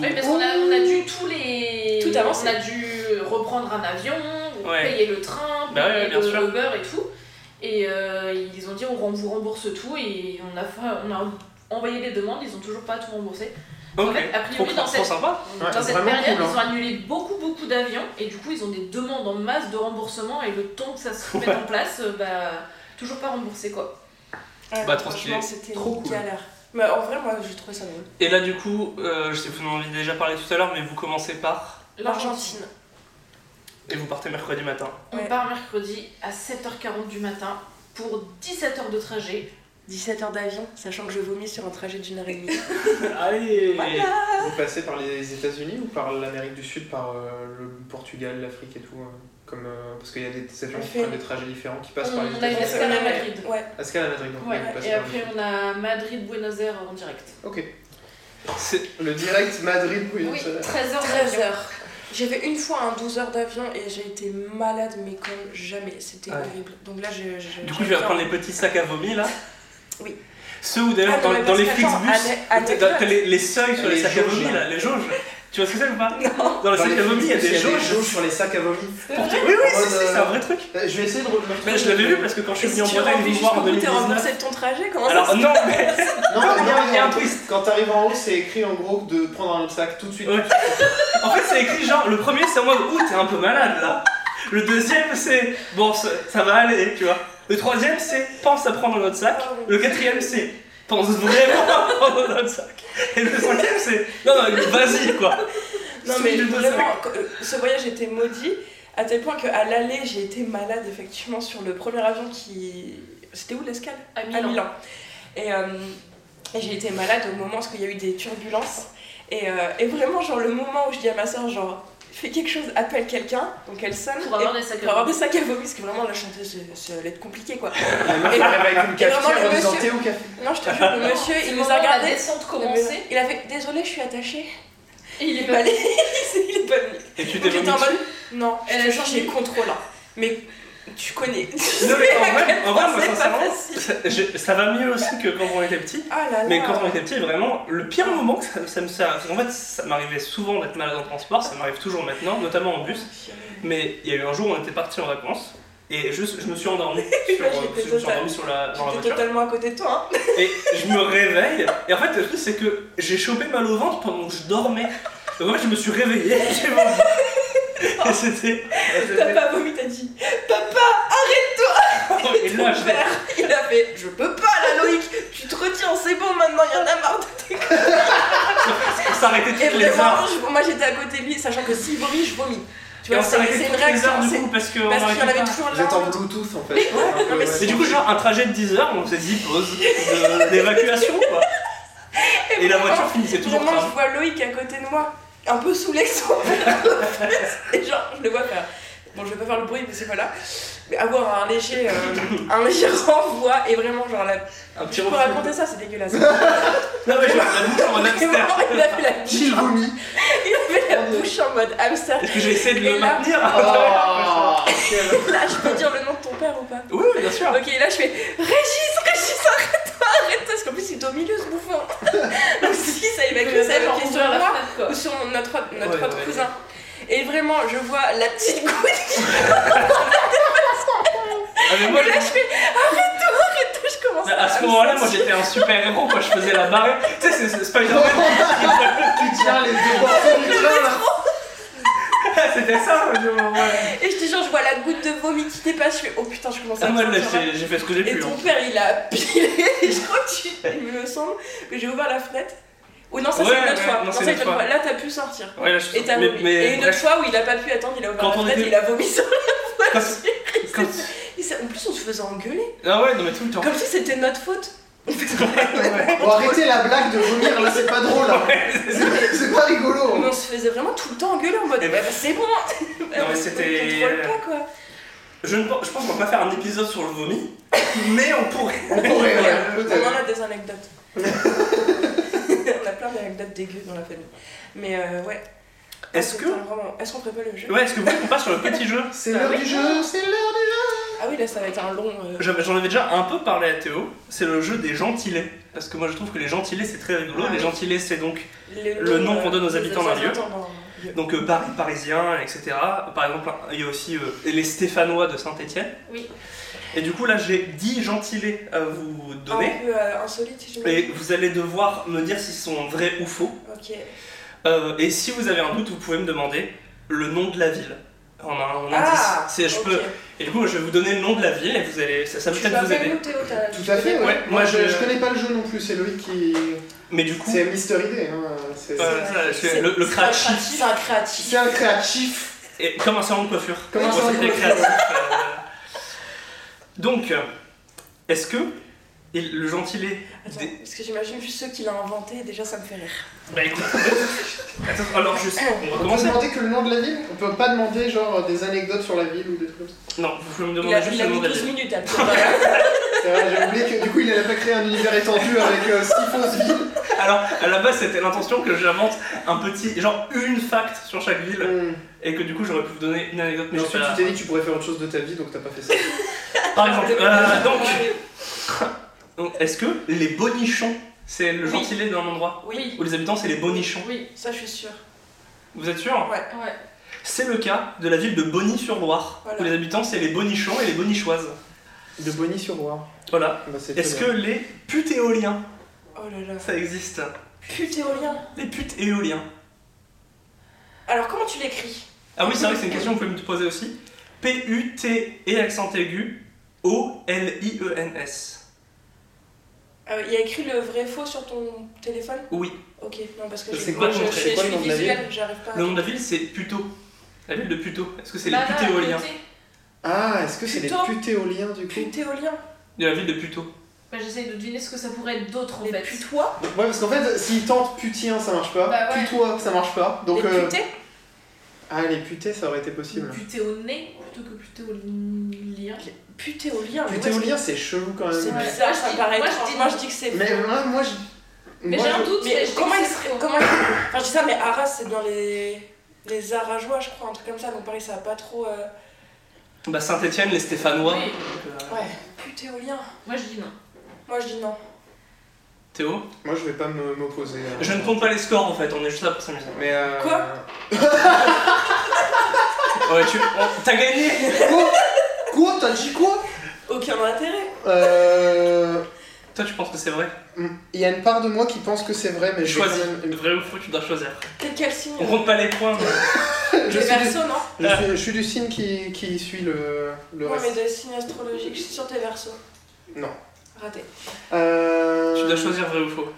Oui, parce qu'on a, on a dû tous les.
Tout avancer.
On a dû reprendre un avion,
Ouais.
payer le train,
Bah ouais,
payer
bien
le
sûr.
Uber et tout. Et euh, ils ont dit on rem- vous rembourse tout et on a, fa- on a envoyé des demandes, ils ont toujours pas tout remboursé.
Ok.
En fait, a
Ah,
Trop,
priori,
trop,
dans
trop
cette,
sympa.
dans
Ouais,
cette
vraiment
période,
cool, hein.
ils ont annulé beaucoup beaucoup d'avions et du coup ils ont des demandes en masse de remboursement et le temps que ça se mette en place, euh, bah toujours pas remboursé quoi.
Ouais,
Bah, trop
franchement,
stylé.
c'était
Trop
une
cool.
galère. Mais en vrai, moi j'ai trouvé ça drôle.
Et là, du coup, euh, je sais que vous en avez déjà parlé tout à l'heure, mais vous commencez par.
L'Argentine.
Et vous partez mercredi matin.
On
Ouais.
part mercredi à 7h40 du matin pour 17 heures de trajet.
17 heures d'avion, sachant que je vomis sur un trajet d'une heure et demie.
Allez
Vous passez par les États-Unis ou par l'Amérique du Sud, par euh, le Portugal, l'Afrique et tout hein, comme, euh, parce qu'il y a des avions qui
Fait.
prennent des trajets différents qui passent par les
On a
États-Unis.
une escale à Madrid.
Ouais.
Escale à Madrid, donc
Ouais,
vous passez
et
par les
après
États-Unis.
on a Madrid, Buenos Aires en direct.
Ok.
C'est-
Le direct Madrid, oui.
Oui,
ça-
13h.
13 heures. J'ai fait une fois un 12 heures d'avion et j'ai été malade, mais comme jamais. C'était
Ah Ouais.
horrible. Donc là, je. je-
Du
je-
coup, je vais prendre les petits sacs à vomi là.
Oui.
Ceux où
Ah,
d'ailleurs,
non,
dans,
mais
dans les
parce que, attends,
Flixbus,
ane-
t'as- t'as
anecdote.
les, les seuils sur les,
Les
sacs à
jauges,
vomi
là.
là, les jauges. Tu vois ce que c'est ou pas
Non.
Dans les
Dans
sacs à vomi, il y a
films,
des jauges. Oh
sur les sacs à vomi.
Pour tes- Oui, oui,
En
si,
mode,
si,
euh,
c'est un vrai truc.
Euh, Je vais essayer de remarquer.
Mais je l'avais vu parce que quand je suis
Et
venu
si
en
tu
Bretagne vous
remplis
voir en
jusqu'au bout, t'es
2019.
remboursé de ton trajet Comment ça
Alors non, mais
Non, non,
il y a- il y a un
non,
twist.
Quand t'arrives en haut, c'est écrit en gros de prendre un autre sac tout de suite.
Ouais. en fait, c'est écrit genre le premier c'est en mode ouh, t'es un peu malade là. Le deuxième c'est bon, ça ça va aller, tu vois. Le troisième c'est pense à prendre un autre sac.
se-
Le quatrième c'est pense vraiment à prendre un autre sac. Et le cinquième c'est non, non, vas-y quoi.
Non, mais vraiment, euh, ce voyage était maudit à tel point qu'à l'aller, j'ai été malade effectivement sur le premier avion qui. C'était où l'escale
à Milan.
à Milan. Et, euh, et j'ai été malade au moment où il y a eu des turbulences. Et, euh, et vraiment, genre, le moment où je dis à ma soeur, genre, fais quelque chose, appelle quelqu'un, donc elle sonne.
Pour
et-
avoir des sacs
pour avoir des sacs à vomi, parce que vraiment, la chanteuse, c'est- ça allait être compliqué, quoi.
La meuf arrive avec une
et vraiment,
cafetière
le
en disant
monsieur-
t'es au café.
Non, je te jure, le monsieur, il nous a
La
regardé.
descente commençait
Il a fait, désolé, je suis attachée.
et il est
Bah,
pas
allez, il est pas venu.
Et tu t'es
Donc,
vomi
j'étais en
dessus.
mode, non,
Elle
je
a
te jure,
changé.
j'ai contrôle. hein. Mais tu connais.
Non, mais en vrai, en vrai, moi,
C'est pas
sincèrement,
facile.
ça, je- ça va mieux aussi que quand on était petit.
Ah là là.
Mais quand on était petit, vraiment, le pire moment, que ça, ça me- ça- en fait, ça m'arrivait souvent d'être malade en transport, ça m'arrive toujours maintenant, notamment en bus. Mais il y a eu un jour, on était parti en vacances, et juste, je me suis endormi sur, euh,
Là,
je
j'étais
me suis
totale.
endormi sur la, dans la
J'étais
voiture,
totalement à côté de toi. hein.
et je me réveille, et en fait, le truc, c'est que j'ai chopé mal au ventre pendant que je dormais. Donc en fait, je me suis réveillé, j'ai vomi. Et c'était.
T'as pas vomi, t'as dit.
Et là,
Mon
je
père, il a fait Je peux pas là, Loïc Tu te retiens, c'est bon maintenant, il y en a marre de tes couilles.
on s'arrêtait
Et
toutes les heures.
vraiment, je- moi j'étais à côté de lui, sachant que s'il vomit, je vomis. Tu
Et on
vois, c'est
s'arrêtait
c'est une
toutes les heures
réaction.
du
c'est-
coup, parce qu'on
Parce qu'il y en
arrêtait
avait
pas.
toujours
Vous êtes en
là. euh,
Bluetooth en fait.
non, mais
Et du coup, genre un trajet de 10 heures, on s'est dit pause de- d'évacuation quoi. Et la voiture finissait toujours
Vraiment, je
pas.
vois Loïc à côté de moi, un peu saoulé que son père le fasse. Et genre, je le vois faire. Bon, je vais pas faire le bruit, mais c'est pas là. Mais avoir un léger, euh, un léger renvoi et vraiment, genre, la...
Un petit
je peux
refus.
raconter ça, c'est dégueulasse.
Non, mais je la bouche en hamster.
Vraiment, il a fait la
J'ai
bouche,
vomi.
il a fait la bouche en mode hamster.
Est-ce que je vais essayer de le
Et là- oh.
maintenir
Ah,
Là, je peux dire le nom de ton père ou pas
Oui, bien sûr. Ah,
Ok, là je fais Régis, Régis, arrête-toi, arrête-toi, parce qu'en plus il est au milieu ce bouffon. Donc si ça évacue, ça évacue sur
ouvert la
moi
fenêtre quoi.
ou sur mon- notre, autre- notre
Ouais,
autre
ouais.
cousin. Et vraiment, je vois la petite goutte.
Ah, mais moi,
Et là je
j'ai-
fais Arrête-toi, arrête-toi, je commence
à ce moment-là, moi j'étais un super héros quand je faisais la barre. Tu sais, c'est- c'est Spider-Man,
Tu tiens les deux portions du train là.
c'était ça. moi, je- ouais.
Et je te jure, je vois la goutte de vomi qui dépasse. Je fais Oh putain, je commence à
Ah, moi là,
sentir mal.
j'ai j'ai fait ce que j'ai
Et
pu.
ton
hein.
père il a pilé. je crois que tu. Il me semble que j'ai ouvert la fenêtre. Ou non, ça
Ouais,
c'est une
ouais,
autre fois.
non,
Non,
c'est
ça,
une
c'est
autre
une autre fois. Là t'as pu sortir.
Ouais, là, je suis
Et, t'as
mais,
vomi. et
mais
une
bref,
autre fois où il a pas pu attendre, il a ouvert
Quand
la
on
fenêtre
était-
et il a vomi sur la
quand-
voiture.
quand-
Et ça- en plus, on se faisait engueuler.
Ah ouais, non, mais tout le temps.
Comme si c'était notre faute.
Bon, arrêtez la blague de vomir, là, c'est pas drôle. hein. C'est c'est pas rigolo.
Mais
hein.
on se faisait vraiment tout le temps engueuler en mode
Eh
ouais,
ben-
bah, c'est bon
mais c'était-
On contrôle pas quoi
Je, ne, pense- je pense qu'on va pas faire un épisode sur le vomi, mais on pourrait.
On pourrait, ouais,
euh,
On en
peut-être.
a des anecdotes. on a plein d'anecdotes dégueu dans la famille. Mais euh, ouais.
Est-ce
Ah,
que.
putain, vraiment, Est-ce qu'on prépare le jeu
Ouais, est-ce que vous voulez qu'on passe sur le petit jeu
C'est
Bah
l'heure
oui.
du jeu, c'est l'heure du
Ah oui, là ça va être un long. euh,
J'en j'en avais déjà un peu parlé à Théo, c'est le jeu des gentilés. Parce que moi je trouve que les gentilés c'est très rigolo.
Ah
les
oui.
gentilés c'est donc le nom qu'on donne aux
euh, des
habitants d'un lieu.
d'un lieu.
donc euh, Paris parisien, etc. Par exemple, il y a aussi euh, les Stéphanois de Saint-Étienne.
Oui.
Et du coup là j'ai 10 gentilés à vous donner.
Un peu euh, insolite,
Et
Oh.
j'imagine.
vous allez devoir me dire s'ils sont vrais ou faux.
Ok.
Euh, et si vous avez un doute, vous pouvez me demander le nom de la ville. En un, en un
Ah,
indice. C'est- je
ok.
peux- Et du coup, je vais vous donner le nom de la ville et vous allez, ça, ça va
Tu
peut-être
l'as
vous
fait,
aider.
nous, Théo, t'as- tu
jeu. Tout à
connais
fait,
pas
ouais.
Moi,
Moi, je,
je-
je connais pas le jeu non plus, c'est Loïc qui.
Mais du coup,
C'est Mister Idée. Hein. C'est
Ouais.
C'est-
Euh, ça, je suis-
c'est-
le- le
c'est
créatif.
un C'est un créatif.
c'est un créatif.
Et comme un salon de coiffure.
Comme un
Moi,
salon de
c'était
coiffure.
créatif, euh. Donc, euh, est-ce que il- le gentilé.
Attends,
des-
parce que j'imagine juste ceux qui l'ont inventé, déjà ça me fait rire.
Bah écoute. Attends, alors juste, on va
On peut
commencer.
demander que le nom de la ville On peut pas demander genre des anecdotes sur la ville ou des trucs comme ça.
Non, vous pouvez me
Il
demander
a,
juste
il
le
a
nom
mis
de la
12
ville.
minutes à le préparer.
C'est vrai, J'ai oublié que du coup il n'allait pas créer un univers étendu avec euh, six fausses villes.
Alors, à la base, c'était l'intention que j'invente un petit. genre une fact sur chaque ville.
Hum.
Et que du coup, j'aurais pu vous donner une anecdote, mais
Mais
je
ensuite
suis pas
tu t'es dit que tu pourrais faire autre chose de ta vie donc t'as pas fait ça.
Par exemple, euh, donc, est-ce que les bonichons, c'est le
Oui.
gentilé d'un endroit
Oui,
Ou les habitants, c'est les bonichons
Oui.
ça je suis sûre.
Vous êtes sûr
Ouais.
C'est le cas de la ville de Bonny-sur-Loire,
Voilà.
où les habitants, c'est les bonichons et les bonichoises.
De Bonny sur Loire.
Voilà.
Bah, c'est
Est-ce que
très bien.
les putéoliens,
Oh là là.
ça existe
Pute éolien.
Les putes éoliens.
Alors comment tu l'écris
Ah oui, c'est vrai que c'est une question que vous pouvez me poser aussi. P-U-T et accent aigu, O-L-I-E-N-S.
Ah oui, Il y a écrit le vrai faux sur ton téléphone
Oui.
Ok, non parce que
C'est
je,
quoi
je,
le nom-
je-
c'est
je
quoi le
suis
nom de la
visuelle, j'arrive pas. à-
Le nom de la ville, c'est Puteaux. La ville de Puteaux. Est-ce que c'est les
Là, là, à
putéoliens
côté.
Ah, est-ce que c'est les
Putain.
putéoliens du coup
Pute éolien.
De la ville de Puteaux.
Bah, J'essaye de deviner ce que ça pourrait être d'autre en
Les
fait.
putois
Ouais, parce qu'en fait, s'ils tentent putien, ça marche pas.
Bah ouais.
Putois, ça marche pas. Donc,
Les
euh,
putés
ah, les putés, ça aurait été possible.
Puté au nez plutôt que puté au lien.
Pute éolien. mais où est-ce
Putéolien, c'est chelou quand
C'est
même.
Ouais.
bizarre,
euh, Moi, je
ça
dis-
me paraît
moi, je
étrange.
dis
Moi,
non. euh,
je dis que c'est
Mais
faux.
moi, moi je.
Mais
moi,
j'ai un
je-
doute, mais
Mais
je
comment
dis
ils
que c'est faux.
comment ils- Enfin, je dis ça, mais Arras, c'est dans les les Arajois, je crois, un truc comme ça. Donc pareil, ça va pas trop. euh,
Bah Saint-Étienne, les Stéphanois. euh,
Oui.
Ouais. Pute éolien.
Moi je dis non.
Moi, je dis non.
Théo
Moi, je vais pas me- m'opposer. euh.
Je ne compte pas les scores en fait, on est juste là pour s'amuser.
Mais euh...
Quoi
Ouais, tu. on- T'as gagné
Quoi Quoi T'as dit quoi
Aucun intérêt.
Euh.
Toi, tu penses que c'est vrai
hmm, Il y a une part de moi qui pense que c'est vrai, mais je vais
Choisis.
quand même-
Vrai ou faux, tu dois choisir.
Quel quel signe
On compte pas les points. mais-
Oh, Je
Le
suis, du...
verso, non
je suis- je suis du signe qui, qui suit le, le
Ouais,
reste.
mais des signes astrologiques, je suis sûre que t'es verso.
Non.
Raté.
Euh...
Tu dois choisir vrai ou faux.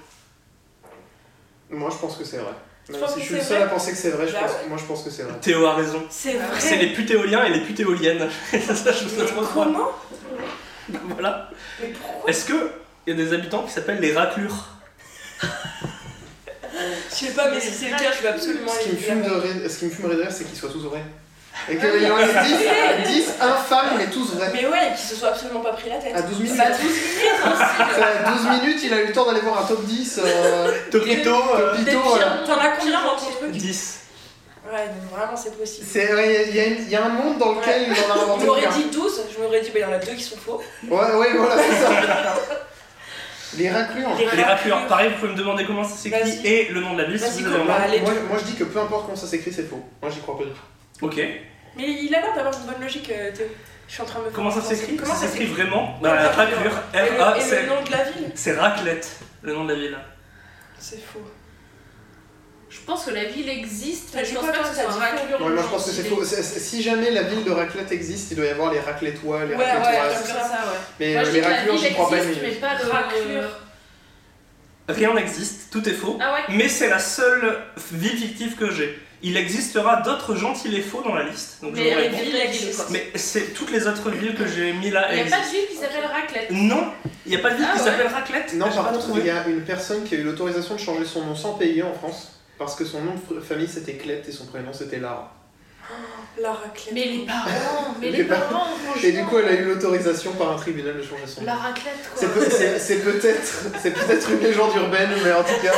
Moi, je pense que c'est vrai. Même
penses
si
que
je suis le
c'est
seul
vrai
à penser que c'est vrai, je
Bah
pense... moi, je pense que c'est vrai.
Théo a raison.
C'est vrai.
Ah, C'est les putéoliens et les putéoliennes. Ça, je trouve ça
Mais
trop drôle.
comment
Voilà.
Mais pourquoi
Est-ce que il y a des habitants qui s'appellent les raclures
Je sais pas, mais si c'est le cas, je vais absolument
Ce qui me
les
fume
dire.
de rire, ce qui me fume de rire, c'est qu'ils soient tous vrais.
Ah
Et qu'il y en ait 10, 10 infâmes, mais tous vrais.
Mais ouais, et qu'ils se soient absolument pas pris la
À
tête.
12 minutes,
Bah, tous
à 12 minutes, il a eu le temps d'aller voir un top 10. Euh,
Topito euh,
Topito,
Des
voilà.
pires-
T'en as combien
pires
dans ton
gentils.
truc
10.
Ouais, donc vraiment, c'est possible.
C'est- Il y a- il y, a une- il y a un monde dans lequel il en a
On
inventé
m'aurait
plein.
dit 12, je m'aurais dit, bah il y en a deux qui sont faux.
Ouais, ouais, voilà, c'est ça. Les raclures. en fait.
Les raclures. Pareil, vous pouvez me demander comment c'est
Vas-y.
qui et le nom de la ville si
Vas-y,
vous avez
Coco.
envie.
Bah, les
moi, moi, je dis que peu importe comment ça s'écrit, c'est faux. Moi, j'y crois pas du tout.
Ok.
Mais il a l'air d'avoir une bonne logique, euh, Théo. Je suis en train de me.
Comment ça
penser.
s'écrit
Comment
Ça
ça
s'écrit
s'écrit
vraiment
Ouais,
Bah,
raclure.
Raclure.
Et le-
R-A,
Et le
c'est.
nom de la ville
C'est raclette, le nom de la ville.
C'est faux.
Je pense que la ville existe,
T'as
mais
dit
je pense
quoi,
pas
toi,
que ce
t'as
soit
dit
un
faux
raclure
Ouais, moi, je pense que c'est
gentil.
faux. C'est- c'est- Si jamais la ville de raclette existe, il doit y avoir les racletois, les
Ouais,
racletoises.
ouais,
Comme ça, ouais.
Mais
Moi
euh,
je dis
les
que la
raclures,
ville
j'y crois pas une
existe, mais
minute.
pas le.
Raclure.
Rien n'existe, tout est faux.
Ah ouais
Mais c'est la seule ville fictive que j'ai. Il existera d'autres gentilés faux dans la liste. Donc je
Mais
vous
les
réponds.
villes
Mais
existent.
mais c'est toutes les autres villes que j'ai mis là.
Il n'y a
existent.
pas de ville qui s'appelle raclette.
Non, Il n'y a pas de ville
Ah
qui
ouais.
s'appelle Raclette
Non,
J'ai
par
pas
contre,
trouvé.
il y a une personne qui a eu l'autorisation de changer son nom sans payer en France. Parce que son nom de famille c'était Klett et son prénom c'était Lara.
La raclette.
Mais les parents, mais
Les
les,
parents.
parents,
Et du coup, elle a
franchement.
eu l'autorisation par un tribunal de changer son nom.
La raclette, quoi.
C'est peut- c'est- c'est peut-être c'est peut-être une légende urbaine, mais en tout cas,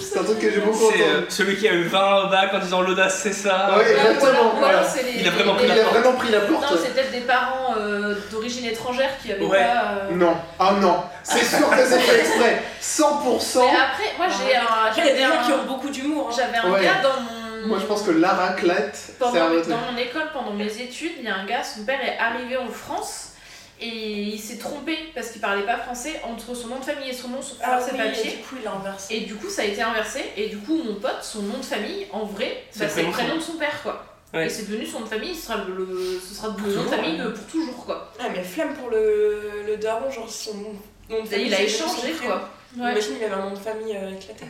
c'est un truc que j'ai beaucoup
C'est
entendu.
euh, celui qui a eu 20 au bac en disant l'audace, c'est ça.
Ouais,
Ou alors-
exactement,
ou alors
voilà.
c'est les-
Il a vraiment
Il
pris la
les-
a
porte.
vraiment pris la
Non,
porte.
c'est peut-être des parents euh, d'origine étrangère qui avaient
Ouais.
pas. euh,
Non, ah non, c'est sûr que c'est fait exprès. 100%.
Mais après, moi j'ai un.
Après, il y a des
j'avais
gens qui ont
un-
beaucoup d'humour. hein.
J'avais un
Ouais.
gars dans mon.
Moi, je pense que Lara Klett, c'est
Pendant-
un autre truc.
dans mon école, pendant mes études, il y a un gars, son père est arrivé en France et il s'est trompé parce qu'il parlait pas français entre son nom de famille et son nom sur
Ah
ses
oui, et
papiers.
du coup, il a inversé.
Et du coup, ça a été inversé. Et du coup, mon pote, son nom de famille, en vrai,
C'est
bah,
le
c'est
prénom
le
de son-
prénom de son père, quoi.
Ouais.
Et c'est devenu son nom de famille, ce sera le, ce sera le nom de
toujours,
famille
ouais.
de- pour toujours, quoi.
Ah, mais flamme pour le, le daron, genre son nom nom de famille.
Il a
c'est son
échangé,
prénom.
quoi. Ouais.
Imagine, il avait un nom de famille euh, éclaté.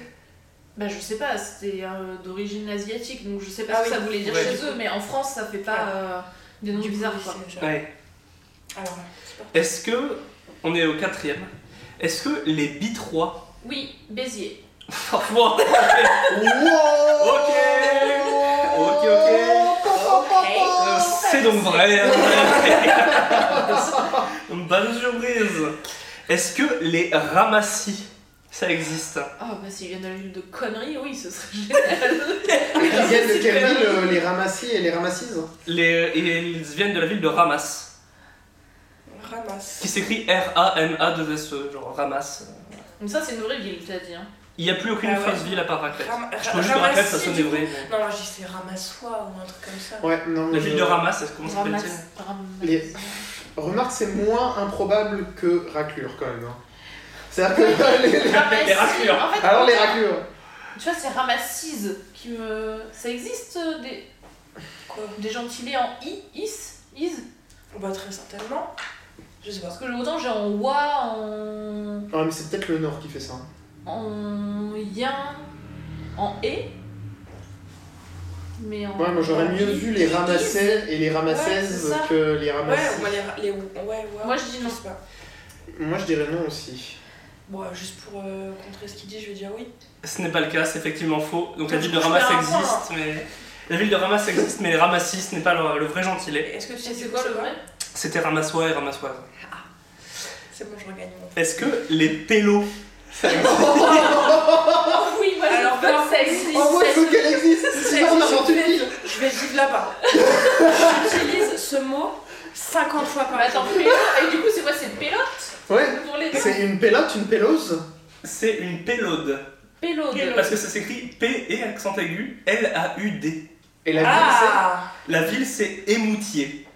Bah, je sais pas, c'était euh, d'origine asiatique, donc je sais pas
Ah
ce que
oui.
ça voulait dire
Ouais.
chez eux, mais en France, ça fait pas euh, des noms
Du coup,
bizarres,
c'est-
quoi.
c'est-
Ouais.
Alors, c'est parti.
Est-ce que. On est au quatrième. Est-ce que les B3.
Oui, Béziers.
Parfois.
Oh,
Wow
Ok. Ok, ok. Euh, C'est donc vrai. Bonne surprise. Est-ce que les ramassis, ça existe
Ah bah s'ils viennent à l'île de conneries, oui, ce serait génial.
Ils viennent de
C'est
quelle
très
ville, euh, les ramassis hein. et les ramassises
les, Ils viennent de la ville de Ramas,
Ramasse.
qui s'écrit R-A-M-A-2-S-E, E, genre Ramas.
Donc ça, c'est une vraie ville, t'as dit. Hein.
Il n'y a plus aucune
Ah ouais.
fausse ville à part Raclette.
Ram-
Je trouve juste que
Ramassis,
Raclette, ça sonne
du coup.
vrai.
Non, moi, je dis c'est ramassois ou un truc comme ça.
Ouais, non.
La
je-
ville de Ramas, ça- comment s'appelle-t-elle
Ramasse- ramasse-
Les- euh, Remarque, c'est moins improbable que raclure quand même. hein. C'est-à-dire que. les- les-
Ramassis.
Les raclures.
En fait,
Alors les raclures
Tu vois, c'est ramassise qui me. Ça existe euh, des
Quoi
des gentilés en i, is, is.
Bah, très certainement. Je sais pas.
Parce que autant j'ai en wa, en
Ah, mais c'est peut-être le Nord qui fait ça.
en yin, en e. Mais en.
Ouais, moi j'aurais
en
mieux
i-
vu les
is.
ramassais et les ramassaises
Ouais, c'est ça.
que les
Ouais,
ramassis.
moi, les, les. Ouais, ouais.
Moi, je dis
je
non.
sais pas.
Moi je dirais non aussi.
Bon, juste pour euh, contrer ce qu'il dit, je vais dire oui.
Ce n'est pas le cas, c'est effectivement faux. Donc la
Du
ville
coup,
de
je
Ramas
perds un point, hein.
existe, mais. La ville de Ramas existe, mais les ramassis, ce n'est pas le, le vrai gentilé.
Est-ce que tu sais
Et c'est quoi le vrai
C'était ramassois et ramassoise.
C'est bon, je regagne mon.
Est-ce que les pélos, ça existe
Oh oui, moi
Alors,
alors
par-
ça existe.
Oh, moi je veux qu'elle existe Sinon on
je
invente une
fais-
ville
Je vais vivre là-bas. J'utilise ce mot 50 fois
Bah,
par
Attends,
jour.
pélo. Et du coup, c'est quoi C'est pélote
Ouais
pour les
C'est une pélote, une pélose
C'est une pélode.
Pélo de-
Parce que ça s'écrit P et accent aigu L-A-U-D.
Et la ville
Ah
La ville c'est Émoutier.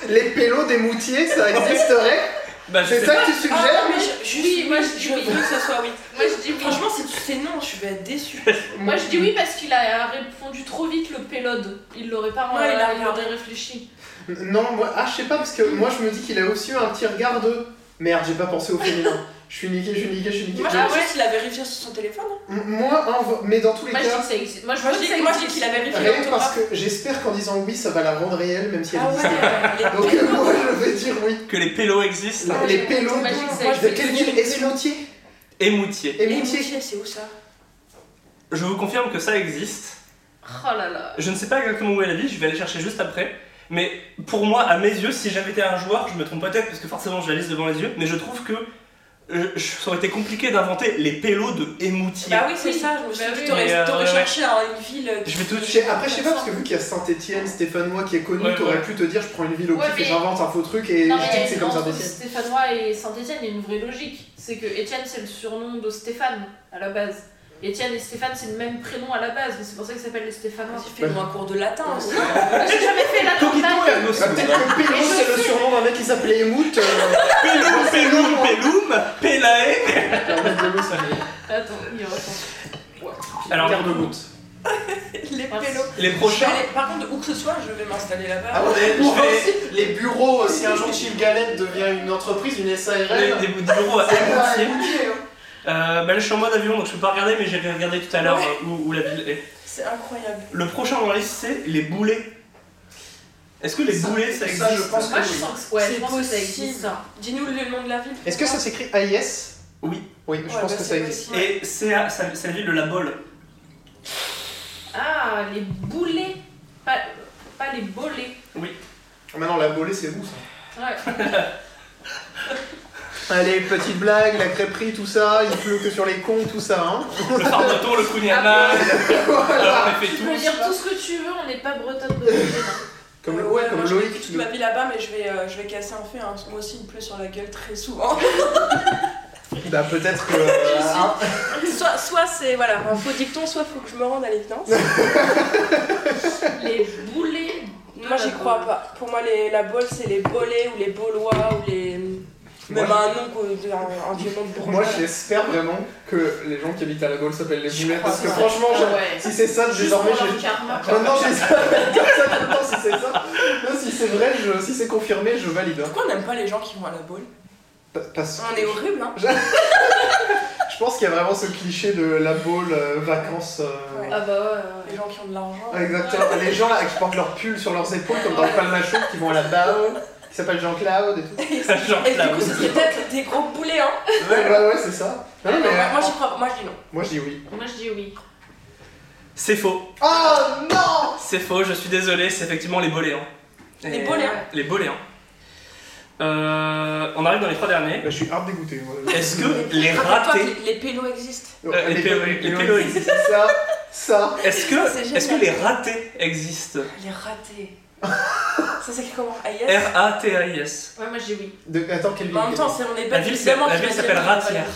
c'est. Les pélos des moutiers, ça existerait
Bah je
C'est
sais
ça que tu
Ah,
suggères
mais je, je,
Oui,
oui,
moi, je
je,
dis
je
oui.
veux que ce soit oui. Ah
Moi je dis oui.
Franchement, si tu sais non, je vais être déçue.
Ah, Moi je dis oui parce qu'il a répondu trop vite le pélode. Il l'aurait pas euh,
Ouais, il a
il
regardé.
aurait réfléchi.
Non, moi, ah, je sais pas, parce que moi je me dis qu'il a aussi eu un petit regard de. Merde, j'ai pas pensé au féminin. Je suis niqué, je suis niqué, je suis niqué.
Moi, je
Ah
pense
ouais.
qu'il a vérifié sur son téléphone. hein.
M- Moi, un vo- mais dans tous les
Moi je dis que
cas,
ça existe. Moi je
Moi,
veux
je
que ça
dis, moi, je dis
existe.
qu'il a vérifié
rien que parce
l'orthographe.
que j'espère qu'en disant oui, ça va la rendre réelle, même si elle
Ah
existe.
ouais,
Donc euh, moi je vais dire oui.
que les pélos existent.
Les, les pélos
Moi, je sais,
de, de
je
quelle
sais.
ville Est-ce Moutier
Émoutier.
les
Et Moutier
métiers, c'est où ça
Je vous confirme que ça existe.
Oh là là.
Je ne sais pas exactement où est la ville, je vais aller chercher juste après. Mais pour moi, à mes yeux, si j'avais été un joueur, je me trompe peut-être parce que forcément je la liste devant les yeux, mais je trouve que euh, je- ça aurait été compliqué d'inventer les pélos de Émoutier.
Bah oui, c'est
Oui.
ça, je me suis
Bah
dit,
oui.
Mais, euh,
t'aurais t'aurais
ouais, ouais.
cherché à une ville.
Je vais tout de
Je
suite.
sais- Après, je sais pas, parce que vu qu'il y a Saint-Etienne, Stéphanois qui est connu,
Ouais,
t'aurais
ouais.
pu te dire je prends une ville au
Ouais,
pif et
mais-
j'invente un faux truc et
Non,
je
mais
dis
il y
que
a
c'est
une
comme
entre
Saint-Etienne.
Stéphanois et Saint-Etienne, il y a une vraie logique. C'est que Étienne c'est le surnom de Stéphane à la base. Étienne et Stéphane c'est le même prénom à la base, mais c'est pour ça qu'ils s'appellent les Stéphanois.
Vas-y, fais-nous un cours de latin. aussi.
J'ai jamais fait la
Coquito et
tentative.
Agnos.
Bah, Peut-être que Pélo,
je
c'est le
sais.
surnom d'un mec qui s'appelait Emout. euh,
Péloum, Péloum, Péloum, Pélaé.
la meuf de l'eau, ça fait-
Attends, il y a autant.
Alors,
Terre de gouttes.
Les pélos.
Les
Je vais
prochains.
aller- Par contre, où que ce soit, je vais m'installer
Ah
là-bas.
ouais,
je vais-
les bureaux, euh, si un jour Chill Galette devient une entreprise, une
Les,
SARL.
des bureaux à
c'est pas
Émoutier.
Moutier, hein.
Euh, bah, là, je suis en mode avion donc je peux pas regarder, mais j'ai regardé tout à l'heure euh, où, où la ville est.
C'est incroyable.
Le prochain dans la liste c'est les boulets. Est-ce que les
Ça,
boulets ça existe
ça, je pense
Moi,
Ah,
que
je
oui.
sens que, ouais, je
C'est
pense que ça existe.
possible. Dis-nous le nom de la ville.
Est-ce que ça s'écrit AIS
Oui.
Oui, je
Ouais,
pense
bah,
que
c'est
ça existe.
possible.
Et c'est à- ça, ça vient de la bolle.
Ah, les boulets. Pas, pas les bolets.
Maintenant, la bolée, c'est vous, ça.
Ouais.
Allez, petite blague, la crêperie, tout ça, il pleut que sur les cons, tout ça, hein.
Le fardeau, le kunyama,
Ah
euh, on les fait
Tu
tout.
peux dire tout ce que tu veux, on n'est pas bretonne de hein. l'origine.
Comme,
Euh,
le- ouais,
moi,
comme
je mets
Loïc.
toute
le-
ma vie là-bas, mais je vais, euh, je vais casser un feu. hein. Moi aussi, il me pleut sur la gueule très souvent.
Bah, peut-être que. euh,
suis-
hein.
soit soit c'est voilà, un faux dicton, soit faut que je me rende à l'évidence.
Les boulets. de
Moi,
la
j'y crois
boule.
pas. Pour moi, les, la bolle, c'est les bolets ou les bolois ou les. Même
Moi,
un nom, que- un, un vieux nom de bourgeois.
Moi, j'espère vraiment que les gens qui habitent à la Gaule s'appellent les
Je
boulettes,
crois
parce que
ça.
franchement,
Ah
j'ai-
ouais.
si c'est ça,
Juste pour
désormais, Ah. j'ai.
leur karma.
Maintenant, j'ai ça comme ça tout le temps, si c'est ça. Non, si c'est vrai, je- si c'est confirmé, je valide. hein.
Pourquoi on n'aime pas les gens qui vont à la boule
Pa- Parce
On est horrible, hein.
Je pense qu'il y a vraiment ce cliché de la boule, euh, vacances. euh,
Ouais.
Ah bah ouais, ouais.
Les gens qui ont de l'argent.
ah, Exactement. Les gens là qui portent leurs pulls sur leurs épaules comme dans le Palmachou qui vont à la BAO, qui s'appellent Jean-Claude et tout.
Genre
Et
la
du coup, ce serait peut-être des gros boulets, hein.
Ouais, ouais, ouais, c'est ça. Non, non, mais,
Moi,
euh,
moi, j'y crois. Moi, je dis non.
moi je dis oui.
Moi je dis oui.
C'est faux,
Oh non
c'est faux, je suis désolé, c'est effectivement les boléens.
Les boléens.
Les boléens. Euh, on arrive dans les trois derniers.
Bah, je suis hard dégoûté. moi.
Est-ce que les
Rappelle-toi
ratés.
que les- les pélos existent.
Non,
Euh, les
les
pélos,
pélos,
les
les
pélos,
pélos, c'est ça, ça.
Est-ce
C'est
que,
génial.
est que les ratés existent
Les ratés. Ça s'écrit comment Ah yes
R-A-T-A-I-S.
Ouais, moi je dis oui.
De- Attends, quelle
Bah, En même
ville
temps, c'est on est
La
bête,
ville c'est-
évidemment,
la
qu'il
ville
va
s'appelle
dire-
Ratière.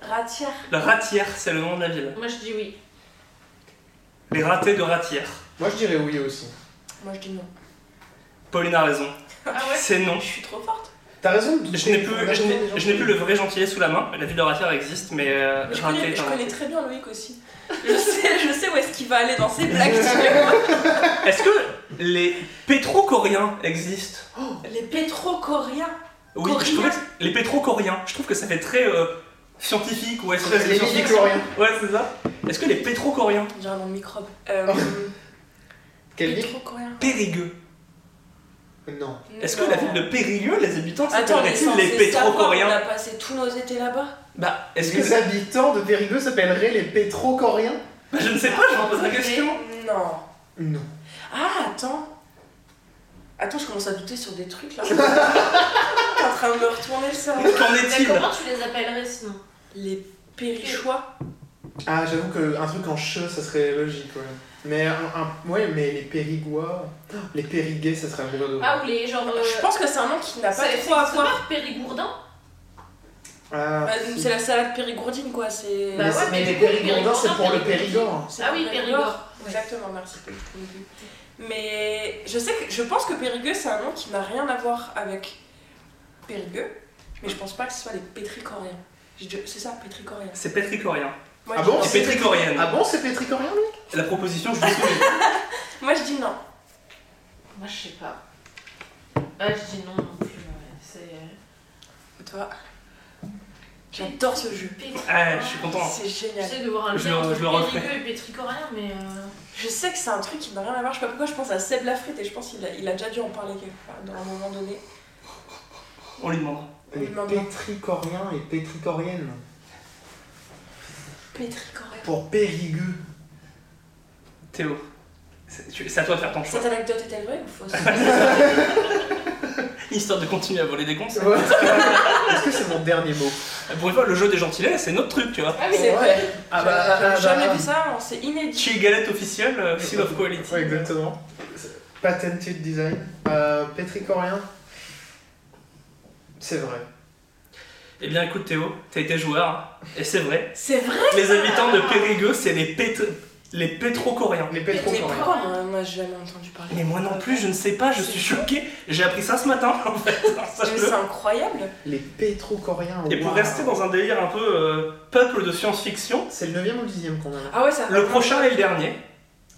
Ratière
La Ratière, c'est le nom de la ville.
Moi je dis oui.
Les ratés de Ratière.
Moi je dirais oui aussi.
Moi je dis non.
Pauline a raison.
Ah ouais
C'est non.
Je suis trop forte.
T'as raison de
Je n'ai
douter,
plus,
on a
je
raison,
n'ai-
les gens
je n'ai
qui-
plus le vrai gentillet sous la main. La ville de Ratière existe, mais euh,
Mais je
raté
connais,
est
je
un nom.
connais très bien Loïc aussi. Je sais, je sais où est-ce qu'il va aller dans ses blagues. tu vois.
Est-ce que les pétro-coréens existent
les pétro-coréens.
Oui,
Coréens
je trouvais que- les pétro-coréens. Je trouve que ça fait très euh, scientifique. Ouais, c'est
Les midi-chloriens.
Ouais, c'est ça. Est-ce que les pétro-coréens
J'ai un nom de microbe.
Oh,
Euh,
Quelle ville
pétro-coréens.
Périgueux.
Non.
Est-ce que la ville de Périgueux, les habitants
Attends, mais
s'appelleraient-ils les
On
pétro-coréens
a passé tous nos étés là-bas.
Bah, est-ce que.
Les habitants de Périgueux s'appelleraient les pétro-coréens
Bah, je ne sais pas, je me pose la question.
Non.
Non.
Ah, attends. Attends, je commence à douter sur des trucs là. T'es en train de me retourner le cerveau.
Qu'en
Mais
est-il
comment tu les appellerais sinon
Les Périchois.
Ah, j'avoue qu'un truc en che, ça serait logique, ouais. Mais, un, un- ouais, mais les périgois, les périguais, ça serait un gros dos.
Ah ou les genre. euh,
Je pense que c'est un nom qui n'a
ça
pas
existe
trop à voir.
pas, Périgourdin
Ah,
Bah,
si.
C'est la salade périgourdine quoi, c'est.
Mais,
Bah
c'est-
ouais,
mais
mais
les
du coup,
périgourdins, c'est pour le
Périgord.
périgord.
C'est
Ah
pour
oui,
le
Périgord. Ouais.
Exactement, merci. Mais je sais que je pense que Périgueux c'est un nom qui n'a rien à voir avec Périgueux, mais je pense pas que ce soit les pétricoriens. Je dis- C'est ça, pétricoriens.
C'est pétricorien.
Moi,
Ah
je
bon
dis-
C'est pétricorienne.
Ah bon, c'est pétrigorien, lui
La proposition, je vous souviens.
Moi je dis non.
Moi je sais pas. Ah je dis non non plus. ouais. C'est. euh,
Toi. J'adore ce jeu.
Ah, je suis content.
C'est génial.
J'essaie de voir un
Je
lien
le-
entre
je le refais.
Périgueux et Pétricorien, mais. euh,
Je sais que c'est un truc qui n'a rien à voir. Je sais pas pourquoi je pense à Seb Lafrite et je pense qu'il a, il a déjà dû en parler quelque part dans un moment donné.
On lui demandera.
Les
Non, non.
pétricoriens et pétricoriennes.
Pétricorien.
Pour périgueux.
Théo, c'est tu- c'est à toi de faire ton choix.
Cette anecdote est-elle vraie ou fausse
Histoire de continuer à voler des cons.
Ouais. Est-ce que c'est mon dernier mot
Eh, Pour une fois, le jeu des gentilets, c'est notre truc, tu vois.
Ah
C'est vrai.
Ah bah, ah,
J'avais
ah,
jamais
bah.
vu ça, on- c'est inédit.
Chez Galette officielle, euh, Seal of Quality.
Ouais, exactement. Patented design. Euh, pétricorien. C'est vrai.
Eh bien, écoute, Théo, t'as été joueur, et c'est vrai.
C'est vrai
Les habitants de Périgueux, c'est les, pétr- les pétro-coréens.
Les
Mais
pétricoriens.
pourquoi moi, Euh, moi, j'ai jamais entendu parler
Mais moi non plus, je ne sais pas, je suis choqué. J'ai appris ça ce matin, en fait.
Mais
Sache-le.
c'est incroyable.
Les pétrocoriens.
Et pour
waouh.
rester dans un délire un peu euh, peuple de science-fiction,
C'est le 9 ou le 10 qu'on a là
Ah ouais, ça
le prochain et le dernier,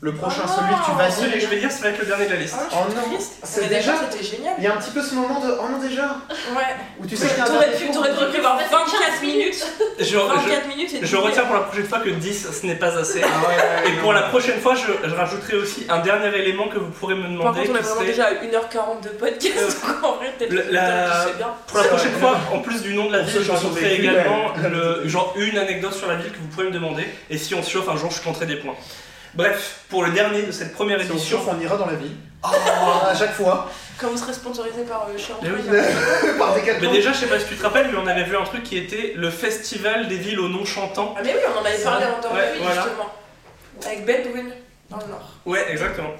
Le prochain,
Ah,
celui que tu vas
Celui que je
lire.
vais dire, ça va être le dernier de la liste.
Ah, je
Oh
suis
non,
triste.
c'est
Mais
déjà-
d'accord, C'était génial.
Il y a un petit peu ce moment de. Oh non, déjà
Ouais.
Où tu sais qu'il y a un
T'aurais
dernier
pu,
tour.
t'aurais pu prévoir 24 minutes.
Je, je,
24 minutes et
je retiens pour la prochaine fois que 10, ce n'est pas assez.
Ah ouais, ouais,
Et
ouais,
pour
non.
la prochaine fois, je, je rajouterai aussi un dernier élément que vous pourrez me
Par
demander.
contre, on est
qui
vraiment
serait-
déjà à 1h40 de podcast, donc en vrai, peut-être
Le-
que
la-
tu sais bien.
Pour la prochaine
Ouais.
fois, en plus du nom de la
On
ville,
sait
je
qu'ils ont
rajouterai
vécu,
également
ouais.
le, genre une anecdote sur la ville que vous pouvez me demander. Et si on se chauffe, un jour, je compterai des points. Bref, pour le dernier de cette première
Si on
édition,
chauffe, on ira dans la vie.
Oh,
À chaque fois.
Quand vous serez sponsorisé par euh, chez
Mais oui.
Antoine,
Par des
Mais déjà, je sais pas si tu te rappelles, mais on avait vu un truc qui était le festival des villes aux noms chantants.
Ah mais oui, on en avait parlé en temps
Ouais,
de vie,
voilà.
justement. Avec Bedouin dans le Nord.
Ouais, exactement.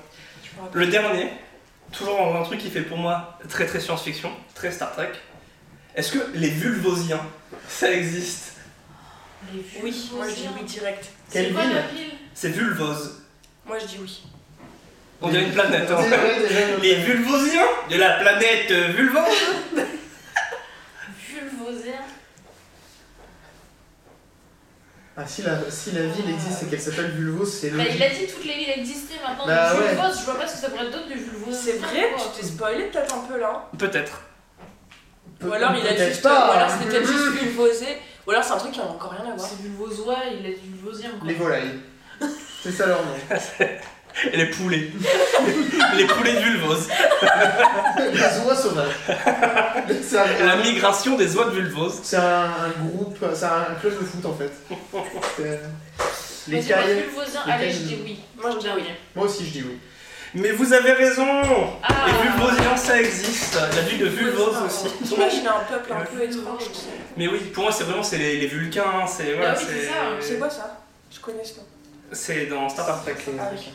Je me rappelle.
Le dernier, toujours en un truc qui fait pour moi très très science-fiction, très Star Trek. Est-ce que les vulvosiens, ça existe
Oui, moi je dis oui direct.
C'est
Quelle
quoi
ville
la ville
C'est vulvose.
Moi je dis oui.
On dirait une planète. hein.
Déjà, déjà,
Les vulvosiens de la planète euh, vulvose
Vulvosaire.
Ah, si, la, si la ville existe et qu'elle s'appelle Vulvos, c'est
Bah,
logique.
il a dit toutes les villes existaient maintenant.
Bah,
du
ouais.
Vulvos, je vois pas ce que ça pourrait être d'autre du Vulvos.
C'est vrai, tu t'es spoilé peut-être un peu là.
Peut-être.
Pe-
Ou alors il a
peut-être
juste.
pas.
Ou alors c'était peut-être juste une posée. Ou alors c'est un truc qui en a encore rien à voir.
C'est Vulvosois, il a dit Vulvosien quoi.
Les volailles. C'est ça leur nom.
Et les poulets. les poulets de vulvose.
Les oies sauvages. C'est
La
un,
migration des oies de vulvose.
c'est un- un groupe, c'est un club de foot en fait. C'est- Les
Vas-y, moi,
cailles.
Vulvosien,
les
allez,
cailles.
je dis oui.
Moi, je dis
dis
oui.
Moi aussi je dis oui.
Mais vous avez raison
Ah,
Les vulvosiens, ça existe. La ville de vulvose aussi.
J'imagine un peuple un
Ouais.
peu étrange.
Mais oui, pour moi, c'est vraiment c'est les, les Vulcains, hein, c'est voilà,
Ah oui, c'est ça,
C'est quoi ça Je connais ce nom.
C'est dans Star Trek.
Ah oui.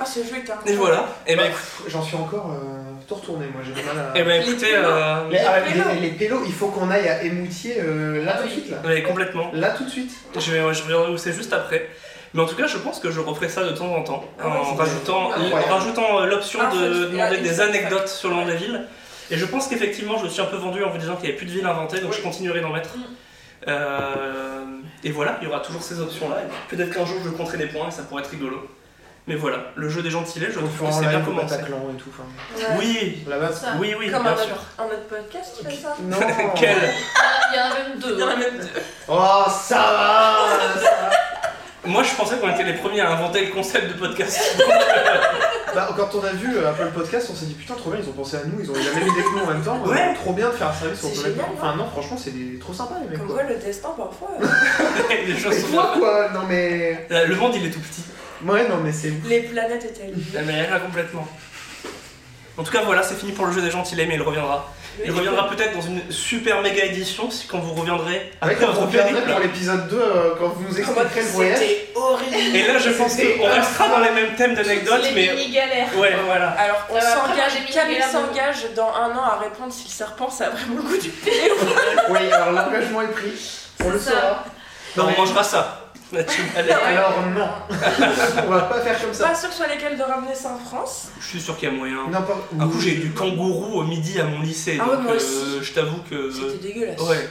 Ah, ce jeu est un.
Et voilà. Et ben,
Pff, J'en suis encore euh, tout retourné moi, j'ai du mal à.
eh ben
Les
écoutez,
pélos.
euh,
Les, ah,
pélos.
les- les pélos, il faut qu'on aille à Émoutier euh, là
Ah
tout de
oui.
suite là.
ouais, complètement.
Là tout de suite.
Je vais, je vais rehausser juste après. Mais en tout cas, je pense que je referai ça de temps en temps,
Ah ouais,
en,
c'est
rajoutant,
incroyable.
en rajoutant euh, l'option
Ah,
de
faut- ah,
demander des
exact.
anecdotes sur le nom de la ville. Et je pense qu'effectivement, je me suis un peu vendu en vous disant qu'il n'y avait plus de ville inventée, donc
Oui.
je continuerai d'en mettre.
Mm.
Euh, et voilà, il y aura toujours ces options-là. Et puis, Peut-être qu'un jour, je compterai des points et ça pourrait être rigolo. Mais voilà, le jeu des gentilés, je
On
trouve
fera
que
en
c'est bien
live au
commencé.
Bataclan et tout. enfin,
Ouais.
Oui,
Là-bas.
Ça.
oui, oui,
Comme un
bien sûr.
autre, un autre podcast, tu fais ça
Non.
Quel
Il y en a même deux. hein.
Il y en a même deux.
Oh ça va, ça va.
Moi, je pensais qu'on était les premiers à inventer le concept de podcast.
Bah, quand on a vu euh, Apple Podcast, on s'est dit putain, trop bien, ils ont pensé à nous, ils ont jamais mis des clous en même temps. Euh,
Ouais.
Trop bien de faire un service sur
C'est
Apple.
génial,
Enfin, non, franchement, c'est des- trop sympa les mecs.
Comme
quoi.
quoi, le destin, parfois. euh,
Les choses
Et
sont
toi
bien.
quoi Non mais.
Là, Le monde, il est tout petit.
Ouais, non mais c'est.
Les planètes étaient alignées.
Ah, Mais là, complètement. En tout cas, voilà, c'est fini pour le jeu des gentilés, mais il reviendra. Il reviendra peut-être dans une super méga édition si quand vous reviendrez
Ah Ouais,
après
quand on
votre
reviendrait
périple.
pour l'épisode 2, euh, quand vous nous
En mode,
expliquerez le voyage.
C'était horrible.
Et là, je pense qu'on restera dans les mêmes thèmes d'anecdotes,
Les
mais.
mini-galères.
Ouais, voilà.
Alors, on
Euh, après, moi, j'ai
s'engage,
mis
Camille
Miguel Arnaud.
s'engage dans un an à répondre si le serpent, ça a vraiment le goût du pied ou pas.
Oui, alors l'engagement est pris. On
C'est
le
ça.
saura.
Non,
Ouais.
on mangera ça. Là-dessus. Allez.
Alors non. on va pas faire comme ça.
Pas sûr que ce soit lesquels de ramener ça en France.
Je suis sûr qu'il y a moyen.
N'importe.
Un coup, Ah, j'ai eu du kangourou au midi à mon lycée,
Ah ouais,
donc
moi
euh,
aussi.
je t'avoue que.
C'était dégueulasse.
Euh, Ouais,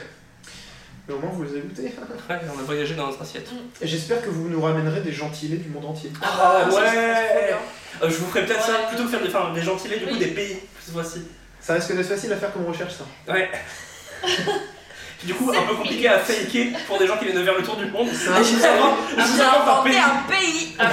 Mais au moins, vous les avez goûtés.
ouais, on a voyagé dans notre assiette.
Et J'espère que vous nous ramènerai des gentilés du monde entier.
Ah,
ça,
ouais.
c'est trop bien.
Euh, je vous ferai peut-être ça
Ouais.
plutôt que faire des, enfin, des gentilés du coup
Oui.
des pays cette fois-ci.
Ça risque d'être facile à faire comme recherche, ça.
Ouais. du coup, un peu compliqué à faker pour des gens qui viennent de faire le tour du monde.
Ça.
Je vous invente- je vous
J'ai
invente Ah, par
inventé
pays.
un pays.
Ah,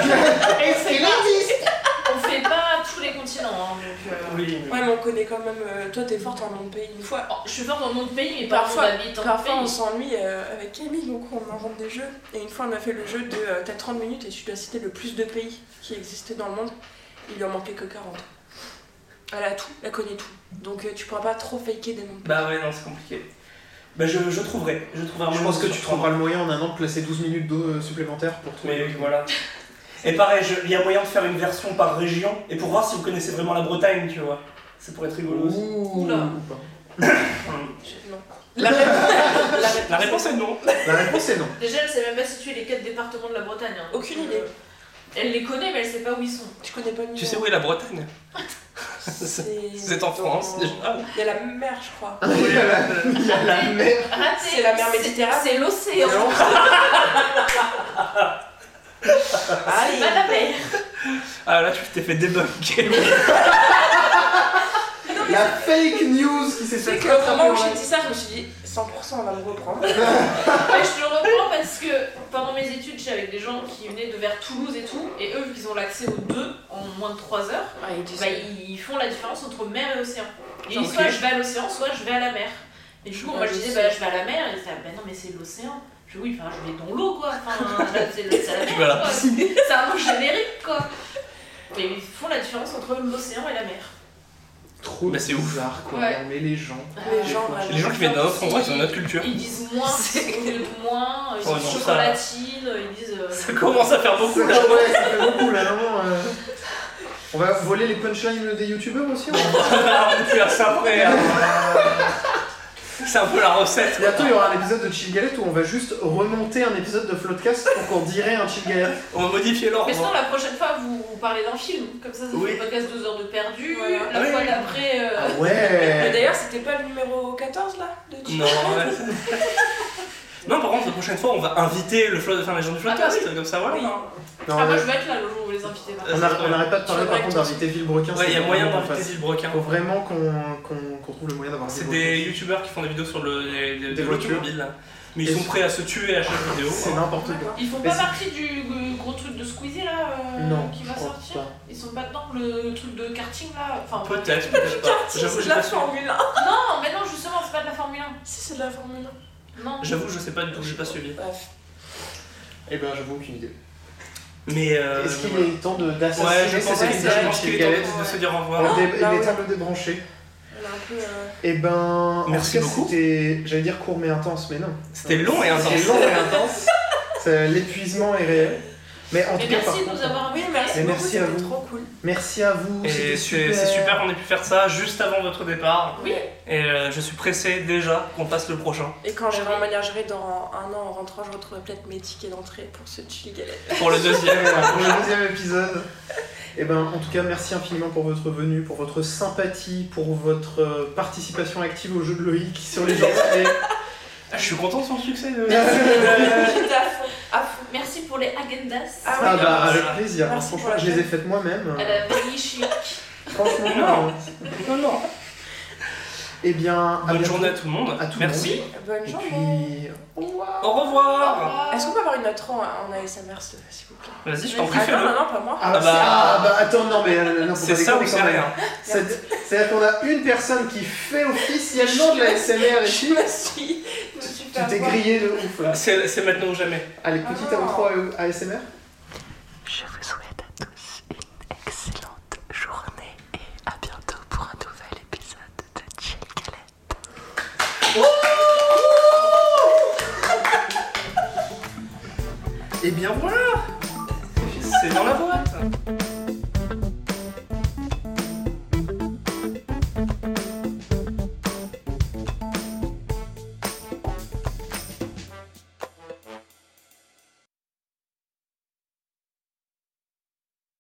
Et c'est l'artiste
on fait pas tous les continents, hein, donc. euh,
Oui.
Ouais, mais on connaît quand même. euh, toi, t'es forte en nom de pays une fois.
oh, je suis forte dans mon pays, mais
Parfois-
parfois on habite en
Parfois, on
pays.
s'ennuie euh, avec Camille, donc on invente des jeux. Et une fois, on a fait le jeu de euh, t'as 30 minutes et tu dois citer le plus de pays qui existaient dans le monde. Il lui en manquait que 40. Elle a tout, elle connaît tout. Donc euh, tu pourras pas trop faker des noms.
Bah ouais, non, c'est compliqué. Bah je, je trouverai. Je trouverai un
Je
moyen
pense que
de
tu
surprendre.
trouveras le moyen en un an de placer 12 minutes d'eau supplémentaire pour trouver.
Mais oui, voilà. Et pareil, je- il y a moyen de faire une version par région et pour voir si vous connaissez vraiment la Bretagne, tu vois. C'est pour être rigolo aussi.
Ouh,
Oula.
ou pas.
Hum.
Je- Non.
La,
La
la réponse est non.
La réponse est non.
Déjà, elle sait même pas situer les quatre départements de la Bretagne. hein, donc,
Aucune
euh,
idée. Elle les
Elle connaît, mais elle sait pas où ils sont.
Tu connais pas le
Tu
nom.
sais où est la Bretagne
C'est
C'est en France
dans-
déjà.
Il y a la mer, je crois.
Il y a la- il y a la mer.
Raté.
C'est la mer Méditerranée.
C'est l'océan.
Allez,
Madame Meyer.
Ah là, tu t'es fait débunker.
La fake news qui s'est
Tu sais
fait
que au
attraper
moment où
en
j'ai
live.
dit ça, je me suis dit 100% on va me reprendre.
Ouais, je te le reprends parce que pendant mes études, j'étais avec des gens qui venaient de vers Toulouse et tout, et eux, vu qu'ils ont l'accès aux deux en moins de 3 heures,
Ah,
bah, ils font la différence entre mer et océan. Et
Ok.
soit je vais à l'océan, soit je vais à la mer. Et du coup,
Ouais,
moi je
je
disais,
sais.
bah, je vais à la mer, et ils disaient, bah non, mais c'est l'océan. Je dis, oui, enfin, je vais dans l'eau, quoi. Enfin, là, c'est c'est à la mer.
vas à la
Ah,
quoi. C'est un mot générique, quoi. Mais ils font la différence entre l'océan et la mer.
Trop
Bah, c'est ouf.
bizarre quoi,
Ouais.
Non, mais les gens.
Les gens,
Les gens qui viennent d'un autre endroit, ils ont notre culture.
Euh, Ils disent moins,
C'est-
ils disent moins, ils
Oh
disent
non, ça-
chocolatine, ils disent. euh,
Ça commence à faire beaucoup là.
Ouais, ça fait beaucoup là, vraiment. euh. On va voler les punchlines des youtubeurs aussi hein. on va-
Ah, on fait ça après. hein. C'est un peu la recette.
Bientôt, il y aura un épisode de Chill Galette où on va juste remonter un épisode de Floodcast pour qu'on dirait un Chill Galette.
On va modifier
Mais sinon,
l'ordre.
la prochaine fois, vous, vous parlez d'un film. Comme ça, ça
Oui.
fait pas podcast 2 heures de perdu.
Voilà.
La
Oui,
fois
oui.
d'après. euh,
Ah
Mais
ouais
d'ailleurs, c'était pas le numéro 14 là de Jim
Non, ouais. Non, par contre, la prochaine fois, on va inviter le flot de faire les gens du podcast. Comme ça, voilà.
Ah bah Oui.
Non,
Ah, moi,
ouais.
je vais être là le jour où vous les invitez. par
Euh,
On
contre.
n'a- on n'arrête pas de parler
Tu
par
veux
contre
pas
d'inviter Villebrequin.
Ouais, il y a moyen d'inviter
d'inviter
Gilles Broquin.
Faut vraiment qu'on qu'on- qu'on trouve le moyen d'avoir
C'est
Villebrequin.
des youtubeurs qui font des vidéos sur le, les, les-
Des
de
voitures.
l'automobile. là. Mais ils
Et
sont
c'est-
prêts à se tuer à chaque vidéo.
C'est
quoi.
Ah,
n'importe quoi.
Ils font
Mais
pas
c'est-
partie du euh, gros truc de Squeezie là euh,
Non,
qui
je
va
crois
sortir
pas.
Ils sont pas dedans le truc de karting là enfin,
Peut-être, peut-être pas. J'avoue,
C'est
j'ai
de
pas
la
su-
Formule 1.
Non, mais non, justement, c'est pas de la Formule
Si, c'est de la Formule
1. Non.
J'avoue, je sais pas du tout, j'ai pas suivi.
1. Bref.
Eh ben, j'avoue aucune idée.
Mais. euh,
Est-ce qu'il
voilà.
est temps de-
Ouais,
d'assassiner
je pense
cette
qu'il- je pense
émission
qu'il
de
est temps
galette
de- de se dire au revoir.
On dé-
bah
Les
oui.
tables débranchées.
On a un peu. euh,
Eh ben,
Merci
en tout cas,
beaucoup.
C'était, j'allais dire court mais intense, mais non.
C'était long et intense.
C'était long et intense. C'est- L'épuisement est réel. Mais en
Mais
tout cas, par
merci de nous
contre,
avoir
Oui,
invités.
merci
Mais
beaucoup,
merci à
c'était
vous.
trop cool.
merci à vous.
Et
c'était
c'est c'est super, qu'on ait pu faire ça juste avant votre départ.
Oui.
Et euh, je suis pressé déjà qu'on passe le prochain.
Et quand je remanagerai dans un an en rentrant, je retrouverai peut-être mes tickets d'entrée pour ce chili galette.
Pour le deuxième.
Pour le deuxième épisode. Et ben, en tout cas, merci infiniment pour votre venue, pour votre sympathie, pour votre euh, participation active au jeu de Loïc sur les journées.
Ah, je suis content de son succès. euh.
Tout à fond, à fond.
Merci pour les agendas.
Ah
Ah bah, avec
Merci.
plaisir.
Merci pour
Franchement,
la
je les ai faites moi-même.
À la Vanille Chic.
Franchement,
Euh, Non.
euh,
non, non.
eh bien, à
Bonne
bientôt.
journée à tout le monde.
À tout le
Merci.
Bonne
Et
journée.
puis,
Au revoir.
Oh.
Est-ce qu'on peut avoir une intro en, en ASMR, s'il s'il vous plaît
Vas-y, je t'en prie,
Ah non, non,
fais-le.
non, pas moi.
Ah,
bah-
bah, ah bah attends, non mais euh, non, faut
C'est
pas
ça ou
déconner
c'est
quand même.
rien.
C'est- C'est-à-dire qu'on a une personne qui fait officiellement de la SMR et
Je
tu
me suis, je me suis fait
tu t'es
avoir.
grillé de ouf là.
C'est c'est maintenant ou jamais.
Allez, petite
Ah.
intro à- à ASMR.
Je vous souhaite à tous une excellente journée et à bientôt pour un nouvel épisode de Chill Galette.
Et bien voilà
C'est dans la boîte.